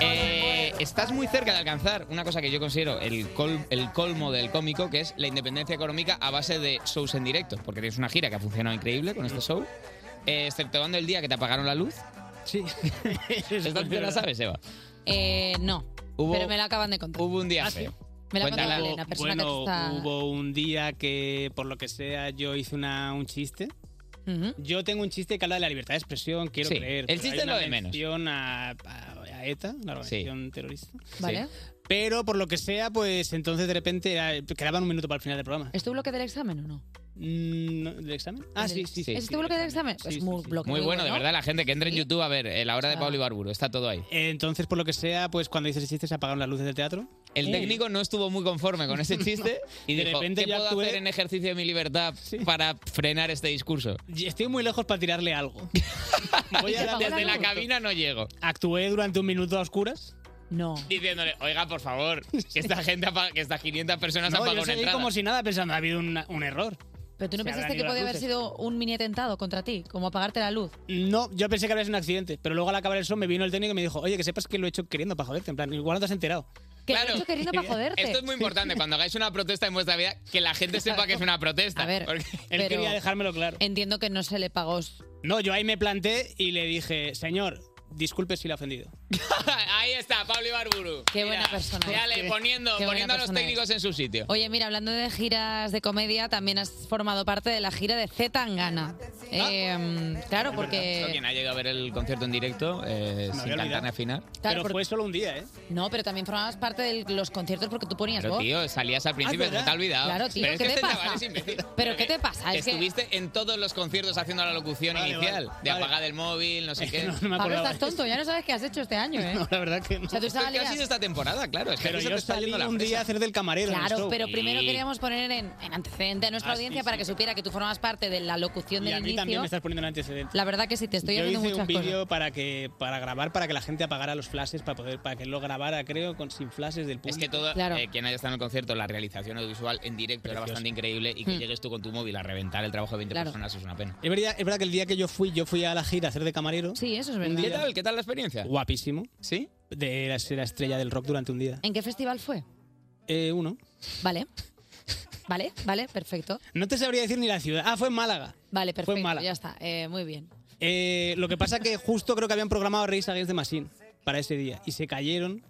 B: eh, estás muy cerca de alcanzar una cosa que yo considero el, col- el colmo del cómico, que es la independencia económica a base de shows en directo, porque tienes una gira que ha funcionado increíble con este show, eh, exceptuando el día que te apagaron la luz.
X: Sí.
B: Esta tú te la sabes, Eva.
A: Eh, no.
B: Hubo-
A: Pero me la acaban de contar.
B: Hubo un día
X: Ah,
B: feo.
A: Me la
B: Cuéntala.
A: contó Elena, persona que
X: bueno,
A: está...
X: hubo un día que, por lo que sea, yo hice una, un chiste. Yo tengo un chiste que habla de la libertad de expresión, quiero
B: Sí,
X: creer.
B: el
X: pero
B: chiste
X: hay
B: es lo
X: una
B: de menos.
X: mención a, a- a ETA, la organización terrorista.
A: Vale.
X: Pero por lo que sea, pues entonces de repente eh, quedaban un minuto para el final del programa.
A: ¿Es tu bloque del examen o no?
X: Mm, ¿no? ¿Del examen? Ah, sí, sí, sí.
A: ¿Es tu bloque del examen? Es Pues muy bloque
B: Muy bueno, de verdad, la gente que entre en YouTube a ver eh, la hora de
X: Ah.
B: Pablo Ibarburu, está todo ahí.
X: eh, Entonces, por lo que sea, pues cuando hice ese chiste se apagaron las luces del teatro.
B: El
X: Eh,
B: técnico no estuvo muy conforme con ese chiste y
X: De
B: dijo,
X: repente
B: ¿qué
X: ya
B: puedo
X: actué".
B: hacer en ejercicio de mi libertad para frenar este discurso?
X: y Estoy muy lejos para tirarle algo. Voy a darle
B: Desde la
X: minuto.
B: cabina no llego.
X: Actué durante un minuto a oscuras.
A: No.
B: Diciéndole, oiga, por favor, que esta gente, ha pa- que estas 500 personas han
X: No,
B: pagado
X: yo
B: una
X: seguí
B: entrada.
X: como si nada pensando, ha habido un, un error.
A: Pero tú no
X: Se habrán
A: pensaste que
X: ido las
A: podía haber
X: luces.
A: sido un mini atentado contra ti, como apagarte la luz.
X: No, yo pensé que había sido un accidente, pero luego al acabar el show me vino el técnico y me dijo, oye, que sepas que lo he hecho queriendo para joderte, en plan, igual no te has enterado.
A: Que lo he hecho queriendo para joderte.
B: Esto es muy importante, cuando hagáis una protesta en vuestra vida, que la gente sepa que es una protesta.
A: A ver,
B: porque-
A: pero-
X: dejármelo claro.
A: Entiendo que no se le pagó. s-
X: No, yo ahí me planté y le dije, señor, disculpe si le he ofendido.
B: Ahí está, Pablo Ibarburu.
A: Qué buena persona.
B: Dale,
A: Qué-
B: poniendo,
A: qué buena
B: poniendo a los
A: persona
B: técnicos en su sitio.
A: Oye, mira, hablando de giras de comedia, también has formado parte de la gira de Z Tangana.
B: Ah.
A: Eh, claro,
B: Esto,
A: porque...
B: Quien haya ido a ver el concierto en directo, eh, sin cantar ni afinar.
A: Claro, porque-
X: Fue solo un día, ¿eh?
A: No, pero también formabas parte de los conciertos porque tú ponías
B: Pero
A: voz.
B: tío, salías al principio,
A: Ah,
B: se te ha olvidado.
A: Claro, tío,
B: Pero es
A: ¿qué
B: que
A: te
B: este
A: pasa?
B: chaval es imbécil.
A: ¿Pero qué te pasa? Es que-
B: Estuviste en todos los conciertos haciendo la locución
X: Vale,
B: inicial,
X: vale,
B: de
X: vale.
B: apagar el móvil, no sé qué. No,
X: me
A: Pablo, estás tonto, ya no sabes qué has hecho este año, ¿eh?
X: la verdad que no.
A: O sea, tú
B: Esto es que ha
A: salías-
B: sido esta temporada, claro. Es que
X: Pero
B: a ti se
X: yo
B: te está
X: salí
B: yendo la
X: un
B: presa.
X: día a hacer del camarero. en el
A: Claro,
X: show.
A: pero primero
X: Y-
A: queríamos poner en, en antecedente a nuestra
X: Ah,
A: audiencia
X: sí,
A: para
X: sí,
A: que supiera que tú formas parte de la locución
X: Y
A: del
X: a mí
A: inicio.
X: también me estás poniendo en antecedente.
A: La verdad que sí, te estoy
X: yo hice
A: haciendo
X: un
A: muchas cosas.
X: vídeo para que para grabar para que la gente apagara los flashes para poder para que lo grabara creo con sin flashes del
B: Es
X: público.
B: que todo, eh, quien haya estado en el concierto, la realización audiovisual en directo era bastante increíble y que
A: Hmm.
B: llegues tú con tu móvil a reventar el trabajo de 20
X: Claro.
B: personas es una pena.
X: Es verdad, es verdad que el día que yo fui, yo fui a la gira a hacer de camarero.
A: Sí, eso es
B: ¿Qué tal? ¿Qué tal la experiencia?
X: Guapísimo.
B: ¿Sí?
X: De la- ser la estrella del rock durante un día.
A: ¿En qué festival fue?
X: Eh, uno.
A: Vale. Vale, vale, perfecto.
X: No te sabría decir ni la ciudad. Ah, fue en Málaga.
A: Vale, perfecto.
X: Málaga.
A: Ya está, eh, muy bien.
X: Eh, lo que pasa que justo creo que habían programado Race Against the Machine para ese día. Y se cayeron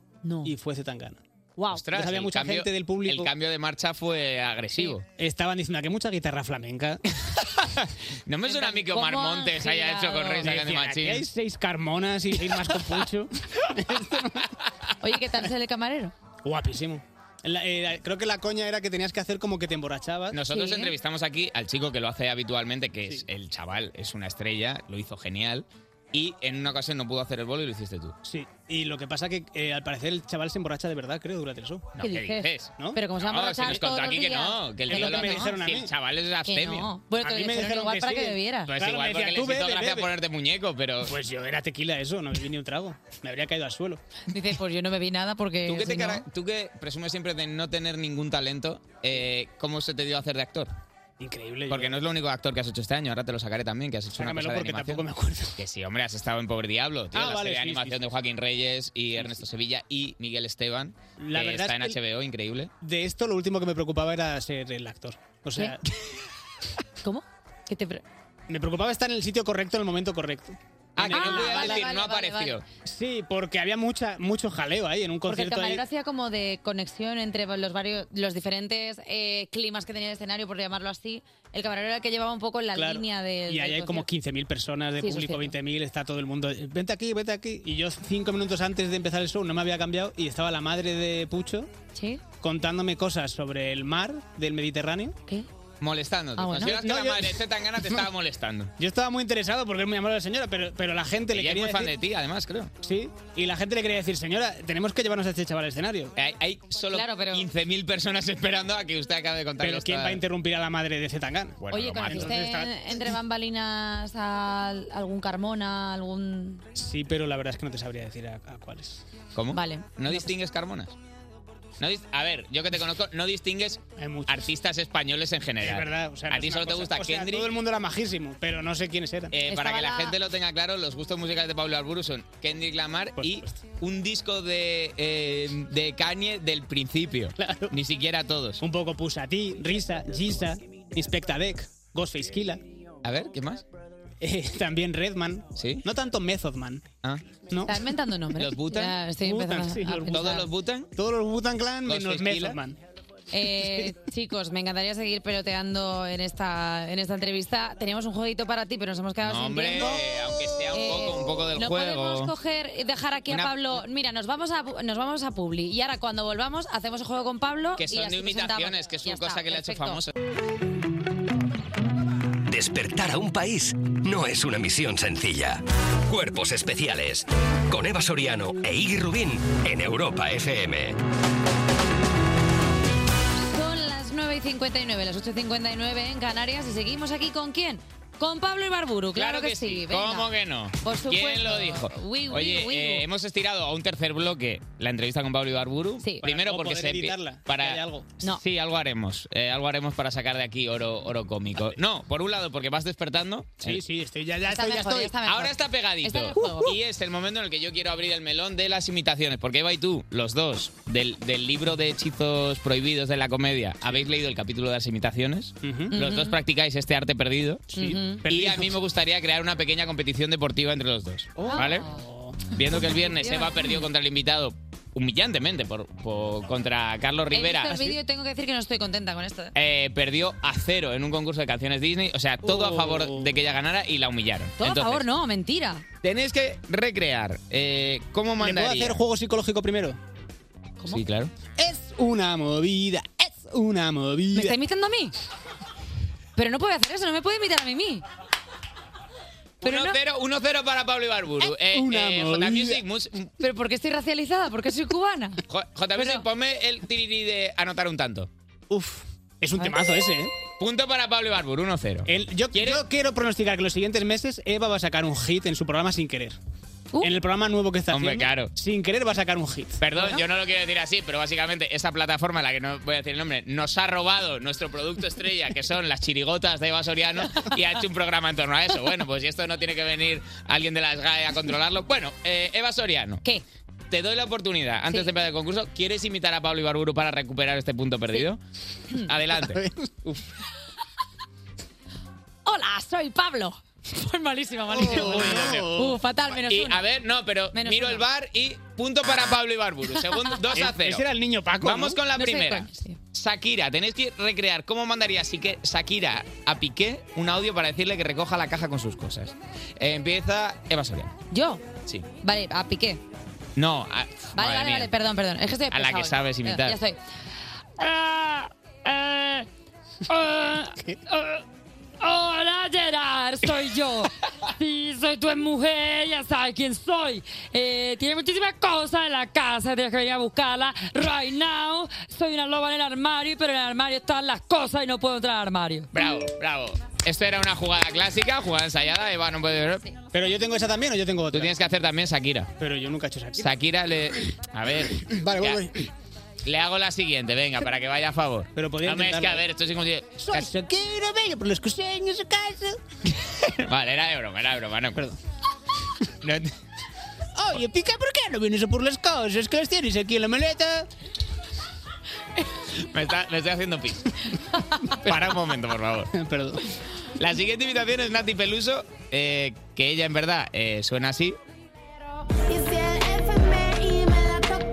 X: y fue Zetangana.
V: Wow.
X: Entonces había mucha gente del público.
B: El cambio de marcha fue agresivo.
X: Estaban diciendo "Ah, que mucha guitarra flamenca.
B: No me suena a mí que Omar
X: ¿Cómo han
B: Montes haya hecho con Rey
X: girado?
B: Against the
X: Decían, "Aquí hay
B: Machine.
X: seis carmonas y seis más con pucho.
A: Oye, ¿qué tal sale el camarero?
X: Guapísimo. La- eh, la- creo que la coña era que tenías que hacer como que te emborrachabas.
B: Nosotros entrevistamos aquí al chico que lo hace habitualmente, que es el chaval, es una estrella, lo hizo genial. Y en una ocasión no pudo hacer el bolo y lo hiciste tú.
X: Sí, y lo que pasa que eh, al parecer el chaval se emborracha de verdad, creo, durante el show.
B: No, ¿Qué ¿qué dices? dices?
X: ¿No?
A: Pero como se va a
B: No, se
A: emborrachar
B: nos contó
A: todos
B: aquí
A: los
B: que
A: días.
B: no, que el
X: Es lo
B: tío
X: que me
B: hace-
X: dijeron a
B: que
X: mí.
B: el chaval es
A: Que
B: abstemio.
A: no. Bueno, te lo dijeron igual para que bebieras.
B: Pues
X: Claro,
B: igual
X: me
B: porque les
X: decían, "Tú
B: hizo
X: bebe,
B: gracia
X: bebe".
B: ponerte muñeco, pero...
X: Pues yo era tequila eso, no me vi ni un trago. Me habría caído al suelo.
A: Dices, pues yo no bebí nada porque.
B: ¿Tú que, te
A: si no-
B: cara- tú que presumes siempre de no tener ningún talento, eh, ¿cómo se te dio a hacer de actor?
X: Increíble.
B: Porque no es lo único actor que has hecho este año, ahora te lo sacaré también, que has hecho
X: Sácamelo
B: una cosa
X: porque
B: de animación.
X: tampoco me acuerdo.
B: Que sí, hombre, has estado en Pobre Diablo, tío,
X: Ah,
B: la
X: vale,
B: serie de
X: sí, sí,
B: animación de Joaquín Reyes y Ernesto Sevilla y Miguel Esteban,
X: La
B: que
X: verdad
B: está
X: es
B: en
X: que
B: HBO, increíble.
X: De esto lo último que me preocupaba era ser el actor. O sea...
A: ¿Cómo? ¿Qué te
X: Me preocupaba estar en el sitio correcto en el momento correcto.
B: Ah,
X: En
B: que
X: el-
B: no podía decir, no
A: vale,
B: apareció.
X: Sí, porque había mucha, mucho jaleo ahí en un
A: Porque el
X: concierto. ahí.
A: camarero hacía como de conexión entre los varios, los diferentes eh, climas que tenía el escenario, por llamarlo así. El camarero era el que llevaba un poco la
X: Claro.
A: línea de.
X: Y ahí hay como 15.000 personas de
A: Sí, eso es
X: público,
A: cierto.
X: 20.000, está todo el mundo. Vente aquí, vete aquí. Y yo cinco minutos antes de empezar el show no me había cambiado y estaba la madre de Pucho contándome cosas sobre el mar del Mediterráneo.
A: ¿Qué?
B: Molestándote.
X: Ah, bueno.
B: Consideras que
X: No,
B: la
X: yo-
B: madre de Zetangana te estaba molestando.
X: Yo estaba muy interesado porque es muy amable la señora, pero, pero la gente le
B: Ella es
X: quería
B: muy fan
X: decir-
B: de ti, además, creo.
X: Sí, y la gente le quería decir, señora, tenemos que llevarnos a este chaval al escenario.
B: Hay, hay solo 15.000 personas esperando a que usted acabe de contar
X: Pero ¿quién va a interrumpir a la madre de Zetangana?
A: Oye, ¿conociste en- entre bambalinas a algún Carmona, algún.
X: Sí, pero la verdad es que no te sabría decir a, a cuáles.
B: ¿Cómo?
A: Vale.
B: ¿No distingues Carmonas? No dis- a ver, yo que te conozco, no distingues artistas españoles en general.
X: Es verdad, o sea, no
B: a
X: es
B: ti
X: una
B: solo te
X: cosa-
B: gusta
X: o sea,
B: Kendrick.
X: todo el mundo era majísimo, pero no sé quiénes eran.
B: Eh, para que la, gente lo tenga claro, los gustos musicales de Pablo Alburu son Kendrick Lamar y un disco de, eh, de Kanye del principio. Ni siquiera todos.
X: Un poco Pusati, Risa, Giza, Inspecta Deck, Ghostface Killa.
B: A ver, ¿qué más?
X: también Redman.
B: Sí.
X: No tanto Method Man.
B: Ah.
X: No.
A: Está inventando nombres.
X: ¿Los Butan?
A: Ya estoy
X: Butan,
A: empezando Ah,
X: sí,
A: a
X: los
A: pensar.
X: Butan.
B: ¿Todos los Butan?
X: Todos los Butan Clan menos
B: Ghostface
X: Method
B: Killa.
X: Man.
A: Eh, chicos, me encantaría seguir peloteando en esta, en esta entrevista. Teníamos un jueguito para ti, pero nos hemos quedado
B: No,
A: sin
B: hombre,
A: tiempo.
B: aunque sea un poco, un poco del
A: Eh, no
B: juego.
A: podemos coger y dejar aquí
B: Una-
A: a Pablo. Mira, nos vamos a nos vamos a Publi y ahora cuando volvamos hacemos el juego con Pablo.
B: Que son
A: y así
B: de
A: presentamos.
B: imitaciones, que es
A: Ya
B: una cosa
A: está,
B: que le ha hecho
A: perfecto.
B: famoso.
D: Despertar a un país no es una misión sencilla. Cuerpos especiales. Con Eva Soriano e Iggy Rubín en Europa FM.
A: Son las 9 y 59, las 8 y 59 en Canarias y seguimos aquí con quién? Con Pablo Ibarburu, claro, que, sí. venga.
B: ¿Cómo que no?
A: Por supuesto.
B: ¿Quién lo dijo?
A: Uy, uy,
B: Oye,
A: uy,
B: eh,
A: uy.
B: hemos estirado a un tercer bloque la entrevista con Pablo Ibarburu. Primero
X: o
B: porque
X: poder
B: se empie-
X: editarla,
B: para
X: que haya algo.
B: Sí, algo haremos. Eh, algo haremos para sacar de aquí oro, oro cómico. No, por un lado porque vas despertando.
X: Sí, sí, estoy ya, ya
B: Está
X: estoy, ya
B: mejor,
X: estoy.
B: ya está mejor. Ahora está pegadito.
X: Está en el juego.
B: "Uh, Y es el momento en el que yo quiero abrir el melón de las imitaciones. Porque Eva y tú, los dos, del, del libro de hechizos prohibidos de la comedia, habéis leído el capítulo de las imitaciones. Los dos
X: Ujú.
B: practicáis este arte perdido.
X: Sí. Ujú.
B: Y a mí me gustaría crear una pequeña competición deportiva entre los dos. ¿Vale? Viendo que el viernes Eva perdió contra el invitado humillantemente por, por- contra Carlos
A: He
B: Rivera.
A: visto el vídeo y tengo que decir que no estoy contenta con esto. ¿eh?
B: Eh, perdió a cero en un concurso de canciones Disney. O sea, todo a favor de que ella ganara y la humillaron.
A: Todo
B: Entonces,
A: a favor, no, mentira.
B: Tenéis que recrear eh, cómo
X: ¿Le puedo
B: mandaría.
X: hacer juego psicológico primero?
B: Sí, claro.
X: Es una movida, es una movida.
A: ¿Me está imitando a mí? Pero no puede hacer eso, no me puede imitar a mí. mí.
B: 1-0 1-0 para Pablo Ibarburu. Eh,
A: una
B: eh,
A: movida.
B: J Music, mus-
A: ¿Pero por qué estoy racializada? ¿Por qué soy cubana?
B: J- J Music, ponme el tiriri de anotar un tanto. Ah.
X: Uf, es un temazo ese, ¿eh?
B: Punto para Pablo Ibarburu, 1-0.
X: El- yo, yo quiero pronosticar que los siguientes meses Eva va a sacar un hit en su programa sin querer. En el programa nuevo que está
B: Uh. Hombre,
X: haciendo, sin querer va a sacar un hit.
B: Perdón, yo no lo quiero decir así, pero básicamente esta plataforma, a la que no voy a decir el nombre, nos ha robado nuestro producto estrella, que son las chirigotas de Eva Soriano, y ha hecho un programa en torno a eso. Bueno, pues si esto no tiene que venir alguien de las GAE a controlarlo. Bueno, eh, Eva Soriano.
A: ¿Qué?
B: Te doy la oportunidad, antes de empezar el concurso, ¿quieres imitar a Pablo Ibarburu para recuperar este punto perdido? Adelante.
A: Hola, soy Pablo. Pues malísima, malísima.
B: Uy, ya sé.
A: Uh, fatal, menos
B: y,
A: uno.
B: A ver, no, pero
A: Menos
B: miro
A: uno.
B: el bar y punto para Pablo Ibarburu. Segundo, 2 a
X: E-, Ese
B: 0.
X: era el niño Paco,
B: Vamos
X: ¿no?
B: con la
X: No sé
B: primera.
X: cuál,
B: Shakira, tenéis que recrear cómo mandaría Sique- Shakira a Piqué un audio para decirle que recoja la caja con sus cosas. Eh, empieza Eva Soriano.
A: ¿Yo?
B: Sí.
A: Vale, a Piqué.
B: No, a,
A: Vale,
B: madre
A: vale,
B: mía.
A: vale, perdón, perdón. Es que estoy
B: A la
A: pesado
B: que
A: hoy.
B: sabes imitar.
A: Ya estoy.
H: Ah, Hola Gerard, soy yo. Sí, soy tu mujer, ya sabes quién soy. Eh, tiene muchísimas cosas en la casa, tienes que venir a buscarla. Right now, soy una loba en el armario, pero en el armario están las cosas y no puedo entrar al armario.
B: Bravo, bravo. Esto era una jugada clásica, jugada ensayada. Eva no puede ver.
X: Pero yo tengo esa también o yo tengo otra.
B: Tú tienes que hacer también Shakira.
X: Pero yo nunca he hecho Shakira.
B: Shakira le. A ver.
X: Vale,
B: Ya.
X: voy,
B: Le hago la siguiente, venga, para que vaya a favor. Pero
X: podría
B: No, es que
X: intentarlo.
B: a ver, esto es como.
J: Soy Shakira, vengo por los coseños, su casa.
B: Vale, era de broma, era de broma, no. Perdón.
J: Oye, Pica, ¿por qué no vienes a por las cosas que las tienes aquí en la maleta?
B: Me, está- me estoy haciendo pis. Para un momento, por favor. Perdón. La siguiente invitación es Nati Peluso, eh, que ella en verdad eh, suena así.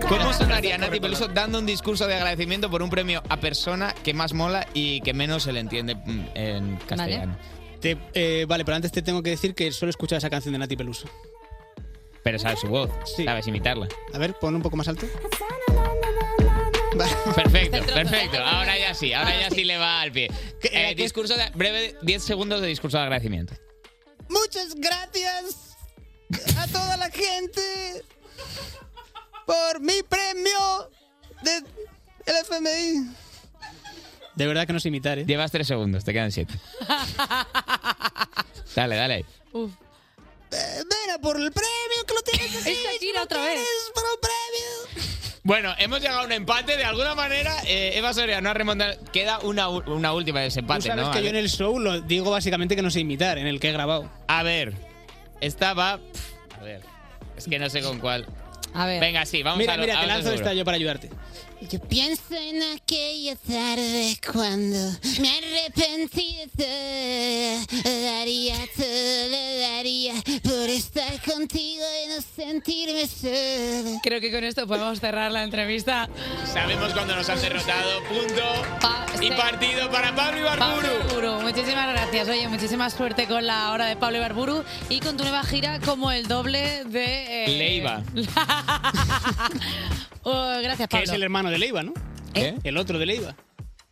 B: ¿Cómo sonaría Nati Peluso dando un discurso de agradecimiento por un premio a persona que más mola y que menos se le entiende mm, en castellano?
X: Te- eh, vale, pero antes te tengo que decir que solo he escuchado esa canción de Nati Peluso.
B: Pero sabes su voz, sabes imitarla.
X: A ver, pon un poco más alto.
B: Perfecto, perfecto. Ahora ya sí, ahora ya sí le va al pie. Eh, discurso de- breve, 10 segundos de discurso de agradecimiento.
J: Muchas gracias a toda la gente por mi premio de el FMI.
B: De verdad que no sé imitar, ¿eh? Llevas 3 segundos, te quedan 7. Dale, dale.
J: Eh, Ven a por el premio que lo tienes así. Shakira otra vez. Para un premio.
B: Bueno, hemos llegado a un empate. De alguna manera, eh, Eva Soriano ha remontado. Queda una, u- una última de ese empate,
X: Tú sabes
B: ¿no?
X: que
B: A
X: yo en
B: ver.
X: el show lo digo básicamente que no sé imitar, en el que he grabado. Eh,
B: A ver, esta va. A ver. Es que no sé con cuál.
A: A ver.
B: Venga, sí, vamos
X: mira,
B: a lo-
X: mira,
B: a
X: te
B: lo
X: lanzo
B: seguro.
X: esta yo para ayudarte.
J: Yo pienso en aquella tarde cuando me arrepentí de todo. Daría todo, lo daría por estar contigo y no sentirme sola.
A: Creo que con esto podemos cerrar la entrevista.
B: Sabemos cuando nos han derrotado. Punto. y partido para Pablo
A: Pablo
B: Ibarburu.
A: Ibarburu, muchísimas gracias. Oye, muchísima suerte con la hora de Pablo Ibarburu y con tu nueva gira como el doble de... eh,
X: Leiva.
A: oh, gracias,
X: Que
A: Pablo.
X: es el hermano de Leiva, ¿no?
B: ¿Eh?
X: El otro de Leiva.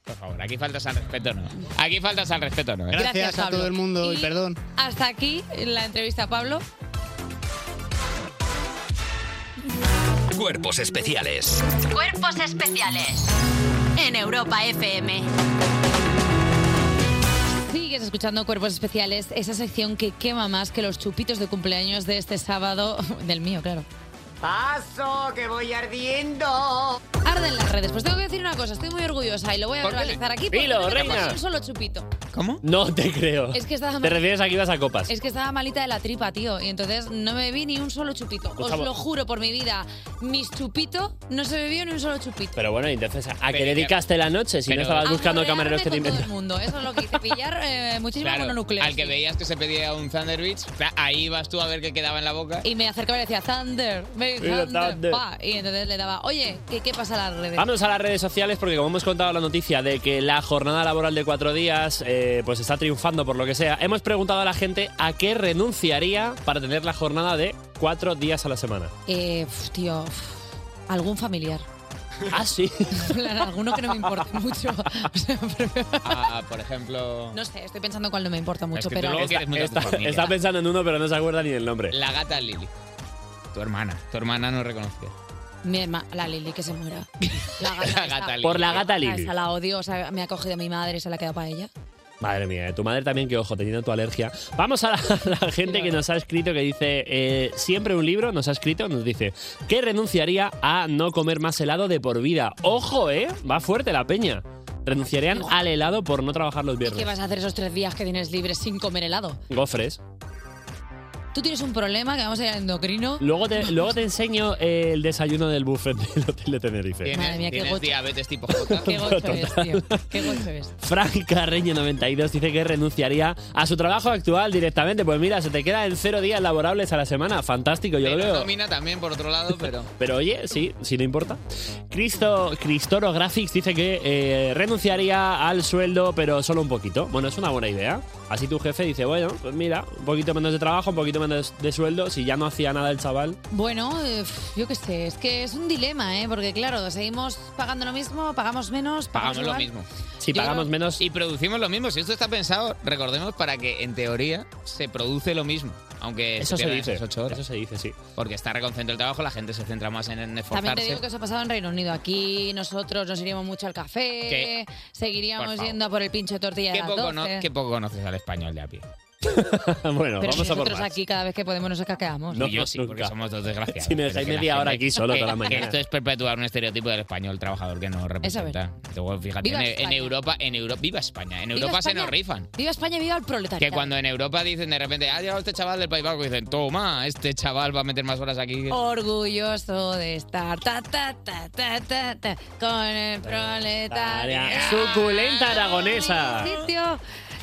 B: Por favor, aquí faltas al respeto, ¿no? Aquí faltas al respeto, ¿no?
X: Gracias,
A: Gracias,
X: a
A: Pablo.
X: todo el mundo y,
A: Y-
X: perdón.
A: Hasta aquí la entrevista, Pablo.
D: Cuerpos especiales.
E: Cuerpos especiales en Europa FM.
A: Sigues escuchando Cuerpos Especiales, esa sección que quema más que los chupitos de cumpleaños de este sábado, del mío, claro.
J: Paso, que voy ardiendo.
A: Arden las redes. Pues tengo que decir una cosa, estoy muy orgullosa y lo voy a
J: ¿Por qué?
A: verbalizar aquí porque
C: Dilo,
A: no me
C: reina.
A: puse un solo chupito.
B: ¿Cómo?
C: No te creo.
A: Es que estaba
C: Te
A: mal-
C: refieres a que ibas a copas.
A: Es que estaba malita de la tripa, tío, y entonces no me bebí ni un solo chupito. Os
C: Gustavo.
A: lo juro por mi vida, mis chupitos no se bebió ni un solo chupito.
C: Pero bueno, y entonces, ¿a qué
B: Pero-
C: dedicaste la noche si
B: pero-
C: no estabas
B: A
C: buscando camareros que te
A: Con todo el
C: inventen?
A: mundo, eso es lo que hice, pillar eh, muchísima
B: Claro,
A: mononucleosis.
B: al que veías que se pedía un Thunder Beach, cla- ahí vas tú a ver qué quedaba en la boca.
A: Y me acercaba y le decía, Thunder, baby,
C: Mira,
A: Thunder,
C: Thunder.
A: pa. Y entonces le daba, oye, ¿qué, qué pasa a las redes?
C: Vámonos a las redes sociales porque como hemos contado la noticia de que la jornada laboral de cuatro días eh, pues está triunfando por lo que sea, hemos preguntado a la gente a qué renunciaría para tener la jornada de cuatro días a la semana.
A: Eh, pf, tío, pf, algún familiar.
C: Ah, sí.
A: En plan, alguno que no me importe mucho. O sea,
B: Ah, por ejemplo...
A: no sé, estoy pensando cuál no me importa mucho, pero.
C: Está- está pensando en uno pero no se acuerda ni del nombre.
B: La gata Lili. Tu hermana. Tu hermana no reconocía.
A: Mi herma- la Lili que se muera. La gata,
B: La
A: esa-
B: gata Lili. Por la gata Lili.
A: Esa la odio, o sea, me ha cogido mi madre, se la queda para ella.
C: Madre mía, ¿eh? tu madre también, que ojo, teniendo tu alergia. Vamos a la, la gente que nos ha escrito, que dice, eh, siempre un libro nos ha escrito, nos dice, que renunciaría a no comer más helado de por vida. Ojo, ¿eh? Va fuerte la peña. Renunciarían al helado por no trabajar los
A: ¿Qué
C: viernes.
A: vas a hacer esos tres días que tienes libres sin comer helado?
C: Gofres.
A: Tú tienes un problema que vamos a ir al endocrino. Mm,
C: Luego te, luego te enseño eh, el desayuno del buffet del Hotel de Tenerife.
B: Tienes,
A: Madre mía, qué
B: tienes
A: gocho.
B: diabetes tipo J.
A: Qué gocho es, tío. Qué gocho es.
C: Frank Carreño 92 dice que renunciaría a su trabajo actual directamente. Pues mira, se te queda en cero días laborables a la semana. Fantástico, yo lo
B: Pero
C: veo.
B: domina también, por otro lado, pero...
C: Pero oye, sí, sí no importa. Cristo, Cristoro Graphics dice que eh, renunciaría al sueldo, pero solo un poquito. Bueno, es una buena idea. Así tu jefe dice, bueno, pues mira, un poquito menos de trabajo, un poquito menos de sueldo. Si ya no hacía nada el chaval.
A: Bueno, eh, yo qué sé, es que es un dilema, ¿eh? Porque claro, seguimos pagando lo mismo, pagamos menos, pagamos,
B: Pagamos lo
A: igual.
B: mismo.
C: Si pagamos menos...
B: Y producimos lo mismo. Si esto está pensado, recordemos, para que en teoría se produce lo mismo. Aunque
C: Eso se
B: pierdan
C: dice,
B: esas ocho horas.
C: eso se dice, sí.
B: Porque está reconcentrado el trabajo, la gente se centra más en, en
A: También
B: esforzarse.
A: te digo que eso ha pasado en Reino Unido. Aquí nosotros nos iríamos mucho al café,
B: ¿Qué?
A: seguiríamos
B: Por favor.
A: yendo a por el pincho de tortilla de
B: Qué
A: las
B: poco, no-
A: 12.
B: qué poco conoces al español de a pie.
C: bueno,
A: Pero si
C: vamos a por
A: nosotros
C: más.
A: aquí cada vez que podemos nos escaqueamos.
B: No, yo sí, porque somos dos desgraciados.
C: Si me dejáis
B: Pero que la
C: media hora
B: gente-
C: aquí solo
B: que-
C: toda la
B: que
C: mañana.
B: Esto es perpetuar un estereotipo del español trabajador que no representa. Luego, fíjate,
A: Viva
B: en, en
A: España.
B: Europa, en Europa, viva España. En
A: Viva
B: Europa se
A: España.
B: nos rifan.
A: Viva España, viva el
B: Que
A: proletariado.
B: cuando en Europa dicen de repente, ha llegado este chaval del País Vasco, dicen, toma, este chaval va a meter más horas aquí.
A: Oh, Orgulloso de estar ta, ta, ta, ta, ta, ta, con el
C: Área
A: proletariado.
C: Suculenta aragonesa.
A: Sitio.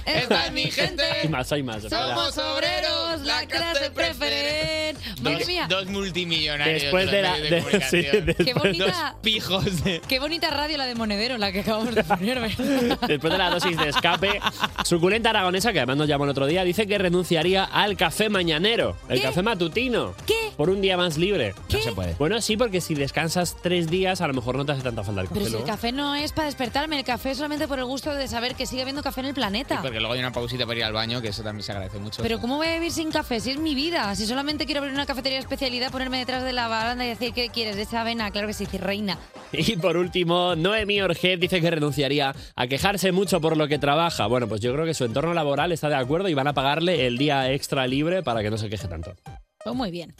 A: Esta es mi gente.
C: Y más, hay más. espera.
A: Somos obreros, la clase preferente. Madre
B: Dos-
A: mía,
B: Dos multimillonarios.
C: Después de la-
B: los
C: de-
B: medios comunicación.
C: sí, después-
A: Qué bonita.
B: Dos pijos de...
A: qué bonita radio la de Monedero, la que acabamos de poner. ¿verdad?
C: Después de la dosis de escape, suculenta aragonesa, que además nos llamó el otro día, dice que renunciaría al café mañanero, el café matutino.
A: ¿Qué?
C: Por un día más libre.
A: No se
C: puede. Bueno, sí, porque si descansas tres días, a lo mejor no te hace tanta falta el café.
A: Pero si el
C: luego.
A: café no es para despertarme, el café es solamente por el gusto de saber que sigue habiendo café en el planeta.
B: Porque luego hay una pausita para ir al baño, que eso también se agradece mucho.
A: Pero ¿cómo voy a vivir sin café? Si es mi vida, si solamente quiero abrir una cafetería de especialidad, ponerme detrás de la baranda y decir qué quieres de esa avena, claro que sí, sí, reina.
C: Y por último, Noemí Orgez dice que renunciaría a quejarse mucho por lo que trabaja. Bueno, pues yo creo que su entorno laboral está de acuerdo y van a pagarle el día extra libre para que no se queje tanto.
A: Pues muy bien.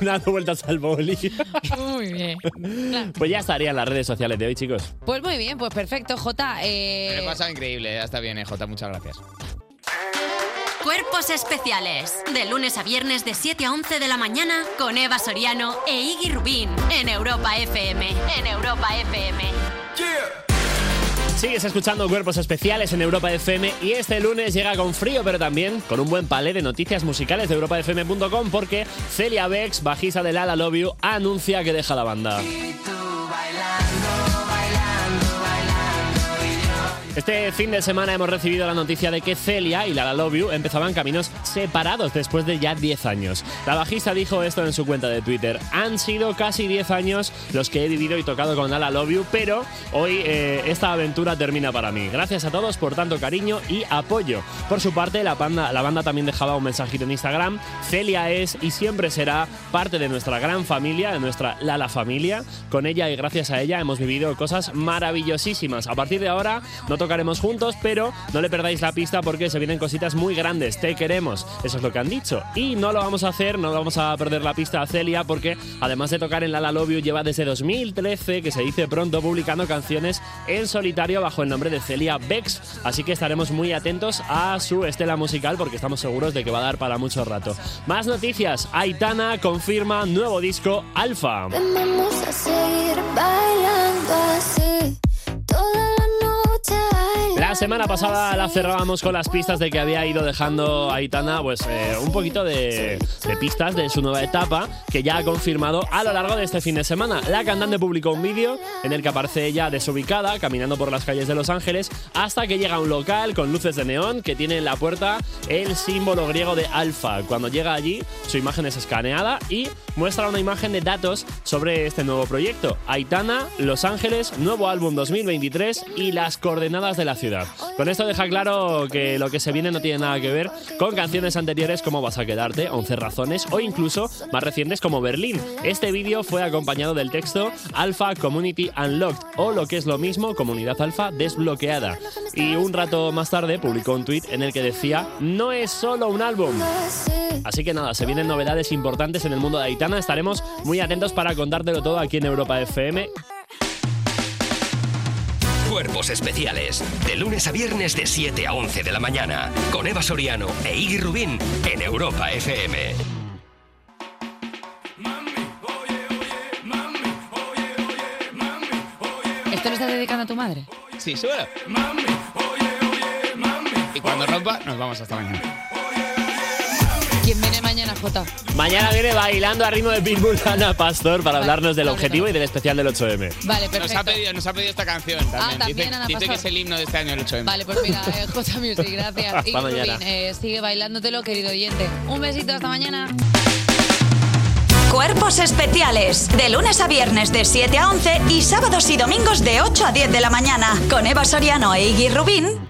C: Dando vueltas al boli.
A: Muy bien.
C: Pues ya estarían las redes sociales de hoy, chicos.
A: Pues muy bien, pues perfecto, Jota. eh,
B: Me lo he pasado increíble, ya está bien, eh, Jota, muchas gracias.
E: Cuerpos especiales. De lunes a viernes de 7 a 11 de la mañana con Eva Soriano e Iggy Rubín en Europa FM. En Europa FM.
C: Sigues escuchando Cuerpos Especiales en Europa FM y este lunes llega con frío, pero también con un buen palé de noticias musicales de europafm.com porque Celia Bex, bajista de Lala Love You, anuncia que deja la banda. Este fin de semana hemos recibido la noticia de que Celia y Lala Love You empezaban caminos separados después de ya 10 años. La bajista dijo esto en su cuenta de Twitter. Han sido casi 10 años los que he vivido y tocado con Lala Love You, pero hoy eh, esta aventura termina para mí. Gracias a todos por tanto cariño y apoyo. Por su parte, la banda, la banda también dejaba un mensajito en Instagram. Celia es y siempre será parte de nuestra gran familia, de nuestra Lala familia. Con ella y gracias a ella hemos vivido cosas maravillosísimas. A partir de ahora no tocaremos juntos, pero no le perdáis la pista porque se vienen cositas muy grandes. Te queremos. Eso es lo que han dicho. Y no lo vamos a hacer, no vamos a perder la pista a Celia porque además de tocar en Lala Love You lleva desde 2013, que se dice pronto, publicando canciones en solitario bajo el nombre de Celia Bex. Así que estaremos muy atentos a su estela musical porque estamos seguros de que va a dar para mucho rato. Más noticias. Aitana confirma nuevo disco Alfa.
K: Vamos a seguir bailando así toda la noche.
C: La semana pasada la cerrábamos con las pistas de que había ido dejando Aitana pues eh, un poquito de, de pistas de su nueva etapa que ya ha confirmado a lo largo de este fin de semana. La cantante publicó un vídeo en el que aparece ella desubicada caminando por las calles de Los Ángeles hasta que llega a un local con luces de neón que tiene en la puerta el símbolo griego de alfa. Cuando llega allí su imagen es escaneada y muestra una imagen de datos sobre este nuevo proyecto. Aitana, Los Ángeles, nuevo álbum 2023 y las coordenadas de la ciudad. Con esto deja claro que lo que se viene no tiene nada que ver con canciones anteriores como Vas a quedarte, 11 razones o incluso más recientes como Berlín. Este vídeo fue acompañado del texto Alpha Community Unlocked o lo que es lo mismo Comunidad Alpha desbloqueada. Y un rato más tarde publicó un tweet en el que decía no es solo un álbum. Así que nada, se vienen novedades importantes en el mundo de Aitana. Estaremos muy atentos para contártelo todo aquí en Europa FM.
D: Cuerpos especiales. De lunes a viernes de 7 a 11 de la mañana. Con Eva Soriano e Iggy Rubín en Europa FM.
A: ¿Esto lo estás dedicando a tu madre?
B: Sí, seguro. Y cuando rompa, nos vamos hasta mañana.
A: ¿Quién viene mañana, Jota?
C: Mañana viene bailando a ritmo de Pitbull Ana Pastor para hablarnos del objetivo y del especial del 8M.
A: Vale, perfecto. Ah,
B: Nos ha pedido, nos ha pedido esta canción también.
A: también
B: dice
A: Ana
B: dice que
A: Pastor.
B: es el himno de este año el 8M.
A: Vale, pues mira, eh, Jota Music, gracias. Y
B: Hasta mañana.
A: Rubín, eh, sigue bailándotelo, querido oyente. Un besito, hasta mañana.
L: Cuerpos especiales, de lunes a viernes de 7 a 11 y sábados y domingos de 8 a 10 de la mañana, con Eva Soriano e Iggy Rubín